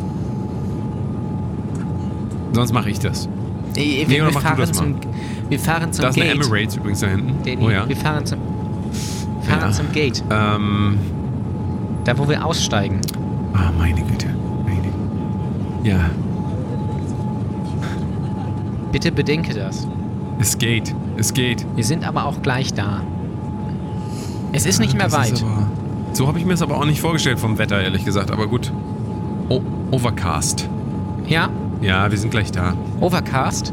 Speaker 2: Sonst mache ich das.
Speaker 3: Nee,
Speaker 2: Nee,
Speaker 3: wir,
Speaker 2: oder
Speaker 3: wir,
Speaker 2: mach du
Speaker 3: fahren
Speaker 2: das mal.
Speaker 3: zum, wir fahren zum
Speaker 2: Da ist eine
Speaker 3: Gate.
Speaker 2: Emirates übrigens da hinten.
Speaker 3: Danny.
Speaker 2: Oh ja.
Speaker 3: Wir fahren zum. Wir fahren
Speaker 2: Ja.
Speaker 3: zum Gate.
Speaker 2: Ähm,
Speaker 3: Da wo wir aussteigen.
Speaker 2: Ah, meine Güte. Meine Güte. Ja,
Speaker 3: Bitte bedenke das.
Speaker 2: es geht. Es geht.
Speaker 3: Wir sind aber auch gleich da. Es ist nicht mehr
Speaker 2: Ah, Das
Speaker 3: weit.
Speaker 2: ist aber- so habe ich mir es aber auch nicht vorgestellt vom Wetter, ehrlich gesagt. Aber gut. O Overcast.
Speaker 3: ja,
Speaker 2: Ja, wir sind gleich da.
Speaker 3: Overcast.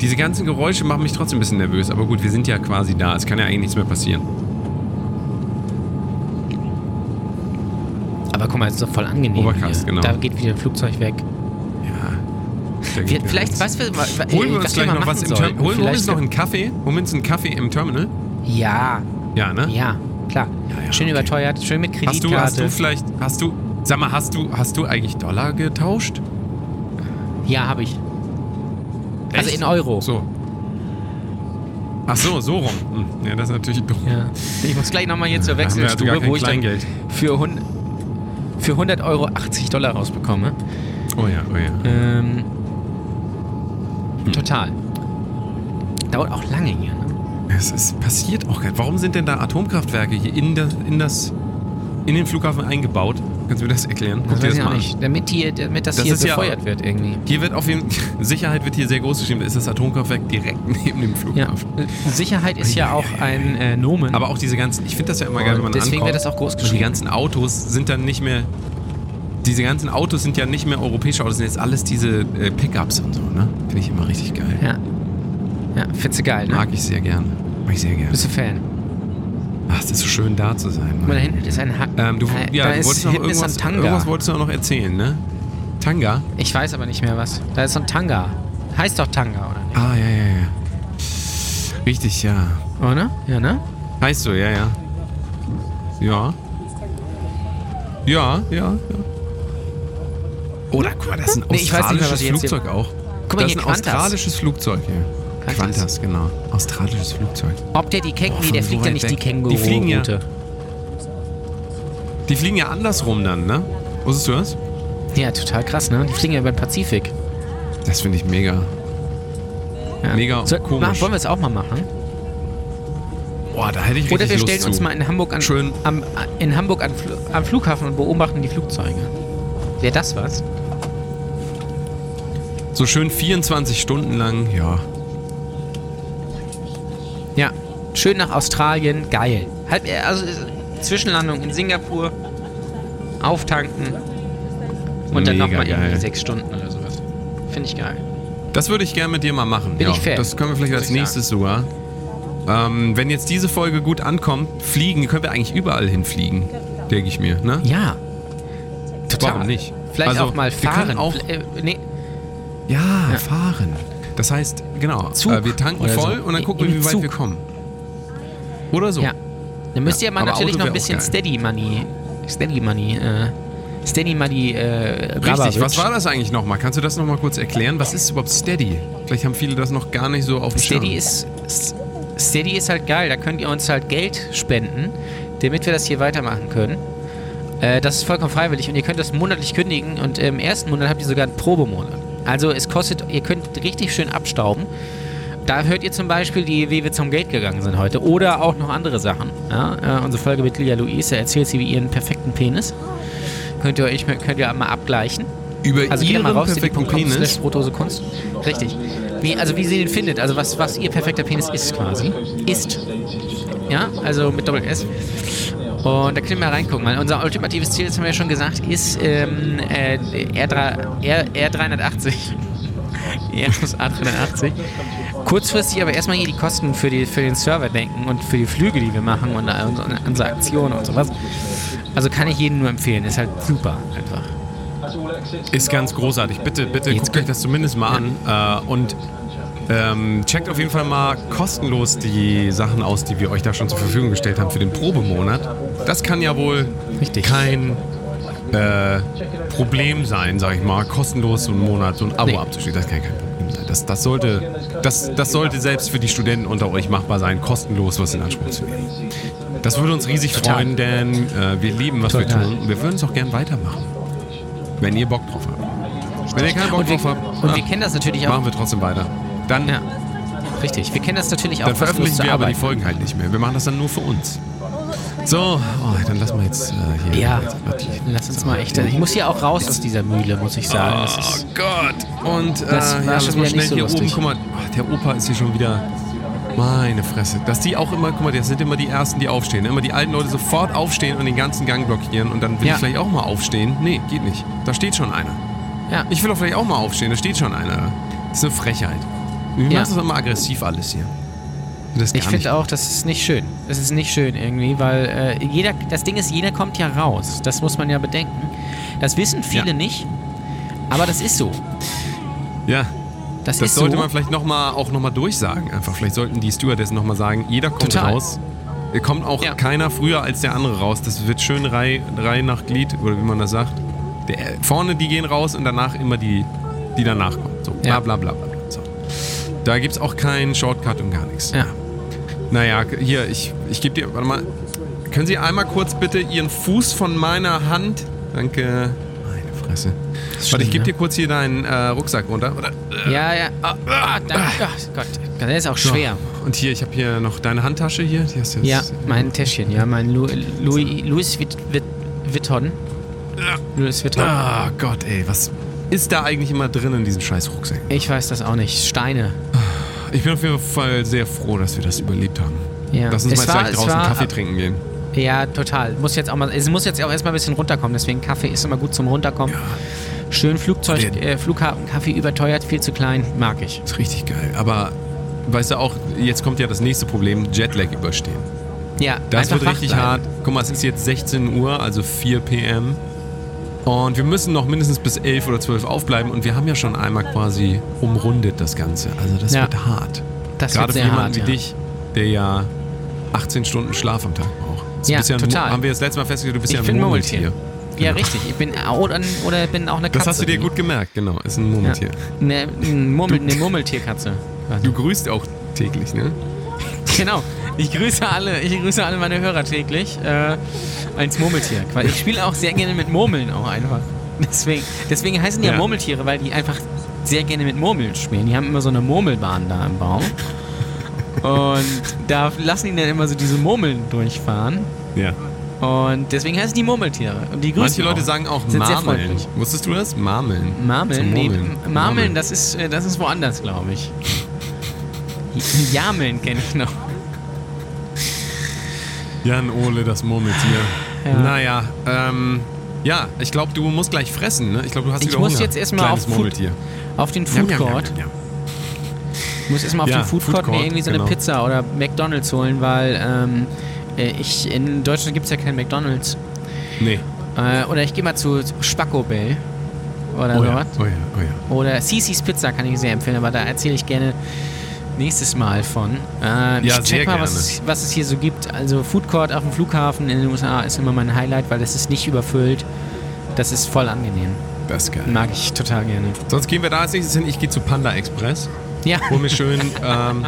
Speaker 2: Diese ganzen Geräusche machen mich trotzdem ein bisschen nervös. Aber gut, wir sind ja quasi da. Es kann ja eigentlich nichts mehr passieren.
Speaker 3: Aber guck mal, es ist doch voll angenehm.
Speaker 2: Overcast,
Speaker 3: hier.
Speaker 2: genau.
Speaker 3: Da geht wieder ein Flugzeug weg.
Speaker 2: Ja. Da
Speaker 3: Wir,
Speaker 2: geht
Speaker 3: vielleicht,
Speaker 2: ja
Speaker 3: was wir, wa- wa-
Speaker 2: Holen wir
Speaker 3: was
Speaker 2: uns gleich
Speaker 3: mal
Speaker 2: noch
Speaker 3: machen
Speaker 2: was im
Speaker 3: sollten.
Speaker 2: Terminal. Holen wir uns
Speaker 3: Vielleicht-
Speaker 2: noch einen Kaffee? Holen wir uns einen Kaffee im Terminal?
Speaker 3: Ja,
Speaker 2: Ja, ne?
Speaker 3: ja, klar.
Speaker 2: Ja, ja,
Speaker 3: schön
Speaker 2: okay.
Speaker 3: überteuert, schön mit
Speaker 2: Hast
Speaker 3: Kreditkarte.
Speaker 2: du, hast du vielleicht, hast du, sag mal, hast du, hast du eigentlich Dollar getauscht?
Speaker 3: ja, habe ich. Also
Speaker 2: Echt?
Speaker 3: in Euro.
Speaker 2: So. Ach so, so rum. Hm. Ja, das ist natürlich dumm.
Speaker 3: Ja. Ich muss gleich nochmal hier zur
Speaker 2: Da haben wir also
Speaker 3: Wechselstube,
Speaker 2: gar kein
Speaker 3: wo ich dann
Speaker 2: Kleingeld.
Speaker 3: für, hun- für 100 Euro 80 Dollar rausbekomme.
Speaker 2: Oh ja, oh ja.
Speaker 3: Ähm,
Speaker 2: Hm.
Speaker 3: Total. Dauert auch lange hier. Ne?
Speaker 2: Es ist, passiert auch gar nicht. Warum sind denn da Atomkraftwerke hier in das, in das, in den Flughafen eingebaut? Kannst du mir das erklären? Guck
Speaker 3: Das
Speaker 2: dir
Speaker 3: weiß
Speaker 2: das
Speaker 3: ich
Speaker 2: mal
Speaker 3: auch
Speaker 2: an.
Speaker 3: nicht. Damit, hier, damit das,
Speaker 2: Das
Speaker 3: hier
Speaker 2: ist ja-
Speaker 3: befeuert wird irgendwie.
Speaker 2: Hier wird auf jeden Sicherheit wird hier sehr groß geschrieben. Da ist das Atomkraftwerk direkt neben dem
Speaker 3: Ja.
Speaker 2: Flughafen.
Speaker 3: Sicherheit ist ja auch ein äh, Nomen.
Speaker 2: Aber auch diese ganzen, ich finde das ja immer geil, wenn man
Speaker 3: Und deswegen
Speaker 2: ankommt.
Speaker 3: wird das auch groß
Speaker 2: Und Die
Speaker 3: geschrieben.
Speaker 2: ganzen Autos sind dann nicht mehr, diese ganzen Autos sind ja nicht mehr europäische Autos, sind jetzt alles diese äh, Pickups und so, ne? Finde ich immer richtig geil.
Speaker 3: Ja. Ja, findest du geil, ne?
Speaker 2: Mag ich sehr gerne. Mag ich sehr gerne.
Speaker 3: Bist du Fan?
Speaker 2: Ach, es ist so schön da zu sein.
Speaker 3: Guck mal, da
Speaker 2: Mann.
Speaker 3: hinten ist ein Ha Äh,
Speaker 2: Ähm, du,
Speaker 3: da,
Speaker 2: ja,
Speaker 3: da
Speaker 2: du
Speaker 3: ist,
Speaker 2: wolltest noch
Speaker 3: hinten
Speaker 2: irgendwas,
Speaker 3: ist so ein Tanga.
Speaker 2: irgendwas wolltest du auch noch erzählen, ne? Tanga?
Speaker 3: ich weiß aber nicht mehr was. Da ist so ein Tanga. Heißt doch Tanga, oder nicht?
Speaker 2: Ah, ja, ja, ja. Richtig, ja.
Speaker 3: Oder? Ja, ne?
Speaker 2: Heißt so, ja, ja. Ja. Ja, ja, ja. Oder guck mal, das ist ein
Speaker 3: Nee, ich weiß nicht mehr, was
Speaker 2: australisches
Speaker 3: ich jetzt hier-
Speaker 2: Flugzeug auch.
Speaker 3: Guck mal,
Speaker 2: das
Speaker 3: hier,
Speaker 2: ist ein
Speaker 3: Qantas.
Speaker 2: australisches Flugzeug hier.
Speaker 3: Qantas.
Speaker 2: Qantas, genau. Australisches Flugzeug.
Speaker 3: Ob der die
Speaker 2: Boah,
Speaker 3: Känguru... Nee,
Speaker 2: von
Speaker 3: der
Speaker 2: so
Speaker 3: fliegt ja
Speaker 2: weit
Speaker 3: nicht
Speaker 2: weg.
Speaker 3: die
Speaker 2: Die
Speaker 3: känguru
Speaker 2: fliegen ja- Die fliegen ja andersrum dann, ne? Wusstest du das?
Speaker 3: ja. total krass, ne? Die fliegen ja über den Pazifik.
Speaker 2: Das finde ich mega.
Speaker 3: Ja.
Speaker 2: Mega
Speaker 3: so,
Speaker 2: Oh, komisch.
Speaker 3: Machen, wollen wir es auch mal machen?
Speaker 2: Boah, da hätte ich richtig
Speaker 3: Oder wir
Speaker 2: Lust
Speaker 3: stellen
Speaker 2: zu.
Speaker 3: uns mal in Hamburg an,
Speaker 2: Schön.
Speaker 3: am, in Hamburg an, Fl- am Flughafen und beobachten die Flugzeuge. Wäre das was?
Speaker 2: So schön 24 Stunden lang, ja.
Speaker 3: Ja. Schön nach Australien, geil. Halb, äh, also äh, Zwischenlandung in Singapur, auftanken und dann
Speaker 2: Mega
Speaker 3: nochmal irgendwie
Speaker 2: geil.
Speaker 3: sechs Stunden oder sowas. Finde ich geil.
Speaker 2: Das würde ich gerne mit dir mal machen.
Speaker 3: Bin
Speaker 2: ja.
Speaker 3: ich Fan.
Speaker 2: Das können wir vielleicht
Speaker 3: Muss
Speaker 2: als
Speaker 3: ich
Speaker 2: nächstes sogar. Ähm, wenn jetzt diese Folge gut ankommt, fliegen, können wir eigentlich überall hinfliegen, denke ich mir. Ne?
Speaker 3: Ja. Total.
Speaker 2: Warum nicht?
Speaker 3: Vielleicht
Speaker 2: Also,
Speaker 3: auch mal
Speaker 2: wir können
Speaker 3: fahren.
Speaker 2: auch-
Speaker 3: Fl- äh, nee,
Speaker 2: Ja, fahren. Das heißt, genau,
Speaker 3: Zug
Speaker 2: äh, wir tanken
Speaker 3: oder so.
Speaker 2: voll und dann
Speaker 3: I-
Speaker 2: gucken wir,
Speaker 3: im
Speaker 2: wie weit
Speaker 3: Zug.
Speaker 2: wir kommen. Oder so.
Speaker 3: Ja. Dann müsst
Speaker 2: Ja,
Speaker 3: ihr mal
Speaker 2: aber
Speaker 3: natürlich
Speaker 2: Auto
Speaker 3: noch
Speaker 2: wär
Speaker 3: ein
Speaker 2: auch
Speaker 3: bisschen
Speaker 2: geil.
Speaker 3: Steady Money. Steady Money, äh. Steady Money, äh.
Speaker 2: Richtig, was war das eigentlich nochmal? Kannst du das nochmal kurz erklären? Was ist überhaupt Steady? Vielleicht haben viele das noch gar nicht so auf dem
Speaker 3: Steady
Speaker 2: Schirm.
Speaker 3: ist. S- Steady ist halt geil. Da könnt ihr uns halt Geld spenden, damit wir das hier weitermachen können. Äh, das ist vollkommen freiwillig und ihr könnt das monatlich kündigen und im ersten Monat habt ihr sogar einen Probemonat. Also es kostet, ihr könnt richtig schön abstauben. Da hört ihr zum Beispiel, die, wie wir zum Geld gegangen sind heute. Oder auch noch andere Sachen. Ja? Äh, unsere Folgemitglied Lydia Luise erzählt sie wie ihren perfekten Penis. Könnt ihr euch könnt ihr mal abgleichen.
Speaker 2: Über
Speaker 3: Also geht
Speaker 2: ihren
Speaker 3: mal rauf,
Speaker 2: perfekten Penis.
Speaker 3: Kunst. Richtig. Nee, also wie sie den findet, also was, was ihr perfekter Penis ist quasi. Ist. Ja, also mit Doppel S. Und da können wir mal reingucken, weil unser ultimatives Ziel, das haben wir ja schon gesagt, ist ähm, äh, R3, R, R380. Airbus A380. Kurzfristig aber erstmal hier die Kosten für, die, für den Server denken und für die Flüge, die wir machen und äh, unsere, unsere Aktionen und sowas. Also kann ich jedem nur empfehlen. Ist halt super einfach.
Speaker 2: Ist ganz großartig. Bitte, bitte guckt euch das zumindest mal an. Äh, und ähm, checkt auf jeden Fall mal kostenlos die Sachen aus, die wir euch da schon zur Verfügung gestellt haben für den Probemonat. Das kann ja wohl
Speaker 3: Richtig.
Speaker 2: kein äh, Problem sein, sag ich mal, kostenlos so einen Monat so ein Abo
Speaker 3: Nee.
Speaker 2: abzuschließen. Das kann kein Problem sein. Das, das, sollte, das, das sollte selbst für die Studenten unter euch machbar sein, kostenlos was in Anspruch zu nehmen. Das würde uns riesig freuen, denn äh, wir lieben, was
Speaker 3: Total.
Speaker 2: wir tun. Und wir würden es auch gern weitermachen, wenn ihr Bock drauf habt. Wenn ihr keinen Bock
Speaker 3: Und wir,
Speaker 2: drauf habt,
Speaker 3: und
Speaker 2: na,
Speaker 3: wir kennen das natürlich auch.
Speaker 2: machen wir trotzdem weiter. Dann
Speaker 3: Ja. Richtig. Wir kennen das natürlich auch.
Speaker 2: dann veröffentlichen
Speaker 3: kostenlos zur
Speaker 2: wir aber die
Speaker 3: Arbeit.
Speaker 2: Folgen halt nicht mehr. Wir machen das dann nur für uns. So, oh, dann lassen wir jetzt äh, hier.
Speaker 3: Ja, lass uns mal echt. Ich muss hier auch raus aus dieser Mühle, muss ich sagen. Das ist,
Speaker 2: Oh Gott. Und äh,
Speaker 3: Das
Speaker 2: ja,
Speaker 3: war schon
Speaker 2: lass
Speaker 3: wieder
Speaker 2: mal
Speaker 3: nicht
Speaker 2: schnell
Speaker 3: so
Speaker 2: hier oben.
Speaker 3: lustig.
Speaker 2: Guck mal, oh, der Opa ist hier schon wieder. Meine Fresse. Dass die auch immer, guck mal, das sind immer die Ersten, die aufstehen. ne? Immer die alten Leute sofort aufstehen und den ganzen Gang blockieren. Und dann will
Speaker 3: Ja.
Speaker 2: ich vielleicht auch mal aufstehen. Nee, geht nicht. Da steht schon einer.
Speaker 3: ja.
Speaker 2: Ich will doch vielleicht auch mal aufstehen, da steht schon einer. Das ist eine Frechheit. Wie
Speaker 3: Ja.
Speaker 2: machst du das immer aggressiv alles hier? Das ist
Speaker 3: Ich
Speaker 2: gar nicht
Speaker 3: finde auch, das ist nicht schön. Es ist nicht schön irgendwie, weil äh, jeder, das Ding ist, jeder kommt ja raus. Das muss man ja bedenken. Das wissen viele
Speaker 2: Ja.
Speaker 3: nicht, aber das ist so.
Speaker 2: Ja,
Speaker 3: Das,
Speaker 2: das
Speaker 3: ist
Speaker 2: sollte
Speaker 3: so.
Speaker 2: man vielleicht noch mal, auch nochmal durchsagen. Einfach. Vielleicht sollten die Stewardessen nochmal sagen, jeder kommt
Speaker 3: Total.
Speaker 2: raus. Hier kommt auch
Speaker 3: Ja.
Speaker 2: keiner früher als der andere raus. Das wird schön Reihe Reihe nach Glied, oder wie man das sagt. Der, vorne die gehen raus und danach immer die, die danach kommen. So, bla
Speaker 3: Ja.
Speaker 2: bla bla bla. bla. So. Da gibt es auch keinen Shortcut und gar nichts.
Speaker 3: ja.
Speaker 2: Naja, hier, ich, ich gebe dir. Warte mal. Können Sie einmal kurz bitte Ihren Fuß von meiner Hand. Danke. Meine Fresse. Warte, ich
Speaker 3: schlimm,
Speaker 2: gebe
Speaker 3: ne?
Speaker 2: dir kurz hier deinen äh, Rucksack runter. Oder?
Speaker 3: ja, ja. Ah, ah, da, oh Gott, der ist auch
Speaker 2: So.
Speaker 3: schwer.
Speaker 2: Und hier, ich habe hier noch deine Handtasche hier. Die hast du
Speaker 3: Ja,
Speaker 2: jetzt.
Speaker 3: mein Täschchen, ja, mein Lu Louis, Louis Vit Vit Vuitton. Louis Vuitton.
Speaker 2: Ah, Gott, ey, was ist da eigentlich immer drin in diesen scheiß Rucksäcken?
Speaker 3: Ich weiß das auch nicht. Steine.
Speaker 2: Ich bin auf jeden Fall sehr froh, dass wir das überlebt haben.
Speaker 3: Ja.
Speaker 2: Lass uns
Speaker 3: Es
Speaker 2: mal jetzt
Speaker 3: war-
Speaker 2: gleich
Speaker 3: es
Speaker 2: draußen
Speaker 3: war-
Speaker 2: Kaffee trinken gehen.
Speaker 3: Ja, total. Muss jetzt auch mal, es muss jetzt auch erstmal ein bisschen runterkommen, deswegen Kaffee ist immer gut zum Runterkommen. Schön Flugzeug,
Speaker 2: Der-
Speaker 3: äh, Flughafen, Kaffee überteuert, viel zu klein, mag ich.
Speaker 2: Ist richtig geil. Aber weißt du auch, jetzt kommt ja das nächste Problem: Jetlag überstehen.
Speaker 3: Ja,
Speaker 2: Das
Speaker 3: einfach
Speaker 2: wird richtig
Speaker 3: wach bleiben.
Speaker 2: hart. Guck mal, es ist jetzt 16 Uhr, also 4 p.m. Und wir müssen noch mindestens bis 11 oder 12 aufbleiben. Und wir haben ja schon einmal quasi umrundet das Ganze. Also das
Speaker 3: Ja.
Speaker 2: wird hart.
Speaker 3: Das
Speaker 2: Gerade für
Speaker 3: wird sehr
Speaker 2: jemanden
Speaker 3: hart,
Speaker 2: wie
Speaker 3: ja.
Speaker 2: dich, der ja 18 Stunden Schlaf am Tag braucht. Das
Speaker 3: Ja,
Speaker 2: bist ja ein Mo-
Speaker 3: total.
Speaker 2: Haben wir das letzte Mal festgestellt, du bist
Speaker 3: Ich
Speaker 2: ja ein
Speaker 3: bin
Speaker 2: Murmeltier.
Speaker 3: Murmeltier. Ja, richtig. Ich bin äh, oder, oder bin auch eine Katze.
Speaker 2: Das hast du dir gut gemerkt, genau. Ist ein
Speaker 3: ja.
Speaker 2: Murmeltier.
Speaker 3: Eine, ein Murmel, eine Murmeltierkatze.
Speaker 2: Du grüßt auch täglich, ne?
Speaker 3: Genau. Ich grüße alle, ich grüße alle meine Hörer täglich äh, als Murmeltier. Weil ich spiele auch sehr gerne mit Murmeln auch einfach. Deswegen, deswegen heißen die ja.
Speaker 2: Ja.
Speaker 3: Murmeltiere, weil die einfach sehr gerne mit Murmeln spielen. Die haben immer so eine Murmelbahn da im Baum. Und da lassen die dann immer so diese Murmeln durchfahren.
Speaker 2: Ja.
Speaker 3: Und deswegen heißen die Murmeltiere. Und die grüßen
Speaker 2: Manche
Speaker 3: auch.
Speaker 2: Leute sagen auch
Speaker 3: Sind sehr
Speaker 2: Marmeln.
Speaker 3: freundlich.
Speaker 2: Wusstest du das? Marmeln. Zum
Speaker 3: Marmeln? Nee,
Speaker 2: Murmeln.
Speaker 3: Marmeln, Das, ist, äh, das ist woanders, glaube ich. Jameln kenne ich noch.
Speaker 2: Jan Ole, das Murmeltier.
Speaker 3: Ja.
Speaker 2: Naja, ähm, ja, ich glaube, du musst gleich fressen, ne? Ich glaube, du hast
Speaker 3: Ich
Speaker 2: wieder
Speaker 3: muss
Speaker 2: Hunger.
Speaker 3: jetzt erstmal
Speaker 2: Kleines
Speaker 3: auf Food-
Speaker 2: Murmeltier.
Speaker 3: Auf den
Speaker 2: Jam,
Speaker 3: Food
Speaker 2: jam, jam,
Speaker 3: Court.
Speaker 2: jam, jam.
Speaker 3: Ich muss erstmal auf
Speaker 2: Ja,
Speaker 3: den Food Court,
Speaker 2: Food Court,
Speaker 3: mir irgendwie so eine
Speaker 2: genau.
Speaker 3: Pizza oder McDonalds holen, weil ähm, äh, ich in Deutschland gibt es ja keinen McDonalds.
Speaker 2: Nee.
Speaker 3: Äh, oder ich gehe mal zu Spacko Bell oder
Speaker 2: Oh ja,
Speaker 3: sowas.
Speaker 2: oh ja, oh ja.
Speaker 3: Oder Cici's Pizza kann ich sehr empfehlen, aber da erzähle ich gerne nächstes Mal von. Ähm,
Speaker 2: Ja,
Speaker 3: ich check
Speaker 2: sehr
Speaker 3: mal, was, was es hier so gibt. Also Food Court auf dem Flughafen in den USA ist immer mein Highlight, weil das ist nicht überfüllt. Das ist voll angenehm.
Speaker 2: Das ist geil.
Speaker 3: Mag ich total gerne.
Speaker 2: Sonst gehen wir da als nächstes hin. Ich gehe zu Panda Express.
Speaker 3: Ja,
Speaker 2: Hol mir schön ähm,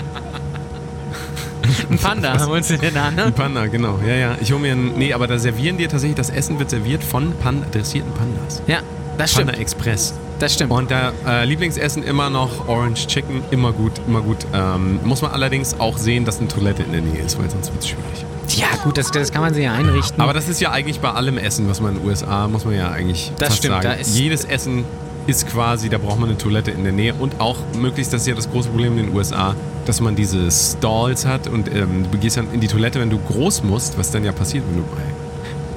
Speaker 3: ein Panda. Haben wir uns den an, ne?
Speaker 2: Panda, genau. Ja, ja. Ich hol mir einen. Nee, aber da servieren dir tatsächlich, das Essen wird serviert von Panda, dressierten Pandas.
Speaker 3: Ja, das stimmt.
Speaker 2: Panda Express.
Speaker 3: Das stimmt.
Speaker 2: Und da äh, Lieblingsessen immer noch Orange Chicken, immer gut, immer gut. Ähm, muss man allerdings auch sehen, dass eine Toilette in der Nähe ist, weil sonst wird es schwierig.
Speaker 3: Ja, gut, das, das kann man sich ja einrichten.
Speaker 2: Aber das ist ja eigentlich bei allem Essen, was man in den USA, muss man ja eigentlich
Speaker 3: Das
Speaker 2: fast
Speaker 3: stimmt,
Speaker 2: sagen.
Speaker 3: da ist-
Speaker 2: Jedes Essen ist quasi, da braucht man eine Toilette in der Nähe und auch möglichst, das ist ja das große Problem in den USA, dass man diese Stalls hat und ähm, du gehst dann in die Toilette, wenn du groß musst, was dann ja passiert, wenn du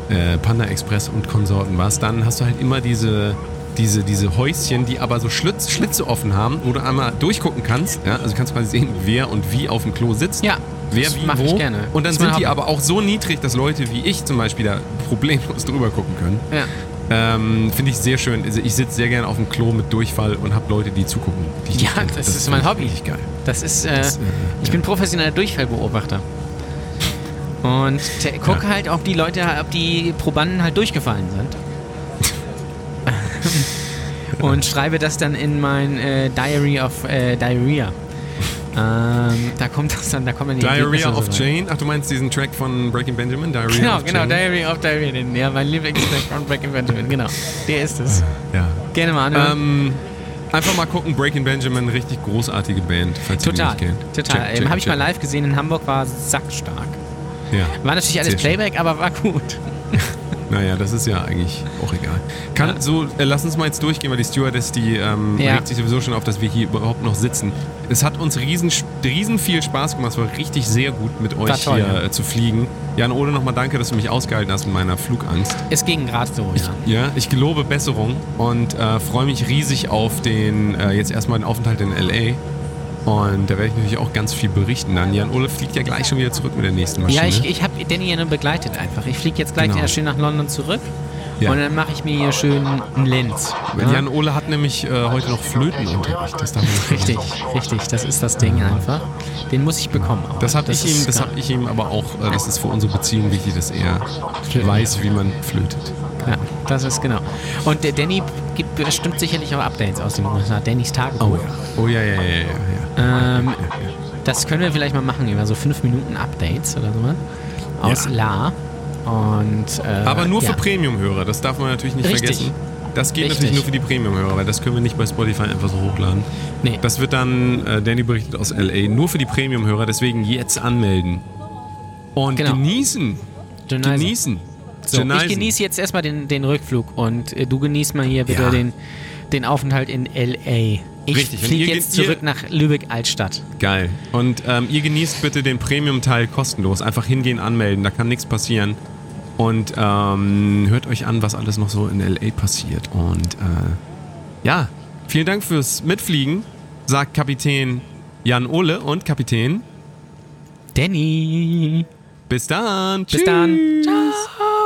Speaker 2: bei äh, Panda Express und Konsorten warst, dann hast du halt immer diese diese, diese Häuschen, die aber so Schlitz, Schlitze offen haben, wo du einmal durchgucken kannst. Ja? Also du kannst quasi sehen, wer und wie auf dem Klo sitzt.
Speaker 3: Ja,
Speaker 2: Wer
Speaker 3: das
Speaker 2: wie
Speaker 3: mach
Speaker 2: wo.
Speaker 3: ich gerne.
Speaker 2: Und dann
Speaker 3: Das ist mein
Speaker 2: sind die
Speaker 3: Hobby.
Speaker 2: aber auch so niedrig, dass Leute wie ich zum Beispiel da problemlos drüber gucken können.
Speaker 3: Ja.
Speaker 2: Ähm, Finde ich sehr schön. Also ich sitze sehr gerne auf dem Klo mit Durchfall und habe Leute, die zugucken. Die ich
Speaker 3: Ja,
Speaker 2: nicht kenne.
Speaker 3: das ist mein
Speaker 2: finde
Speaker 3: Hobby.
Speaker 2: ich Richtig geil.
Speaker 3: Das ist, äh, ich bin professioneller Durchfallbeobachter. Und te- guck
Speaker 2: Ja.
Speaker 3: halt, ob die Leute, ob die Probanden halt durchgefallen sind. Und schreibe das dann in mein äh, Diary of äh, Diarrhea. Ähm, da kommt das dann, da kommen dann die
Speaker 2: Diarrhea
Speaker 3: Ergebnisse
Speaker 2: of
Speaker 3: so rein.
Speaker 2: Jane. Ach, du meinst diesen Track von Breaking Benjamin? Diarrhea
Speaker 3: Genau,
Speaker 2: of
Speaker 3: genau,
Speaker 2: Jane.
Speaker 3: Diary of Diarrhea. den- Ja, mein Lieblingstrack von Breaking Benjamin, genau. Der ist es.
Speaker 2: Ja.
Speaker 3: Gerne mal anhören.
Speaker 2: Ah. Ähm, einfach mal gucken, Breaking Benjamin, richtig großartige Band, falls
Speaker 3: total,
Speaker 2: ihr die nicht kennt.
Speaker 3: total.
Speaker 2: Check,
Speaker 3: ähm,
Speaker 2: check,
Speaker 3: Habe ich mal
Speaker 2: check.
Speaker 3: live gesehen in Hamburg, war sackstark.
Speaker 2: Ja.
Speaker 3: War natürlich alles
Speaker 2: Sehr schön.
Speaker 3: Playback, aber war gut.
Speaker 2: Naja, das ist ja eigentlich auch egal. Kann so, äh, lass uns mal jetzt durchgehen, weil die Stewardess, die ähm,
Speaker 3: Ja.
Speaker 2: regt sich sowieso schon auf, dass wir hier überhaupt noch sitzen. Es hat uns riesen, riesen viel Spaß gemacht. Es war richtig sehr gut, mit euch
Speaker 3: toll,
Speaker 2: hier
Speaker 3: ja.
Speaker 2: äh, zu fliegen. Jan Ode, nochmal danke, dass du mich ausgehalten hast mit meiner Flugangst.
Speaker 3: Es ging gerade so, ja.
Speaker 2: Ja, ich gelobe Besserung und äh, freue mich riesig auf den, äh, jetzt erstmal den Aufenthalt in L.A. Und da werde ich natürlich auch ganz viel berichten dann. Jan Ole fliegt ja gleich schon wieder zurück mit der nächsten Maschine.
Speaker 3: Ja, ich, ich habe Danny ja nur begleitet einfach. Ich fliege jetzt gleich
Speaker 2: Genau.
Speaker 3: erst schön nach London zurück
Speaker 2: Ja.
Speaker 3: und dann mache ich mir hier schön einen Lenz.
Speaker 2: Weil Jan Ole hat nämlich äh, heute noch Flötenunterricht. Das darf man nicht
Speaker 3: Richtig,
Speaker 2: vergessen.
Speaker 3: richtig. Das ist das Ding einfach. Den muss ich bekommen. Auch.
Speaker 2: Das habe ich, ihm-
Speaker 3: ist
Speaker 2: das
Speaker 3: klar.
Speaker 2: hab ich ihm aber auch, äh, das ist für unsere Beziehung wichtig, dass er weiß, wie man flötet.
Speaker 3: Ja, das ist genau. Und der Danny gibt bestimmt sicherlich auch Updates aus dem USA. Dannys Tagebuch.
Speaker 2: Oh ja. Oh ja, ja, ja, ja. ja.
Speaker 3: Ähm, das können wir vielleicht mal machen, über so 5 Minuten Updates oder so. Aus
Speaker 2: Ja.
Speaker 3: La. Und, äh,
Speaker 2: Aber nur für
Speaker 3: ja.
Speaker 2: Premium-Hörer, das darf man natürlich nicht
Speaker 3: Richtig.
Speaker 2: vergessen. Das geht
Speaker 3: Richtig.
Speaker 2: natürlich nur für die Premium-Hörer, weil das können wir nicht bei Spotify einfach so hochladen.
Speaker 3: Nee.
Speaker 2: Das wird dann, äh, Danny berichtet aus L.A., nur für die Premium-Hörer, deswegen jetzt anmelden. Und
Speaker 3: Genau.
Speaker 2: genießen.
Speaker 3: Genießen.
Speaker 2: Genießen.
Speaker 3: So, ich
Speaker 2: Genießen.
Speaker 3: genieße jetzt erstmal den, den Rückflug und äh, du genießt mal hier bitte
Speaker 2: Ja.
Speaker 3: den, den Aufenthalt in L.A. Ich
Speaker 2: Richtig, und
Speaker 3: fliege
Speaker 2: ihr
Speaker 3: jetzt
Speaker 2: geht- ihr-
Speaker 3: zurück nach Lübeck-Altstadt.
Speaker 2: Geil. Und ähm, ihr genießt bitte den Premium-Teil kostenlos. Einfach hingehen, anmelden, da kann nichts passieren. Und ähm, hört euch an, was alles noch so in LA passiert. Und äh, ja, vielen Dank fürs Mitfliegen, sagt Kapitän Jan Ole und Kapitän.
Speaker 3: Danny!
Speaker 2: Bis dann.
Speaker 3: Bis dann. Ciao.